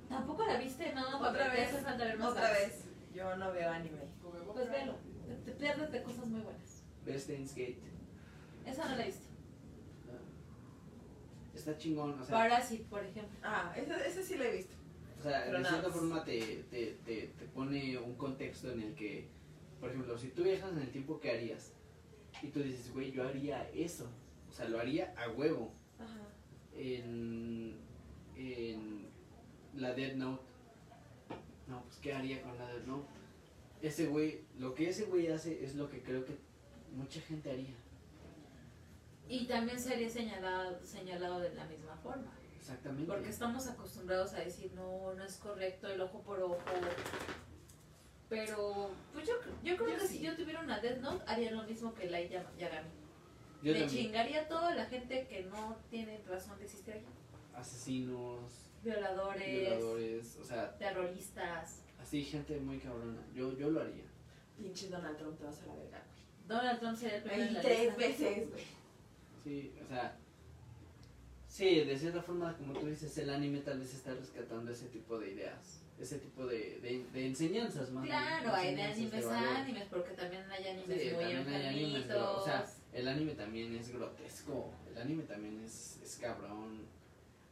¿Tampoco la viste? No, Otra porque te vez. hace falta ver más Otra cosas. vez. Yo no veo anime. Pues velo. Te, te pierdes de cosas muy buenas. Besteins Gate. Esa no la he visto. Está chingón, o sea, Parasite, por ejemplo. Ah, esa, esa sí la he visto. O sea, Pero de nada cierta más. forma te, te, te, te pone un contexto en el que, por ejemplo, si tú viajas en el tiempo, ¿qué harías? Y tú dices, güey, yo haría eso. O sea, lo haría a huevo. Ajá. En, en la Dead Note. No, pues, ¿qué haría con la Dead Note? Ese güey, lo que ese güey hace es lo que creo que mucha gente haría. Y también sería señalado, señalado de la misma forma. Exactamente. Porque estamos acostumbrados a decir, no, no es correcto, el ojo por ojo. Pero, pues yo, cre- yo creo Yo que sí. si yo tuviera una Death Note, haría lo mismo que Light Yama- Yagami. Yo Me también. chingaría a toda la gente que no tiene razón de existir aquí. Asesinos, Violadores, violadores, o sea, terroristas. así gente muy cabrona. Yo, yo lo haría. Pinche Donald Trump, te vas a la verga. Donald Trump sería el primero en la Veintitrés lista. veces, güey. Sí, o sea, sí, de cierta forma, como tú dices, el anime tal vez está rescatando ese tipo de ideas, ese tipo de, de, de enseñanzas más. bien, Claro, hay de enseñanzas, animes este valor. a animes, porque también hay animes Sí, muy también hay animes, enfermitos. pero, o sea, el anime también es grotesco, el anime también es, es cabrón.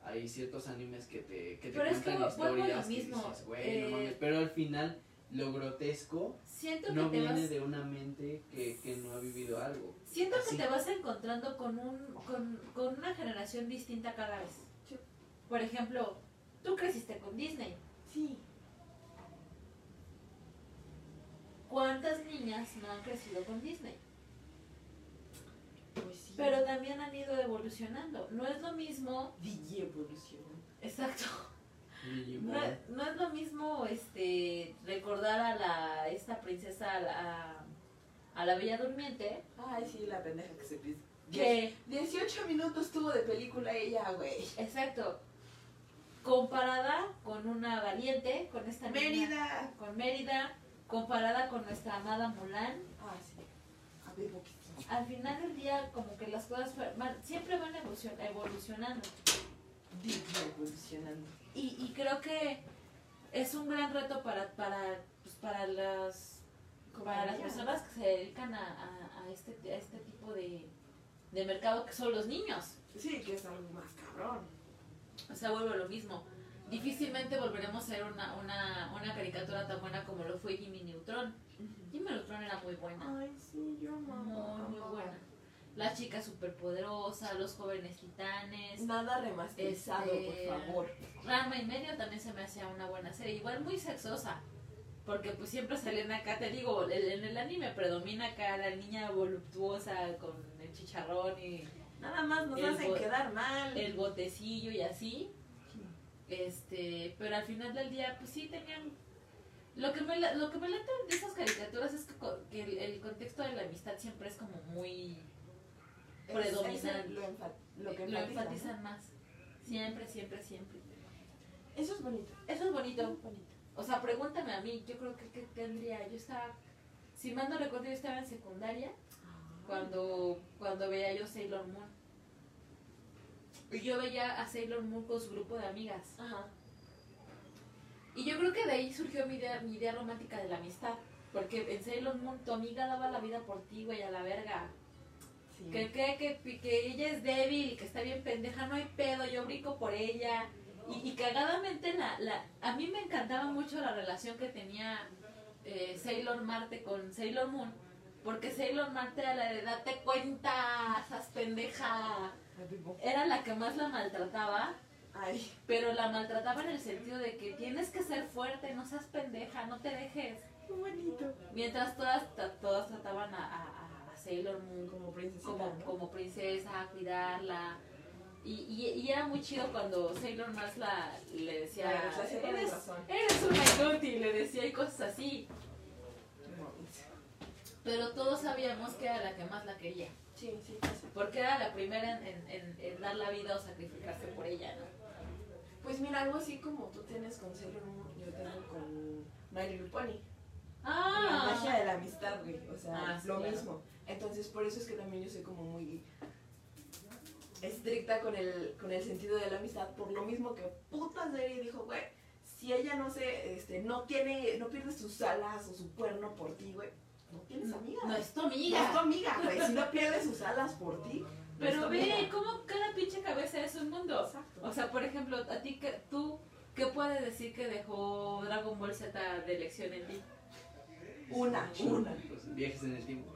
Hay ciertos animes que te, que te Pero es que cuentan vu- vuelvo a lo historias que mismo, dices, "Güey, no eh, mames", pero al final lo grotesco siento que no te viene vas... de una mente que, que no ha vivido algo. Siento Así. que te vas encontrando con, un, con, con una generación distinta cada vez. Sí. Por ejemplo, tú creciste con Disney. Sí. ¿Cuántas niñas no han crecido con Disney? Pues sí. Pero también han ido evolucionando. No es lo mismo, DJ evolución. exacto, Digimon. no, es- no es lo mismo este recordar a la esta princesa, a la, a la Bella Durmiente, Ay, sí, la pendeja que se pisa. que 18 minutos tuvo de película ella, güey. Exacto. Comparada con una valiente, con esta niña- Mérida. con Mérida, comparada con nuestra amada Mulan, Ah, sí. A ver, poquitito. al final del día como que las cosas fue- van- siempre van evolucion- evolucionando. DJ evolucionando. Y, y creo que es un gran reto para para pues, para las para las personas que se dedican a, a- a este a este tipo de, de mercado que son los niños. Sí, que es algo más cabrón. O sea, vuelvo a lo mismo. Difícilmente volveremos a ser una, una, una caricatura tan buena como lo fue Jimmy Neutron. Jimmy Neutron era muy buena. Ay, sí, yo Muy, muy buena. La chica superpoderosa, los jóvenes titanes. Nada remasterizado, Este- por favor. Rama y medio también se me hacía una buena serie. Igual muy sexosa. Porque pues siempre salen acá, te digo, el- en el anime predomina acá la niña voluptuosa con el chicharrón y Nada más nos El hacen bo- quedar mal. el botecillo y así. Este, pero al final del día, pues sí tenían. Lo que me, la- lo que me late de esas caricaturas es que, co- que el, el contexto de la amistad siempre es como muy. Es- predominante. es lo, enfa- Eh, lo que lo enfatizan, enfatizan más. Siempre, siempre, siempre. ¿no? Eso es bonito. Eso es bonito. Es bonito. O sea, pregúntame Ah. a mí, yo creo que, que tendría. Yo estaba. Si mal no recuerdo, yo estaba en secundaria cuando, cuando veía yo Sailor Moon. Y yo veía a Sailor Moon con su grupo de amigas. Ajá. Y yo creo que de ahí surgió mi idea, mi idea romántica de la amistad. Porque en Sailor Moon tu amiga daba la vida por ti, güey, a la verga. Sí. Que cree que, que ella es débil y que está bien pendeja, no hay pedo, yo brinco por ella. Y, y cagadamente, la, la, a mí me encantaba mucho la relación que tenía eh, Sailor Marte con Sailor Moon. Porque Sailor Marte era la de date cuenta, esas pendeja. Ay, vivo. Era la que más la maltrataba, Ay, pero la maltrataba en el sentido de que tienes que ser fuerte, no seas pendeja, no te dejes. qué bonito. Mientras todas, ta- todas trataban a, a- a Sailor Moon Como princesita, como, ¿no? como princesa, cuidarla. Y, y, y era muy chido cuando Sailor Mars la, le decía, La- la hacía con el eres, corazón. eres una inútil, le decía y cosas así. Pero todos sabíamos que era la que más la quería, Sí, sí, pasa. porque era la primera en, en- en- en dar la vida o sacrificarse por ella, ¿no? Pues mira, algo así como tú tienes con Sailor Moon, yo tengo con My Little Pony. La magia de la amistad, güey. O sea, Ah, sí, lo claro. mismo. Entonces, por eso es que también yo soy como muy estricta con el, con el sentido de la amistad. Por lo mismo que puta serie dijo, güey, si ella no se, este, no tiene, no pierde sus alas o su cuerno por ti, güey, no tienes amiga. No es tu No es tu amiga. amiga, güey. Si no pierde sus alas por ti, no es tu Pero ve amiga. cómo cada pinche cabeza es un mundo. Exacto. O sea, por ejemplo, a ti que tú qué puedes decir que dejó Dragon Ball Z de lección en ti? Una, una. Pues, viajes en el tiempo.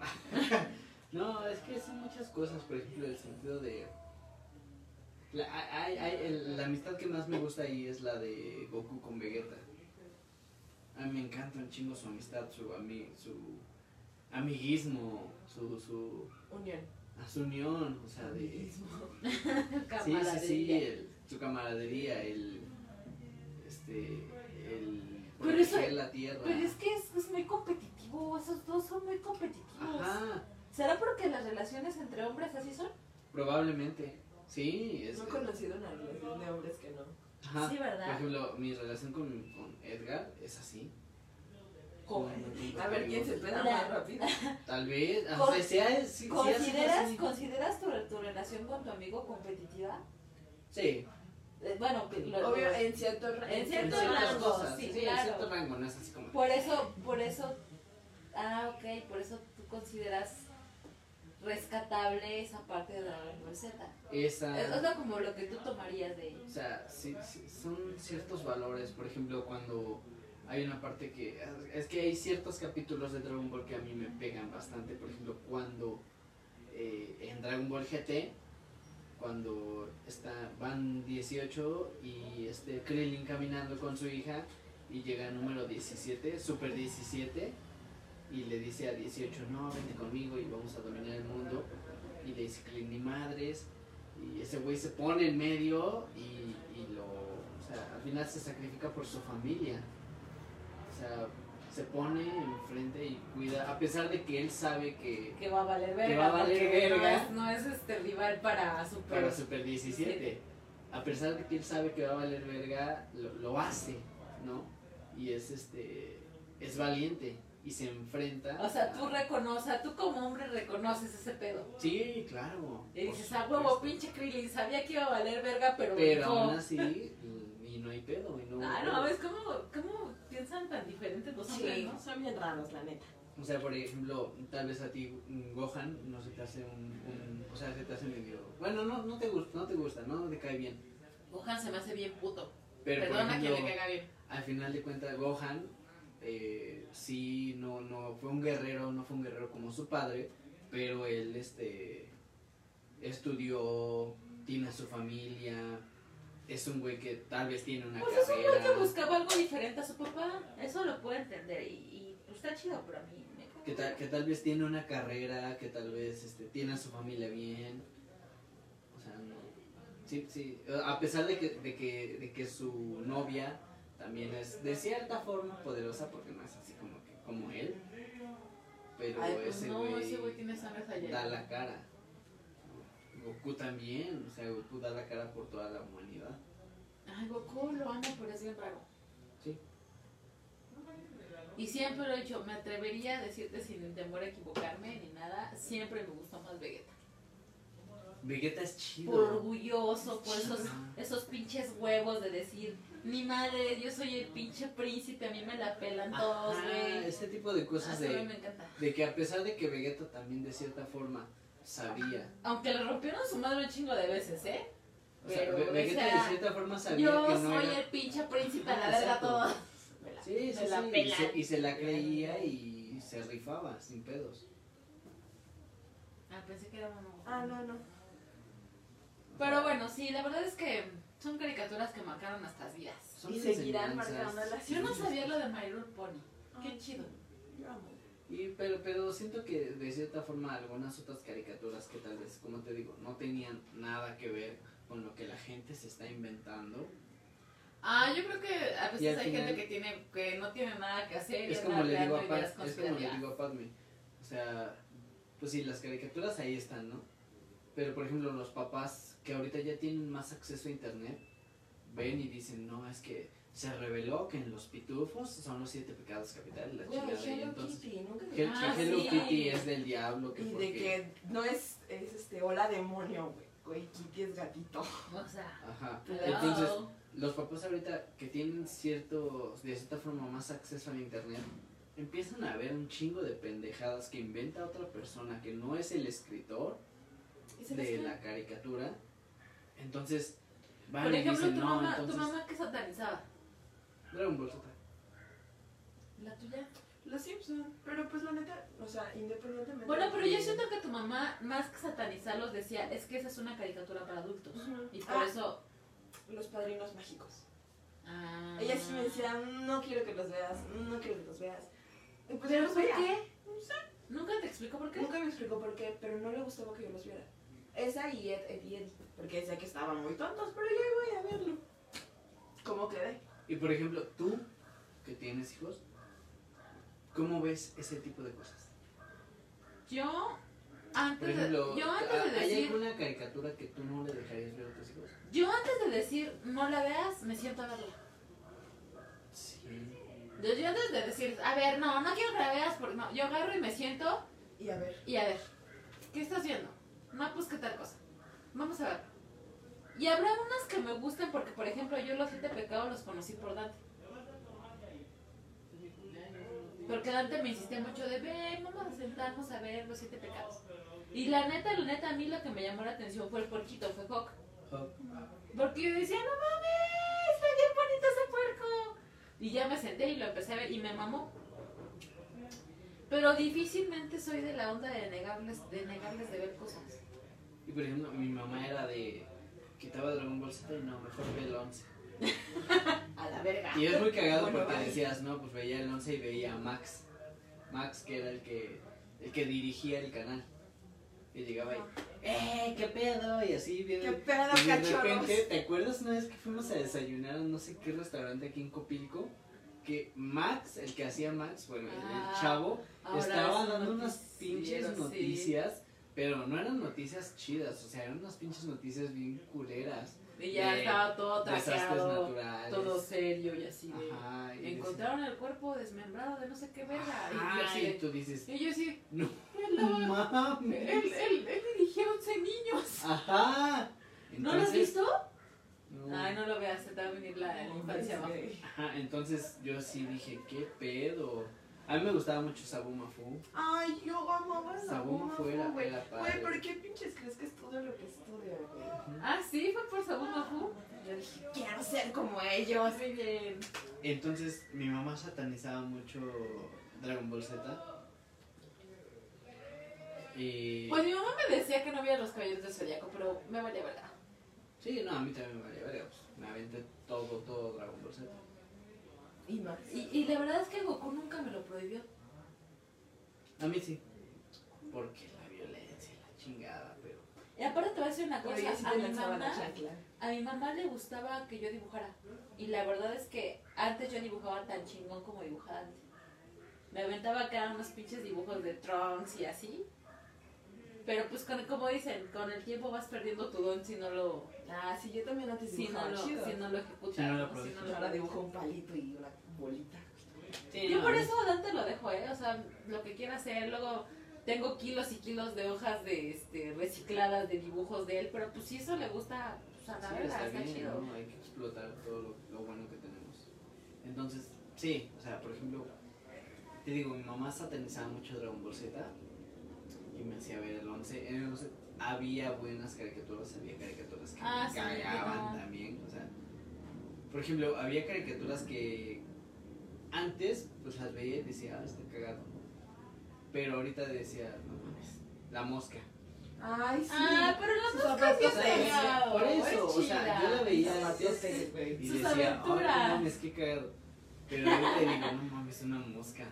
no, es que son muchas cosas, por ejemplo, el sentido de... La, hay- hay- el- la amistad que más me gusta ahí es la de Goku con Vegeta. A mí me encanta un chingo su amistad, su, ami, su amiguismo, su, su, Unión. a su unión, o sea, de... Sí, sí, sí, Camaradería. el- su camaradería, el... Este... El... Pero eso- proteger la tierra. Pero es que es, es muy competitivo, esos dos son muy competitivos. Ajá, ¿Será porque las relaciones entre hombres así son? probablemente. Sí, es... No he conocido una relación de hombres que no. Ajá. Pues, Sí, ¿verdad? Por ejemplo, mi relación con, con Edgar es así. ¿Cómo? No, no tengo A ver quién se amigos. peda más rápido. Tal vez. o Con- sea, sea- pues, sí- sí, ¿Consideras, así. ¿consideras tu, tu relación con tu amigo competitiva? Sí, Eh, bueno, que lo- Obvio, lo- en cierto ra- En en cierto ciertas rango, cosas, sí, sí, claro. en cierto rango, no es así como. por eso, por eso, ah, ok, por eso tú consideras rescatable esa parte de la receta. Es, o Esa. sea, como lo que tú tomarías de O sea, sí, sí, son ciertos valores. Por ejemplo, cuando hay una parte que. Es que hay ciertos capítulos de Dragon Ball que a mí me pegan bastante. Por ejemplo, cuando. eh, en Dragon Ball GT. Cuando está, van 18 y este Krillin caminando con su hija y llega el número 17, Super 17, y le dice a 18, no, vente conmigo y vamos a dominar el mundo. Y le dice Krillin, ni madres. Y ese güey se pone en medio y, y lo... O sea, al final se sacrifica por su familia. O sea, se pone enfrente y cuida, a pesar de que él sabe que que va a valer verga. Que va a valer porque no verga. es- No es, este rival para super. para Super 17. A pesar de que él sabe que va a valer verga, lo, lo hace, ¿no? Y es este es valiente y se enfrenta. O sea, tú a- reconoces, tú como hombre reconoces ese pedo. Sí, claro. Y por dices, ah, huevo, supuesto. pinche Krillin, sabía que iba a valer verga, pero, Pero no. aún así, y no hay pedo, y no. Ah, no, ves cómo, cómo piensan tan diferentes los hombres, Sí, ¿no? son bien raros, la neta. O sea, por ejemplo, tal vez a ti mm, Gohan no se te hace un, un- o sea, se te hace medio, bueno, no no te gusta, no te gusta, no te cae bien. Gohan se me hace bien puto. Pero por Perdona que ejemplo, le caiga bien. al final de cuentas Gohan eh, sí no no fue un guerrero no fue un guerrero como su padre pero él este estudió tiene a su familia es un güey que tal vez tiene una Pues es un güey carrera que buscaba algo diferente a su papá. Eso lo puedo entender. Y, y, pues, está chido, pero a mí me caga. que tal que tal vez tiene una carrera que tal vez este tiene a su familia bien o sea no sí sí a pesar de que de que, de que su novia también es de cierta forma poderosa porque no es así como que como él pero Ay, pues ese no, güey ese güey tiene sangre da allá. la cara Goku también o sea Goku da la cara por toda la humanidad Ay, Goku lo amo, pero es bien raro. Sí. Y siempre lo he dicho, me atrevería a decirte sin temor a equivocarme ni nada, siempre me gustó más Vegeta. Vegeta es Por chido. orgulloso, por esos, Ajá. esos pinches huevos de decir, ni madre, yo soy el pinche príncipe, a mí me la pelan todos, Ajá, güey. este tipo de Ah, cosas sí, de, me encanta. de que a pesar de que Vegeta también de cierta forma sabía, Aunque le rompieron su madre un chingo de veces, ¿eh? o sea, Pero, Ve- o Vegeta sea, de cierta forma sabía Yo que no soy era... el pinche príncipe, a la Ah, verga exacto. todo. Sí, sí, me la sí, y pelan. se, y se la creía y se rifaba sin pedos. Ah, pensé que era mono. Ah, no, no. Pero bueno, sí, la verdad es que son caricaturas que marcaron nuestras vidas. Son Y seguirán enseñanzas. marcando las- Yo no sabía lo de My Little Pony. Ah. Qué chido. Yo amo. Y, pero, pero siento que de cierta forma algunas otras caricaturas que tal vez, como te digo, no tenían nada que ver con lo que la gente se está inventando. Ah, yo creo que a Y veces al hay gente final- que tiene que no tiene nada que hacer. y Es anda como, le digo hablando a ideas Pat, es como le conspirativas. digo a Padme. O sea, pues sí, las caricaturas ahí están, ¿no? Pero por ejemplo, los papás que ahorita ya tienen más acceso a internet, ven y dicen, no, es que se reveló que en los pitufos son los siete pecados capitales, la Güey, chingada. Y Hello entonces, Kitty, nunca que, Ah, que Hello sí. Kitty es del diablo, que Y porque- de que no es, es este, hola demonio, güey. Güey, Kitty es gatito. O sea, Ajá. hello. Entonces, los papás ahorita que tienen cierto, de cierta forma más acceso al internet, empiezan a ver un chingo de pendejadas que inventa otra persona que no es el escritor ¿Y sabes de qué? la caricatura. Entonces, van Por y ejemplo, dicen, tu, no, mamá, entonces, tu mamá que satanizaba. Dragon Ball Z". La tuya. Los Simpson. Pero pues la neta, o sea, independientemente. Bueno, de pero que- yo siento que tu mamá, más que satanizarlos, decía, es que esa es una caricatura para adultos. Ujú. Y por Ah, eso... Los padrinos mágicos. Ah, Ella sí me decía, no quiero que los veas, no quiero que los veas. Y pues yo ¿Pero los por veía. qué? Nunca te explico por qué. Nunca me explicó por qué, pero no le gustaba que yo los viera. Esa y Ed, Ed y Eddie, porque decía que estaban muy tontos, pero yo voy a verlo. ¿Cómo quedé? Y por ejemplo, tú que tienes hijos, ¿cómo ves ese tipo de cosas? Yo antes Por ejemplo, de, yo antes de ¿hay decir, alguna caricatura que tú no le dejarías ver a tus hijos? yo antes de decir no la veas, me siento a verla. Sí. Yo, yo antes de decir, a ver, no, no quiero que la veas porque no, yo agarro y me siento Y a ver. y a ver, ¿qué estás viendo? No, pues qué tal cosa. Vamos a ver. Y habrá unas que me gusten porque, por ejemplo, yo los siete pecados los conocí por Dante. Porque Dante me insistía mucho de, ven, vamos a sentarnos a ver los siete pecados. Y la neta, la neta, a mí lo que me llamó la atención fue el porquito, fue Hawk. Hawk. Porque yo decía, no mames, está bien bonito ese puerco. Y ya me senté y lo empecé a ver y me mamó. Pero difícilmente soy de la onda de negarles de, negarles de ver cosas. Y por ejemplo, mi mamá era de. Quitaba Dragon Ball Z y no, mejor ve el 11. A la verga. Y es muy cagado Bueno, porque vale. decías, no, pues veía el 11 y veía a Max. Max, que era el que, el que dirigía el canal. Y llegaba ahí, ¡eh, qué pedo! Y así viene. ¡Qué pedo, y de cachorros! repente, ¿te acuerdas una vez que fuimos a desayunar a no sé qué restaurante aquí en Copilco? Que Max, el que hacía Max, bueno, el- Ah, el chavo, Ahora Estaba es dando un unas noticiero, pinches sí. noticias, pero no eran noticias chidas, o sea, eran unas pinches noticias bien culeras. Y ya de estaba todo Desastres trajeado, naturales. todo serio y así de. Ajá, y dices- Encontraron el cuerpo desmembrado de no sé qué verga. y yo Ajá, así y de- tú dices, Y yo así, no él, daba- él, mames. él- él dirigía 11 niños. Ajá. ¿No lo has Entonces, visto? no. Ay, no lo veas, se te va a venir la, la infancia abajo. Ajá, entonces yo sí dije, ¿qué pedo? A mí me gustaba mucho Sabu Mafu. Ay, yo amaba esa Sabón bomba, fuera, güey. era padre. Güey, ¿por qué pinches crees que estudio lo que estudio, güey? Ah, sí, fue por Sabu Mafu. Yo dije, quiero ser como ellos. Muy bien. Entonces mi mamá satanizaba mucho Dragon Ball Z. Y... Pues mi mamá me decía que no viera los caballeros del zodiaco, pero me valía verdad. Sí, no, a mí también me valía verga, pues, me aventé todo, todo Dragon Ball Z. Y más. Y, y la verdad es que Goku nunca me lo prohibió. A mí sí. Porque la violencia, y la chingada, pero... Y aparte te voy a decir una cosa, Pero ella sí a, te mi lanzaba la mamá, chancla. a mi mamá le gustaba que yo dibujara. Y la verdad es que antes yo dibujaba tan chingón como dibujaba antes. Me aventaba acá unos pinches dibujos de Trunks y así. Pero pues con- como dicen, con el tiempo vas perdiendo tu don si no lo, Ah, sí, yo también antes si no dibujaba lo, chido. si no lo ejecutas. Si no lo ¿no? Si no aprovechas. lo Ahora dibujo un palito y una bolita. Sí, Yo no, por es- eso a Dante lo dejo, ¿eh? O sea, lo que quiera hacer. Luego tengo kilos y kilos de hojas de este, recicladas de dibujos de él, pero pues si eso le gusta, pues a la Sí, verga, está está, bien, chido. ¿no? Hay que explotar todo lo, lo bueno que tenemos. Entonces, sí, o sea, por ejemplo, te digo, mi mamá satanizaba mucho Dragon Ball Z y me hacía ver el 11. En el 11 había buenas caricaturas, había caricaturas que Ah, me sí, cagaban no. también, o sea. Por ejemplo, había caricaturas que antes pues las veía y decía, ah, está cagado. Pero ahorita decía, no mames, la mosca. Ay, sí. Ah, pero Sus las dos cambios zapatos O de- de sea, Por es eso, o sea, chida. yo la veía Zapatos antes de- y Sus decía, ay, no aventuras". mames, qué cagado. Pero ahorita digo, no mames, una mosca.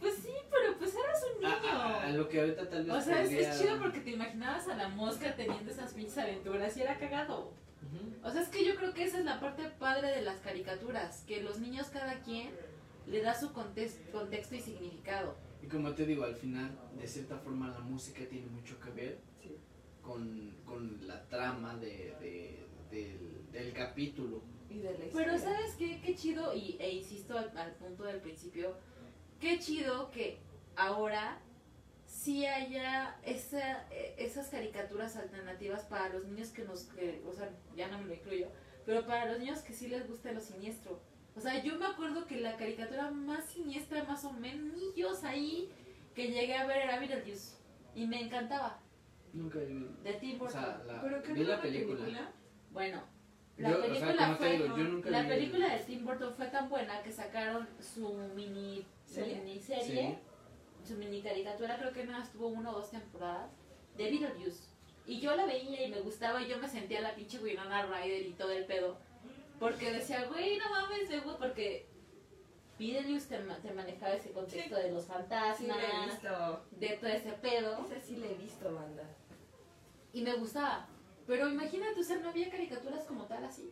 Pues sí, pero pues eras un A, a- a niño. Ah, lo que ahorita tal vez O sea, es, podría- es chido porque te imaginabas a la mosca teniendo esas pinches aventuras y era cagado. Ujú. O sea, es que yo creo que esa es la parte padre de las caricaturas, que los niños cada quien le da su contes- contexto y significado. Y como te digo, al final, de cierta forma, la música tiene mucho que ver Sí. con, con la trama de, de- del, del capítulo. Y de la historia. Pero sabes qué, qué chido, y, e insisto al, al punto del principio, qué chido que ahora sí haya esa, eh, esas caricaturas alternativas para los niños que nos, que, o sea, ya no me lo incluyo, pero para los niños que sí les gusta lo siniestro. O sea, yo me acuerdo que la caricatura más siniestra, más o menos ahí, que llegué a ver era Beetlejuice. Y me encantaba, Nunca vi. de Tim O Burton. sea, la, ¿Pero qué vi no la era película. Bueno, la Yo, o sea, película como te fue, digo, yo nunca la vi- película de Tim Burton fue tan buena que sacaron su mini ¿Serie? miniserie, su mini caricatura, creo que nada más tuvo una o dos temporadas de Beetlejuice. Y yo la veía y me gustaba y yo me sentía la pinche Winona Ryder y todo el pedo. Porque decía, güey, no mames, me gusta", porque Beetlejuice te, ma- te manejaba ese contexto de los Ah, Sí, la fantasmas, he visto. de todo ese pedo. Esa sí la he visto, banda. Y me gustaba. Pero imagínate, o sea, no había caricaturas como tal así.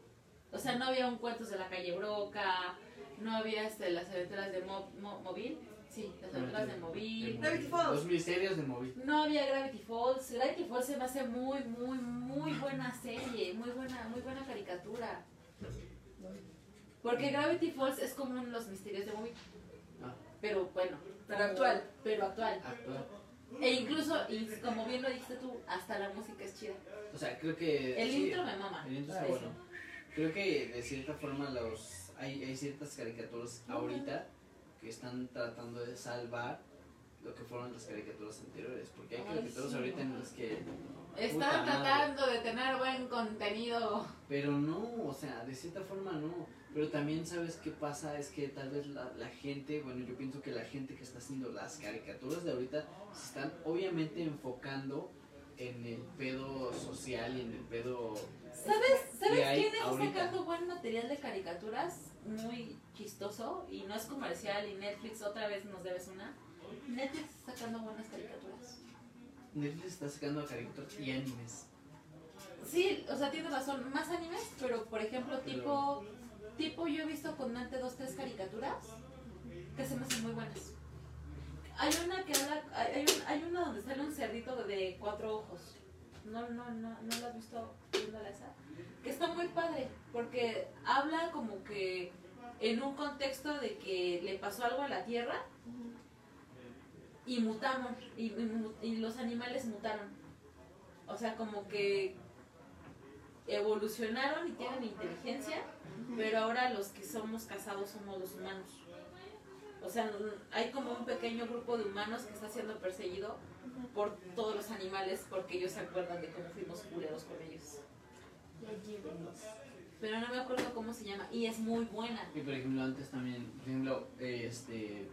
O sea, no había un cuentos de la calle Broca, no había este, las aventuras de Mo- Mo- Móvil. Sí, las aventuras de Móvil. Gravity Falls. Los misterios de móvil. No había Gravity Falls. Gravity Falls se me hace muy, muy, muy buena serie, muy buena, muy buena caricatura. Porque Gravity Falls es como en los misterios de Móvil. Ah. Pero bueno. Pero como- actual. Pero actual. Actual. E incluso, y como bien lo dijiste tú, hasta la música es chida. O sea, creo que. El sí, intro me mama. El intro Sí, está sí. bueno. Creo que de cierta forma los hay, hay ciertas caricaturas ahorita que están tratando de salvar lo que fueron las caricaturas anteriores. Porque hay Ay, caricaturas sí. ahorita en las que. Están Puta madre. tratando de tener buen contenido. Pero no, o sea, de cierta forma no. Pero también sabes qué pasa, es que tal vez la, la gente, bueno, yo pienso que la gente que está haciendo las caricaturas de ahorita se están obviamente enfocando en el pedo social y en el pedo... ¿Sabes, ¿sabes que hay quién está ahorita. sacando buen material de caricaturas? Muy chistoso y no es comercial y Netflix otra vez nos debes una. Netflix está sacando buenas caricaturas. Netflix está sacando caricaturas y animes. Sí, o sea, tienes razón, más animes, pero por ejemplo, tipo, tipo yo he visto con Dante dos, tres caricaturas que se me hacen muy buenas. Hay una que habla, hay, hay un- hay una donde sale un cerdito de cuatro ojos. No, no, no, no la has visto viéndola esa. Que está muy padre, porque habla como que en un contexto de que le pasó algo a la tierra y mutamos, y, y mu- y los animales mutaron. O sea, como que evolucionaron y tienen inteligencia, pero ahora los que somos casados somos los humanos. O sea, n- hay como un pequeño grupo de humanos que está siendo perseguido por todos los animales porque ellos se acuerdan de cómo fuimos culeros con ellos. Pero no me acuerdo cómo se llama y es muy buena. Y por ejemplo, antes también, por ejemplo, eh, este...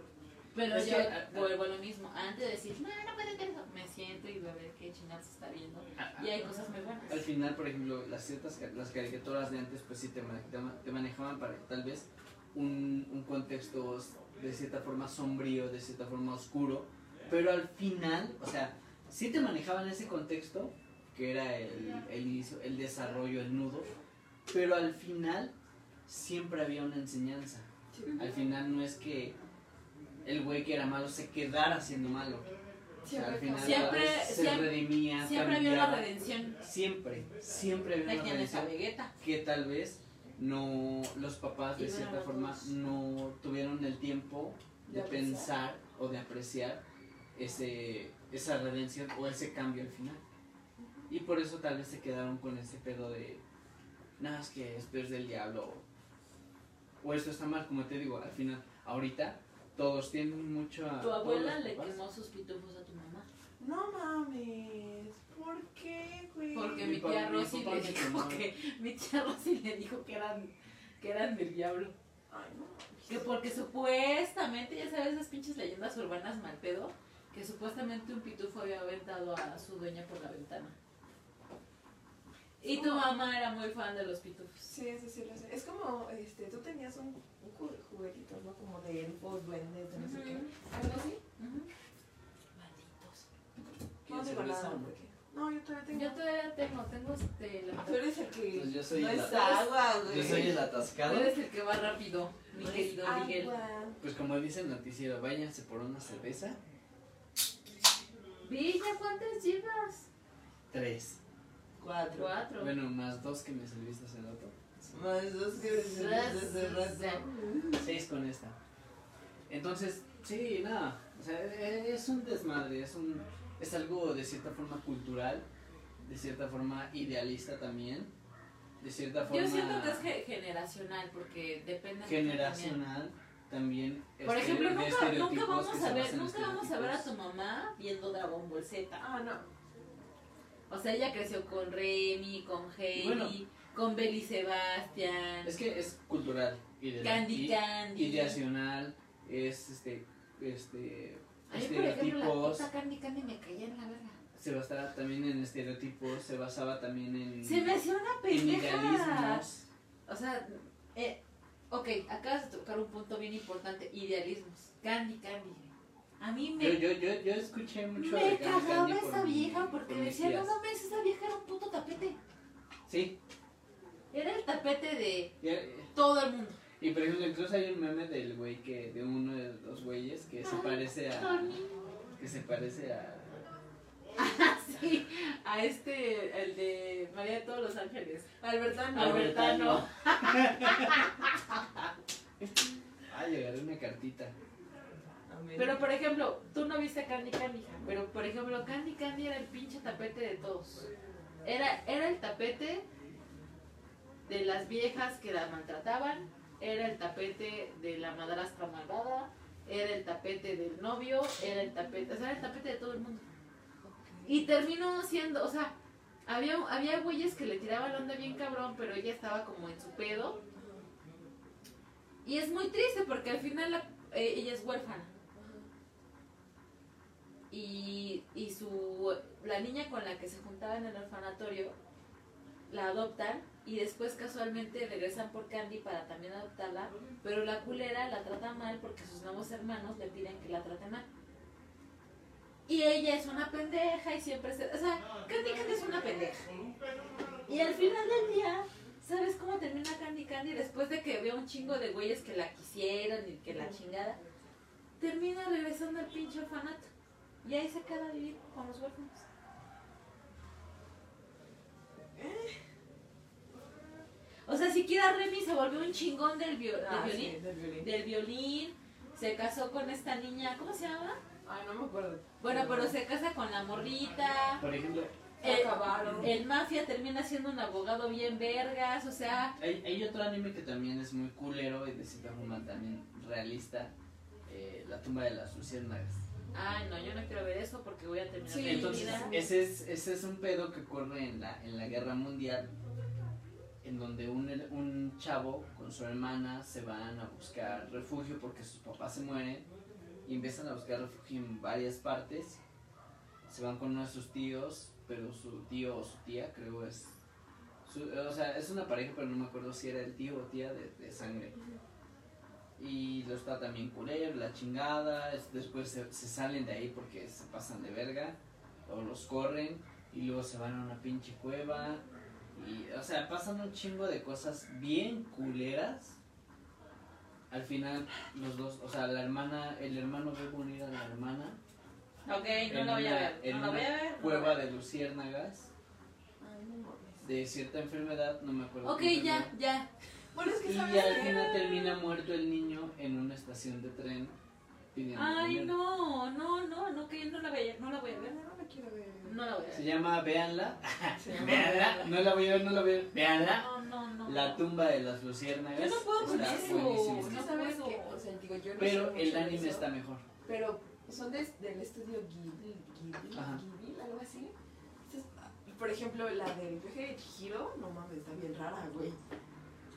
Pero Es yo que, ah, ah. vuelvo a lo mismo. Antes de decir, no, no puede ser eso, me siento y voy a ver qué chingados está viendo. Y hay cosas muy buenas. Al final, por ejemplo, las ciertas ca- las caricaturas de antes, pues sí te, mane- te ma- te manejaban para tal vez un, un contexto s- de cierta forma sombrío, de cierta forma oscuro, pero al final, o sea, sí te manejaban ese contexto, que era el, el inicio, el desarrollo, el nudo, pero al final siempre había una enseñanza. Al final no es que el güey que era malo se quedara siendo malo. O sea, al final Siempre- tal vez se siempre- redimía, Siempre había una cambiaba redención siempre, siempre había de una quien es a redención Vegeta. que tal vez no los papás de Iban a cierta ver forma todos. no tuvieron el tiempo de De apreciar. pensar o de apreciar ese esa redención o ese cambio al final. Y por eso tal vez se quedaron con ese pedo de nada es que esto es del diablo o, o esto está mal, como te digo, al final ahorita todos tienen mucho a- Tu Ah, todos abuela los le papás. quemó sus pitufos a tu mamá. No mames. ¿Por qué, güey? Porque Mi mi tía papá- mi Rosy papá le me dijo quemó. que mi tía Rosy le dijo que eran que eran del diablo. Ay, no. Que porque supuestamente, ya sabes, esas pinches leyendas urbanas mal pedo, que supuestamente un pitufo había aventado a su dueña por la ventana. Y tu mamá era muy fan de los pitufos. Sí, eso sí lo sé. Es como, este, tú tenías un, un ju- juguetito, ¿no? Como de elfos, duendes, de no sé qué. ¿Algo así? Ujú. No ¿Quieres digo cerveza nada, o no? porque... No, yo todavía tengo... Yo todavía tengo, tengo este la Tú eres el que... Pues yo soy no el- es agua, güey. Yo soy el atascado. Tú eres el que va rápido, mi No es querido agua. Miguel. Pues como dice el noticiero, váyanse por una cerveza. Villa, ¿cuántas llevas? Tres. Cuatro. Cuatro. Bueno, más dos que me serviste hace rato. Más dos que desde rato. Seis con esta. Entonces, sí, nada. O sea, e- e- es un desmadre, es un. es algo de cierta forma cultural, de cierta forma idealista también. De cierta forma Yo siento que es ge- generacional, porque depende de generacional también. Por este, ejemplo, de nunca, estereotipos nunca que vamos se a ver, basan en nunca vamos a ver a tu estereotipos. mamá viendo Dragon Ball Z. Ah, no. O sea, ella creció con Remy, con Heidi, bueno. con Belly Sebastián, Es que es cultural. ideal- Candy y- Candy. ideacional, es este, este, A mí, por ejemplo, la estereotipos, puta Candy Candy me caía en la verga. se basaba también en estereotipos, se basaba también en, Se me hacía una en pendeja. idealismos. O sea, eh, ok, acabas de tocar un punto bien importante, idealismos. Candy Candy. güey. A mí me Yo, yo, yo, yo escuché mucho Me de Candy cagaba Candy por esa mi- vieja por porque mis decía, no tías. mames, esa vieja era un puto tapete. Sí, Era el tapete de y, todo el mundo. y por ejemplo, incluso hay un meme del güey que, de uno de los güeyes que se Ay, parece a, Tony. que se parece a, Sí, a este, el de María de todos los ángeles. Albertano. Albertano. Ah, llegaré una cartita. Amén. Pero por ejemplo, tú no viste a Candy Candy, hija, pero por ejemplo, Candy Candy era el pinche tapete de todos. Era, era el tapete de las viejas que la maltrataban, era el tapete de la madrastra malvada, era el tapete del novio, era el tapete, o sea, era el tapete de todo el mundo. Y terminó siendo, o sea, había, había güeyes que le tiraban la onda bien cabrón, pero ella estaba como en su pedo. Y es muy triste porque al final la- eh, ella es huérfana. Y, y su, la niña con la que se juntaba en el orfanatorio la adoptan y después casualmente regresan por Candy para también adoptarla, pero la culera la trata mal porque sus nuevos hermanos le piden que la trate mal. Y ella es una pendeja y siempre se... O sea, Candy Candy es una pendeja. Y al final del día, ¿sabes cómo termina Candy Candy? Después de que vea un chingo de güeyes que la quisieron y que la chingada, termina regresando al pinche orfanato. Y ahí se queda a vivir con los huérfanos. O sea, siquiera Remy se volvió un chingón del, vio- del Ah, sí, violín. del violín. Del violín, se casó con esta niña, ¿cómo se llama? Ah, no me acuerdo. Bueno, pero se casa con la morrita. Por ejemplo, El, acabaron. el mafia termina siendo un abogado bien vergas, o sea, Hay, hay otro anime que también es muy culero y de cierta forma también realista, eh, La tumba de las luciérnagas. ay no, yo no quiero ver eso porque voy a terminar Sí, mi Entonces, vida. ese es, ese es un pedo que ocurre en la, en la guerra mundial, en donde un, her- un chavo con su hermana se van a buscar refugio porque sus papás se mueren y empiezan a buscar refugio en varias partes. Se van con uno de sus tíos, pero su tío o su tía, creo es. su- o sea, es una pareja, pero no me acuerdo si era el tío o tía de, de sangre. Y los tratan bien culero, la chingada. es- Después se, se salen de ahí porque se pasan de verga. O los corren y luego se van a una pinche cueva. Y, o sea, pasan un chingo de cosas bien culeras. Al final, los dos, o sea, la hermana, el hermano ve morir a la hermana Ok, no en la voy a una- ver, en no la voy a una ver. no la voy cueva a ver. de luciérnagas Ay, no mames. de cierta enfermedad, no me acuerdo. Ok, qué ya, enfermedad. ya. Bueno, es que Y sabes al que... final termina muerto el niño en una estación de tren pidiendo Ay, dinero. no, no, no, no, que yo no la voy a, no la voy a No, ver. no la quiero ver. No la voy a Se ver. llama Véanla. Se llama- Véanla. No la voy a ver, no la voy a ver. Véanla. No, no, no. Ah, La tumba de las luciérnagas. Yo no puedo con está eso. buenísima. Es que No sabes puedo. que, o sea, digo, yo no sé Pero mucho el de anime eso, está mejor. Pero son de- del estudio Ghibli, Ghibli, Ajá. Ghibli, algo así. Entonces, ah, por ejemplo, la del viaje de Chihiro, no mames, está bien rara, güey.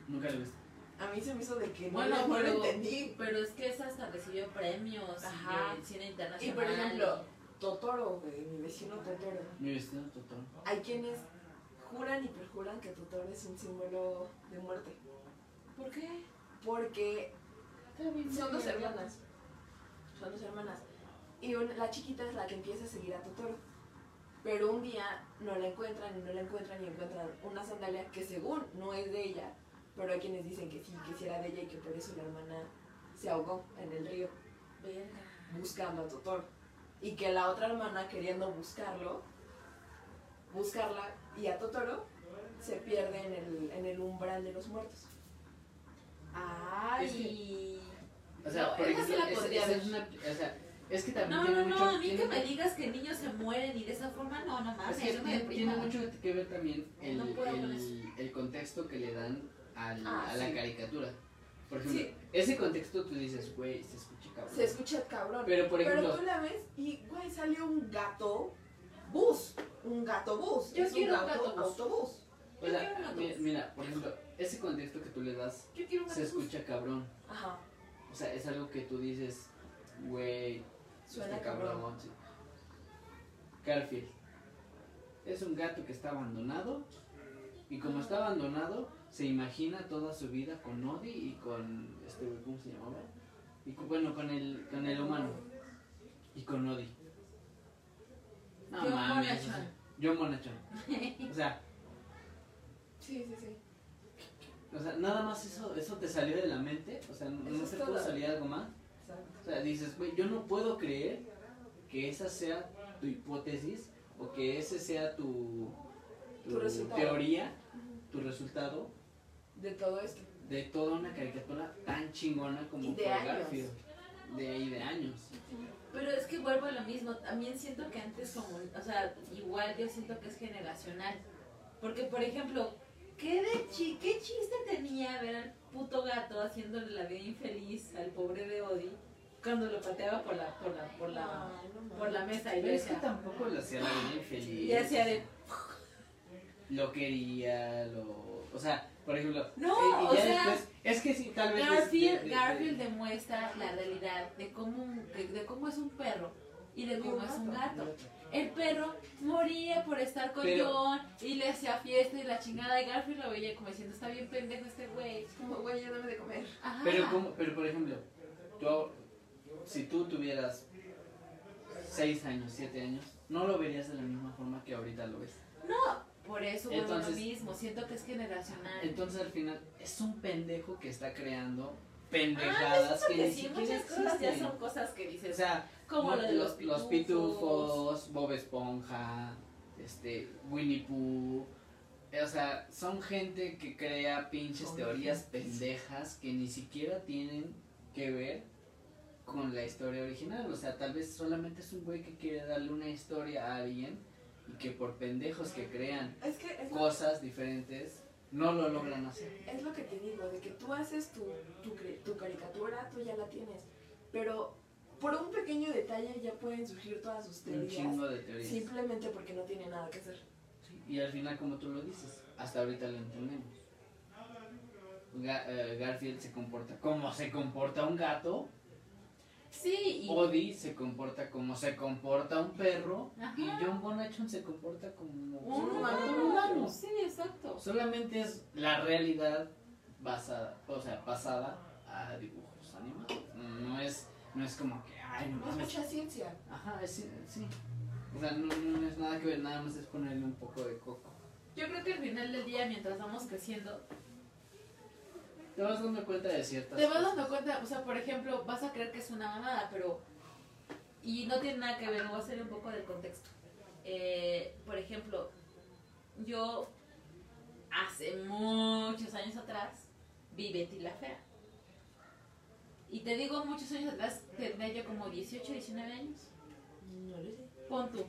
Nunca lo he visto. A mí se me hizo de que no, Bueno, la- no lo pero- entendí. Pero es que esa hasta recibió premios Ajá. en cine internacional. Y por ejemplo, Totoro, güey, mi vecino Totoro. Mi vestido Totoro. Hay quienes juran y perjuran que Totoro es un símbolo de muerte. ¿Por qué? Porque Está bien son dos verga. hermanas. Son dos hermanas. Y un- la chiquita es la que empieza a seguir a Totoro. Pero un día no la encuentran y no la encuentran y encuentran una sandalia que según no es de ella, pero hay quienes dicen que sí, que sí era de ella y que por eso la hermana se ahogó en el río Verga. buscando a Totoro. Y que la otra hermana queriendo buscarlo, buscarla y a Totoro, se pierde en el, en el umbral de los muertos. Es Ay. O sea, No, por esa sí ejemplo, la es, podría esa ver. es una. O sea, es que también No, tiene no, mucho. no, a mí tiene que me mucho- digas que niños se mueren y de esa forma, no, no Es mames, que yo me tiene, deprimo. mucho que ver también el, No puedo con el- eso. el contexto que le dan al- Ah, a la sí. caricatura. Por ejemplo, Sí. ese contexto tú dices, güey, se escucha cabrón. Se escucha cabrón. Pero, por ejemplo- Pero tú la ves y, güey, salió un gato bus. Un gato bus. Yo es quiero un un gato, gato bus. autobús. o sea, mi- mira, por ejemplo, ese contexto que tú le das Yo quiero un se autobús. escucha cabrón. Ajá. O sea, es algo que tú dices, güey, Suena está cabrón. cabrón. sí. Garfield. Es un gato que está abandonado. Y como está abandonado, se imagina toda su vida con Odi y con. Este, güey, ¿Cómo se llamaba? Y con- bueno, con el, con el humano. Y con Odi. No John mames. o sea, Bonachon. John Bonachon. O sea, Sí, sí, sí. o sea, nada más eso, eso te salió de la mente. O sea, no, Eso no es te pudo todo. salir algo más. Exacto. O sea, dices, güey, yo no puedo creer que esa sea tu hipótesis o que ese sea tu, tu Tu resultado. teoría, tu resultado De todo esto. de toda una caricatura tan chingona como Y de fue años. Garfield. De ahí de años. Pero es que vuelvo a lo mismo, también siento que antes como, o sea, igual yo siento que es generacional. Porque, por ejemplo, ¿qué, de chi- qué chiste tenía ver al puto gato haciéndole la vida infeliz al pobre de Odi cuando lo pateaba por la, por la, por la, por la mesa? Y yo Pero es Pues que decía, tampoco lo hacía la vida infeliz. y hacía de, Lo quería, lo. O sea, por ejemplo. No, eh, y ya o sea, después- es que sí, tal vez. es de- de- Garfield, de- Garfield demuestra la realidad de cómo, un- de, de cómo es un perro y de cómo es un gato. El perro moría por estar con Pero- John y le hacía fiesta y la chingada. Y Garfield lo veía como diciendo, está bien pendejo este güey. Como, güey, ya dame de comer. Ajá. Pero, como, pero por ejemplo, yo, si tú tuvieras 6 años, 7 años, no lo verías de la misma forma que ahorita lo ves. Por eso vuelvo a lo Entonces- mismo, siento que es generacional. Entonces al final es un pendejo que está Ah, creando pendejadas que ni sí, siquiera muchas cosas ya existen. son cosas que O dices, sea, como lo de los, los, los pitufos, Bob Esponja, este, Winnie Pooh. eh, O sea, son gente que crea pinches Son teorías pendejas que ni siquiera tienen que ver con la historia original. O sea, tal vez solamente es un güey que quiere darle una historia a alguien y que por pendejos que crean Es que es lo, cosas diferentes no lo logran hacer. es lo que te digo, de que tú haces tu, tu, cre- tu caricatura, tú ya la tienes. Pero por un pequeño detalle ya pueden surgir todas sus Un teorías. chingo de teorías. Simplemente porque no tiene nada que hacer. Y al final, como tú lo dices, hasta ahorita lo entendemos. Ga- eh, Garfield se comporta como se comporta un gato, Sí, y Odie se comporta como se comporta un perro y Ajá. John Bonachon se comporta como un un humano. humano. Sí, exacto. Solamente es la realidad basada, o sea, pasada a dibujos animados. No es, no es como que, ay, no No es mames, mucha ciencia. Ajá, es- sí. O sea, no, no es nada que ver, nada más es ponerle un poco de coco. Yo creo que al final del día, mientras vamos creciendo, Te vas dando cuenta de ciertas Te vas cosas. dando cuenta, o sea, por ejemplo, vas a creer que es una mamada, pero. Y no tiene nada que ver, voy a hacer un poco del contexto. Eh, por ejemplo, yo hace muchos años atrás vi Betty la Fea. Y te digo, muchos años atrás tendría yo como 18, 19 años. No lo sé. Pon tú,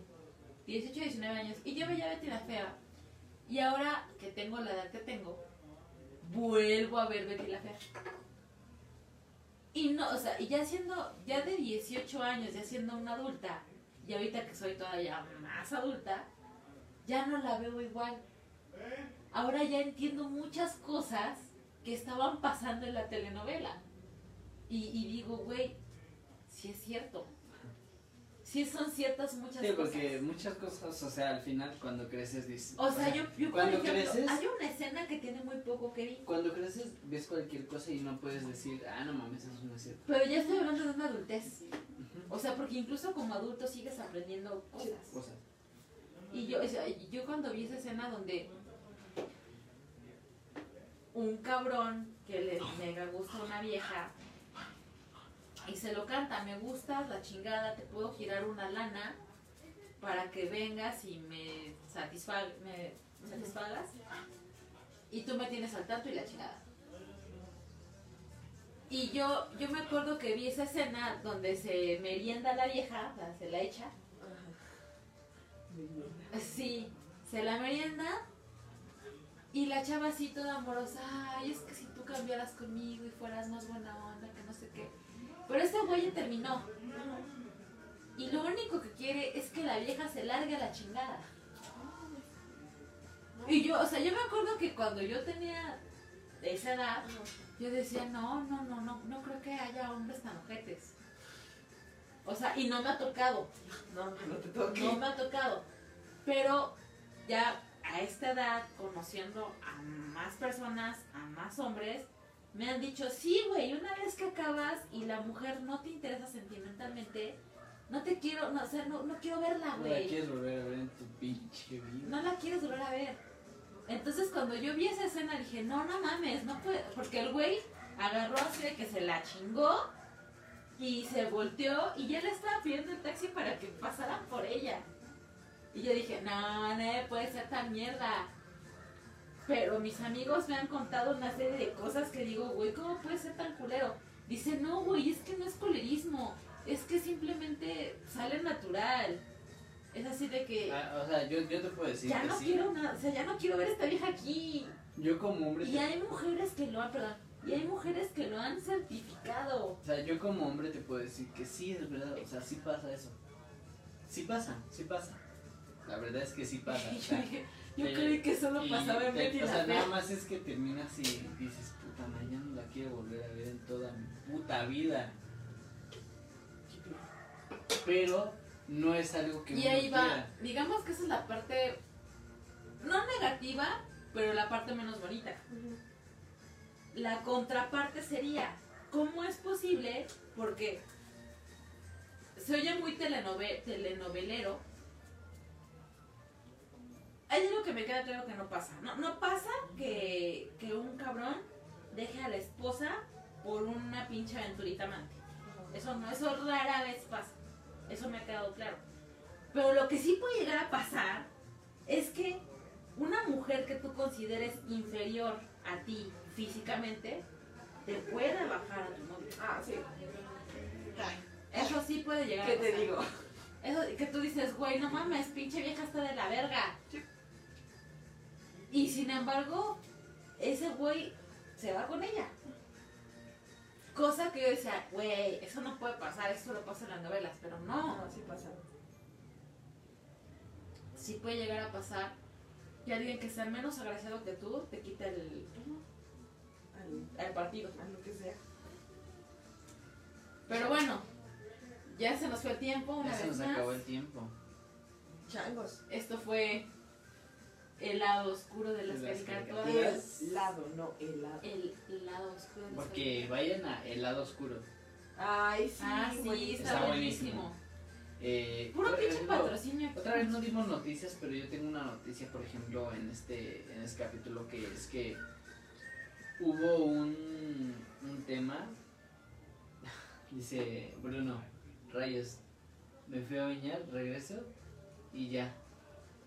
18, 19 años. Y yo veía Betty la Fea. Y ahora que tengo la edad que tengo, vuelvo a ver Betty la Fea. Y no, o sea, y ya siendo, ya de 18 años, ya siendo una adulta, y ahorita que soy todavía más adulta, ya no la veo igual. Ahora ya entiendo muchas cosas que estaban pasando en la telenovela. Y, y digo, güey, sí es cierto. Sí son ciertas muchas Sí, cosas. porque muchas cosas, o sea, al final cuando creces dices... O sea, yo, yo por Cuando ejemplo, creces- hay una escena que tiene muy poco que ver, Cuando creces ves cualquier cosa y no puedes decir, ah, no mames, eso no es cierto. pero ya estoy hablando de una adultez. O sea, porque incluso como adulto sigues aprendiendo cosas. Cosas. Y yo, o sea, yo cuando vi esa escena donde un cabrón que le mega gusta a una vieja y se lo canta, me gustas, la chingada, te puedo girar una lana para que vengas y me, satisfa- me satisfagas y tú me tienes al tanto y la chingada. Y yo, yo me acuerdo que vi esa escena donde se merienda la vieja, o sea, se la echa. Sí, se la merienda y la chava así toda amorosa, ay, es que si tú cambiaras conmigo y fueras más buena onda, que no sé qué. Pero este güey ya terminó. Y lo único que quiere es que la vieja se largue a la chingada. Y yo, o sea, yo me acuerdo que cuando yo tenía esa edad, yo decía, no, no, no, no, no creo que haya hombres tan ojetes. O sea, y no me ha tocado. No, no te toques. No me ha tocado. Pero ya a esta edad, conociendo a más personas, a más hombres, me han dicho, sí, güey, una vez que acabas y la mujer no te interesa sentimentalmente, no te quiero, no, o sea, no, no quiero verla, No la güey. quieres volver a ver en tu pinche vida. No la quieres volver a ver. Entonces cuando yo vi esa escena dije, no, no mames, no puede, porque el güey agarró así de que se la chingó y se volteó y ya le estaba pidiendo el taxi para que pasaran por ella. Y yo dije, no, no puede ser tan mierda. Pero mis amigos me han contado una serie de cosas que digo, güey, ¿cómo puede ser tan culero? Dice, no, güey, es que no es culerismo, es que simplemente sale natural. Es así de que Ah, o sea, yo, yo te puedo decir ya que no sí. quiero nada, o sea, ya no quiero ver a esta vieja aquí. Yo como hombre... Y te- hay mujeres que lo han, perdón, y hay mujeres que lo han certificado. O sea, yo como hombre te puedo decir que sí, es verdad. O sea, sí pasa eso. Sí pasa, sí pasa. La verdad es que sí pasa. o yo sea, dije, yo te- creí que solo y pasaba en te- Betty O la sea, Fea. nada más es que terminas y dices, puta, mañana no la quiero volver a ver en toda mi puta vida. Pero no es algo que Y uno ahí va, quiera. digamos que esa es la parte, no negativa, pero la parte menos bonita. La contraparte sería, ¿cómo es posible? Porque se oye muy telenove- telenovelero. Hay algo que me queda claro que no pasa. No, no pasa que, que un cabrón deje a la esposa por una pinche aventurita amante. Eso no, eso rara vez pasa. Eso me ha quedado claro. Pero lo que sí puede llegar a pasar es que una mujer que tú consideres inferior a ti físicamente te pueda bajar a tu novio. Ah, sí. Eso sí puede llegar ¿Qué a pasar. te digo? Eso de que tú dices, güey, no mames, pinche vieja está de la verga. Sí. Y sin embargo, ese güey se va con ella. Cosa que yo decía, güey, eso no puede pasar, eso lo pasa en las novelas, pero no. No, sí pasa. sí puede llegar a pasar que alguien que sea menos agraciado que tú te quita el, Al, el partido. a lo que sea. Pero bueno, ya se nos fue el tiempo una Ya se vez nos más. acabó el tiempo. Changos. Esto fue el lado oscuro de las, De las caricaturas. caricaturas. El lado, no helado. El lado oscuro de las Porque caricaturas. vayan a El Lado Oscuro. Ay, sí. Ah, sí, buenísimo. está, Está buenísimo. buenísimo. Eh, Puro por pinche ejemplo, patrocinio. aquí. Otra vez no dimos noticias, pero yo tengo una noticia, por ejemplo, en este, en este capítulo que es que hubo un, un tema, dice Bruno, rayos, me fui a bañar, regreso y ya,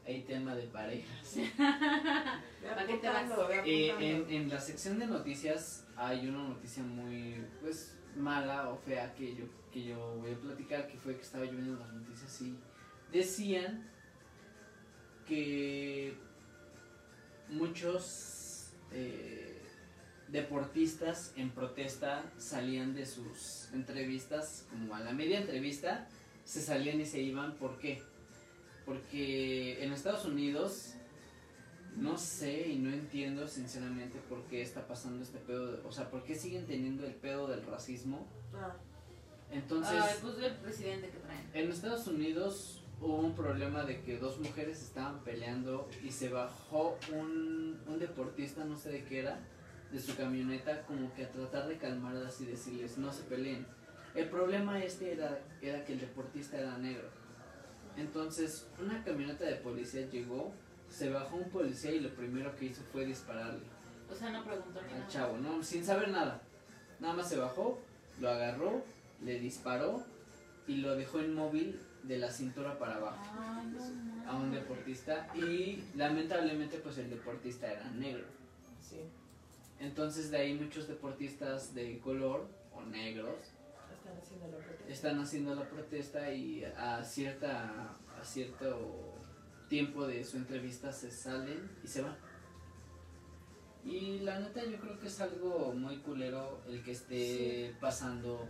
hay tema de parejas. Para que qué te vas? apuntando, ve Eh, apuntando. en, en la sección de noticias hay una noticia muy pues mala o fea que yo que yo voy a platicar que fue que estaba yo viendo las noticias y decían que muchos eh, deportistas en protesta salían de sus entrevistas como a la media entrevista se salían y se iban ¿por qué? porque en Estados Unidos no sé y no entiendo sinceramente por qué está pasando este pedo, de- o sea, por qué siguen teniendo el pedo del racismo. Ah, Entonces, Ay, pues del presidente que traen. en Estados Unidos hubo un problema de que dos mujeres estaban peleando y se bajó un, un deportista, no sé de qué era, de su camioneta como que a tratar de calmarlas y decirles no se peleen. El problema este era, era que el deportista era negro. Entonces una camioneta de policía llegó, se bajó un policía y lo primero que hizo fue dispararle O sea, no preguntó ni al nada. chavo, ¿no? Sin saber nada. Nada más se bajó, lo agarró, le disparó y lo dejó inmóvil de la cintura para abajo Ay, no mames. a un deportista y lamentablemente pues el deportista era negro. Sí. Entonces de ahí muchos deportistas de color o negros Están haciendo la protesta. están haciendo la protesta y a cierta a cierto tiempo de su entrevista se salen y se van. Y la neta yo creo que es algo muy culero el que esté pasando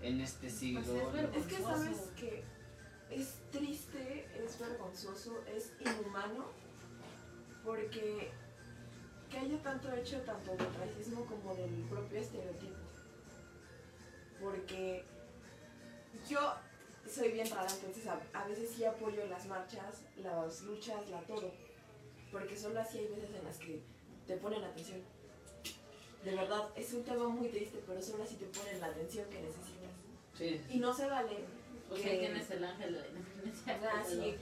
en este siglo. Pues es verdad. Es que Vergonzoso. sabes que es triste, es vergonzoso, es inhumano, porque que haya tanto hecho tanto del racismo como del propio estereotipo. Porque yo soy bien rara, entonces a, a veces sí apoyo las marchas, las luchas, la todo. Porque solo así hay veces en las que te ponen atención. De verdad, es un tema muy triste, pero solo así te ponen la atención que necesitas. Sí, Y no se vale O sea, ¿quién es el ángel de la independencia? Ah, sí.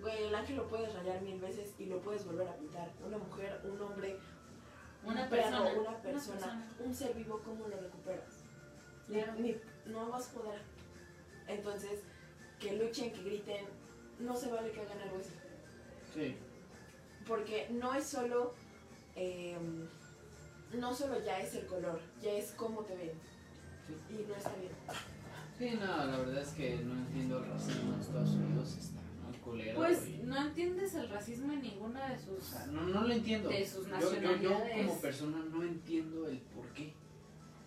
Güey, el ángel lo puedes rayar mil veces y lo puedes volver a pintar. Una mujer, un hombre, Una un perro, persona. una persona, un ser vivo, ¿cómo lo recuperas? Ni- Claro. ni- no vas a poder. Entonces, que luchen, que griten, no se vale que hagan algo así. sí. Porque no es solo, eh, no solo ya es el color, ya es cómo te ven. Y no está bien. Sí, no, la verdad es que no entiendo el racismo en Estados Unidos, está muy culero. Pues y- no entiendes el racismo en ninguna de o sus. sea, no, no lo entiendo. De sus Yo- yo, yo, nacionalidades. como persona no entiendo el por qué.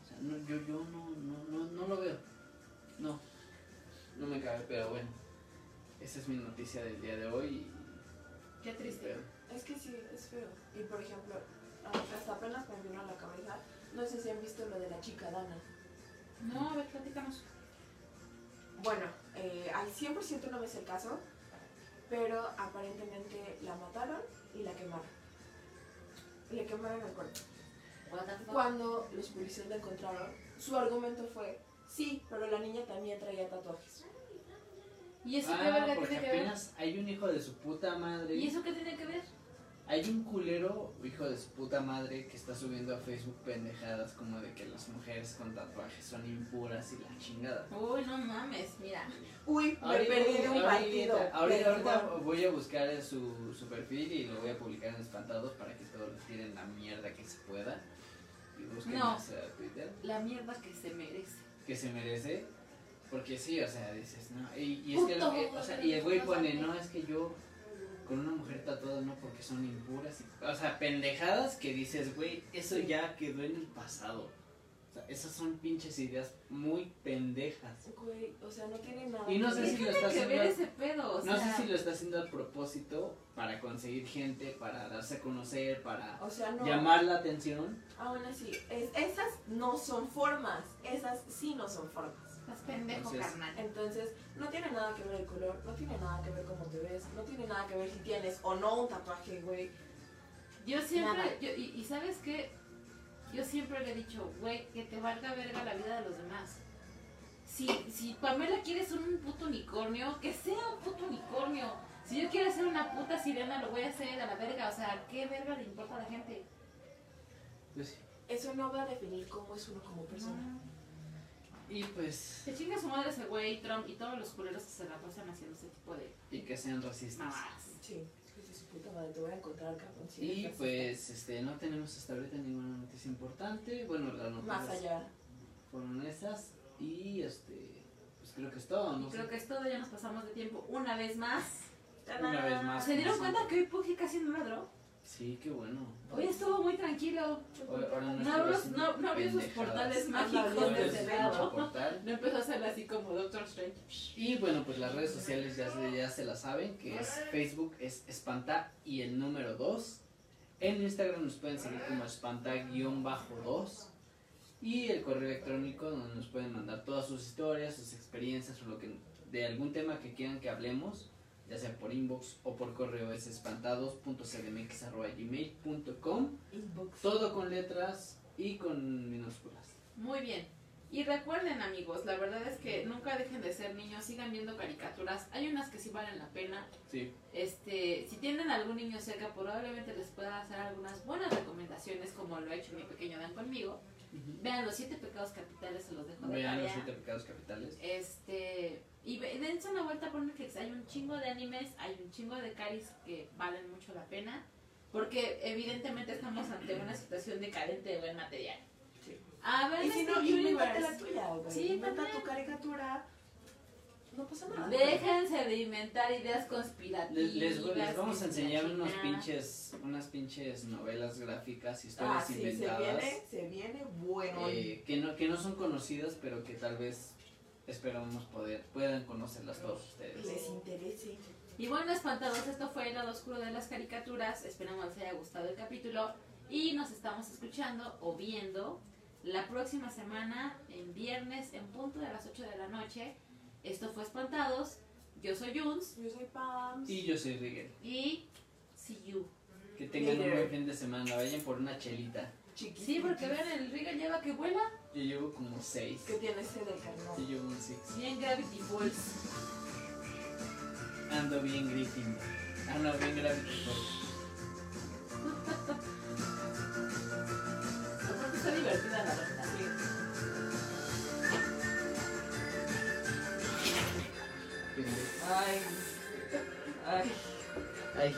O sea, no, yo, yo no, no, no, no lo veo. No, no me cabe, pero bueno. Esa es mi noticia del día de hoy. Qué y- triste. pero- Es que sí, es feo. Y por ejemplo, a- hasta apenas me vino a la cabeza, no sé si han visto lo de la chica Dana. No, a ver, platícanos. Bueno, eh, al 100% no me es el caso, pero aparentemente la mataron y la quemaron. Le quemaron el cuerpo. What the fuck? Cuando los policías la encontraron, su argumento fue, sí, pero la niña también traía tatuajes. ¿Y eso qué Ah, verga porque tiene que ver? apenas hay un hijo de su puta madre. ¿Y eso qué tiene que ver? Hay un culero, hijo de su puta madre, que está subiendo a Facebook pendejadas como de que las mujeres con tatuajes son impuras y la chingada. Uy, no mames, mira. Uy, me Ahorita- perdí de un ahorita- partido. Ahorita, Pero ahorita bueno, voy a buscar su, su perfil y lo voy a publicar en Espantados para que todos le tiren la mierda que se pueda. Y busquen No. hacia Twitter La mierda que se merece. que se merece. Porque sí, o sea, dices, no. Y, y es que, lo Puto, que- o sea, y el güey no pone, sabes. no, es que yo con una mujer tatuada no porque son impuras. y- o sea, pendejadas que dices, güey, eso ya quedó en el pasado. O sea, esas son pinches ideas muy pendejas. güey, o sea, no tiene nada. Y no que sé ver. ¿Qué si lo tiene está que ver haciendo- ese pedo? O sea, No sé si lo está haciendo a propósito para conseguir gente, para darse a conocer, para O sea, no. llamar la atención. Aún así, es- esas no son formas, esas sí no son formas. estás pendejo, Entonces- carnal. Entonces, no tiene nada que ver el color, no tiene nada que ver cómo te ves, no tiene nada que ver si tienes o no un tatuaje, güey. Yo siempre, Nada. yo, y, y sabes qué, yo siempre le he dicho, güey, que te valga verga la vida de los demás. Si, si Pamela quiere ser un puto unicornio, que sea un puto unicornio. Si yo quiero ser una puta sirena, lo voy a hacer a la verga. O sea, ¿qué verga le importa a la gente? Eso no va a definir cómo es uno como persona. Y pues, Se chinga su madre ese güey, Trump, y todos los culeros que se la pasan haciendo ese tipo de y que sean racistas. mamadas. Pues Sí, sí, sí, sí. Puta madre, te voy a encontrar, cabrón. si Y eres racista. pues este, no tenemos hasta ahorita ninguna noticia importante. Bueno, las noticias Más allá. fueron esas. Y este, pues creo que es todo, Y ¿no? creo que es todo, ya nos pasamos de tiempo una vez más. Una vez más. ¿Se dieron como cuenta que hoy Puji casi no ladró? Sí, qué bueno. Hoy estuvo muy tranquilo. Ahora- ahora No estoy abrió, haciendo no, no abrió sus pendejadas. portales Ah, mágicos no, Ahora desde estoy desvelado. haciendo lado. portal. No empezó a hacerla así como Doctor Strange. Y bueno, pues las redes sociales ya se, ya se las saben, que es Facebook es Espanta y el número 2. En Instagram nos pueden seguir como espanta-2. Y el correo electrónico donde nos pueden mandar todas sus historias, sus experiencias o lo que de algún tema que quieran que hablemos, ya sea por inbox o por correo es espantados.cdmx.gmail.com Inbox. Todo con letras y con minúsculas. Muy bien. Y recuerden amigos, la verdad es que nunca dejen de ser niños, sigan viendo caricaturas. Hay unas que sí valen la pena. Sí. Este, si tienen algún niño cerca, probablemente les pueda hacer algunas buenas recomendaciones, como lo ha hecho mi pequeño Dan conmigo. Vean los siete pecados capitales, se los dejo de Vean los tarea. siete pecados capitales. Este, y ve- dense una vuelta por Netflix. Hay un chingo de animes, hay un chingo de caris que valen mucho la pena. Porque evidentemente estamos ante una situación decadente de buen material. Sí. A ver, Y si Steven no, invéntate Universe, la tuya, güey. Sí, inventa también. tu caricatura. No pasa nada. déjense de inventar ideas Les, conspirativas. les- les vamos a que si la enseñar chingada. unos pinches, unas pinches novelas gráficas, Ah, historias sí, se inventadas, viene, se viene bueno. eh, que, no, que no son conocidas, pero que tal vez esperamos poder, puedan conocerlas todos ustedes. Les interese. Y bueno, espantados, esto fue el lado oscuro de las caricaturas. Esperamos les haya gustado el capítulo. Y nos estamos escuchando o viendo la próxima semana, en viernes, en punto de las 8 de la noche. Esto fue Espantados. Yo soy Juns. Yo soy Pam. Y yo soy Rigel. Y see you. Que tengan un Later. buen fin de semana, vayan por una chelita. Chiquis. Sí, porque vean, el Riga lleva que vuela. Yo llevo como seis. ¿Qué tiene ese del carnal? Yo llevo un six. Bien Gravity Falls. Ando bien Griffin. Ando bien Gravity Falls. Aparte está divertida la verdad. Pendejo. Ay. Ay. Ay.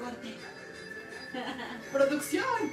Corte. ¡Producción!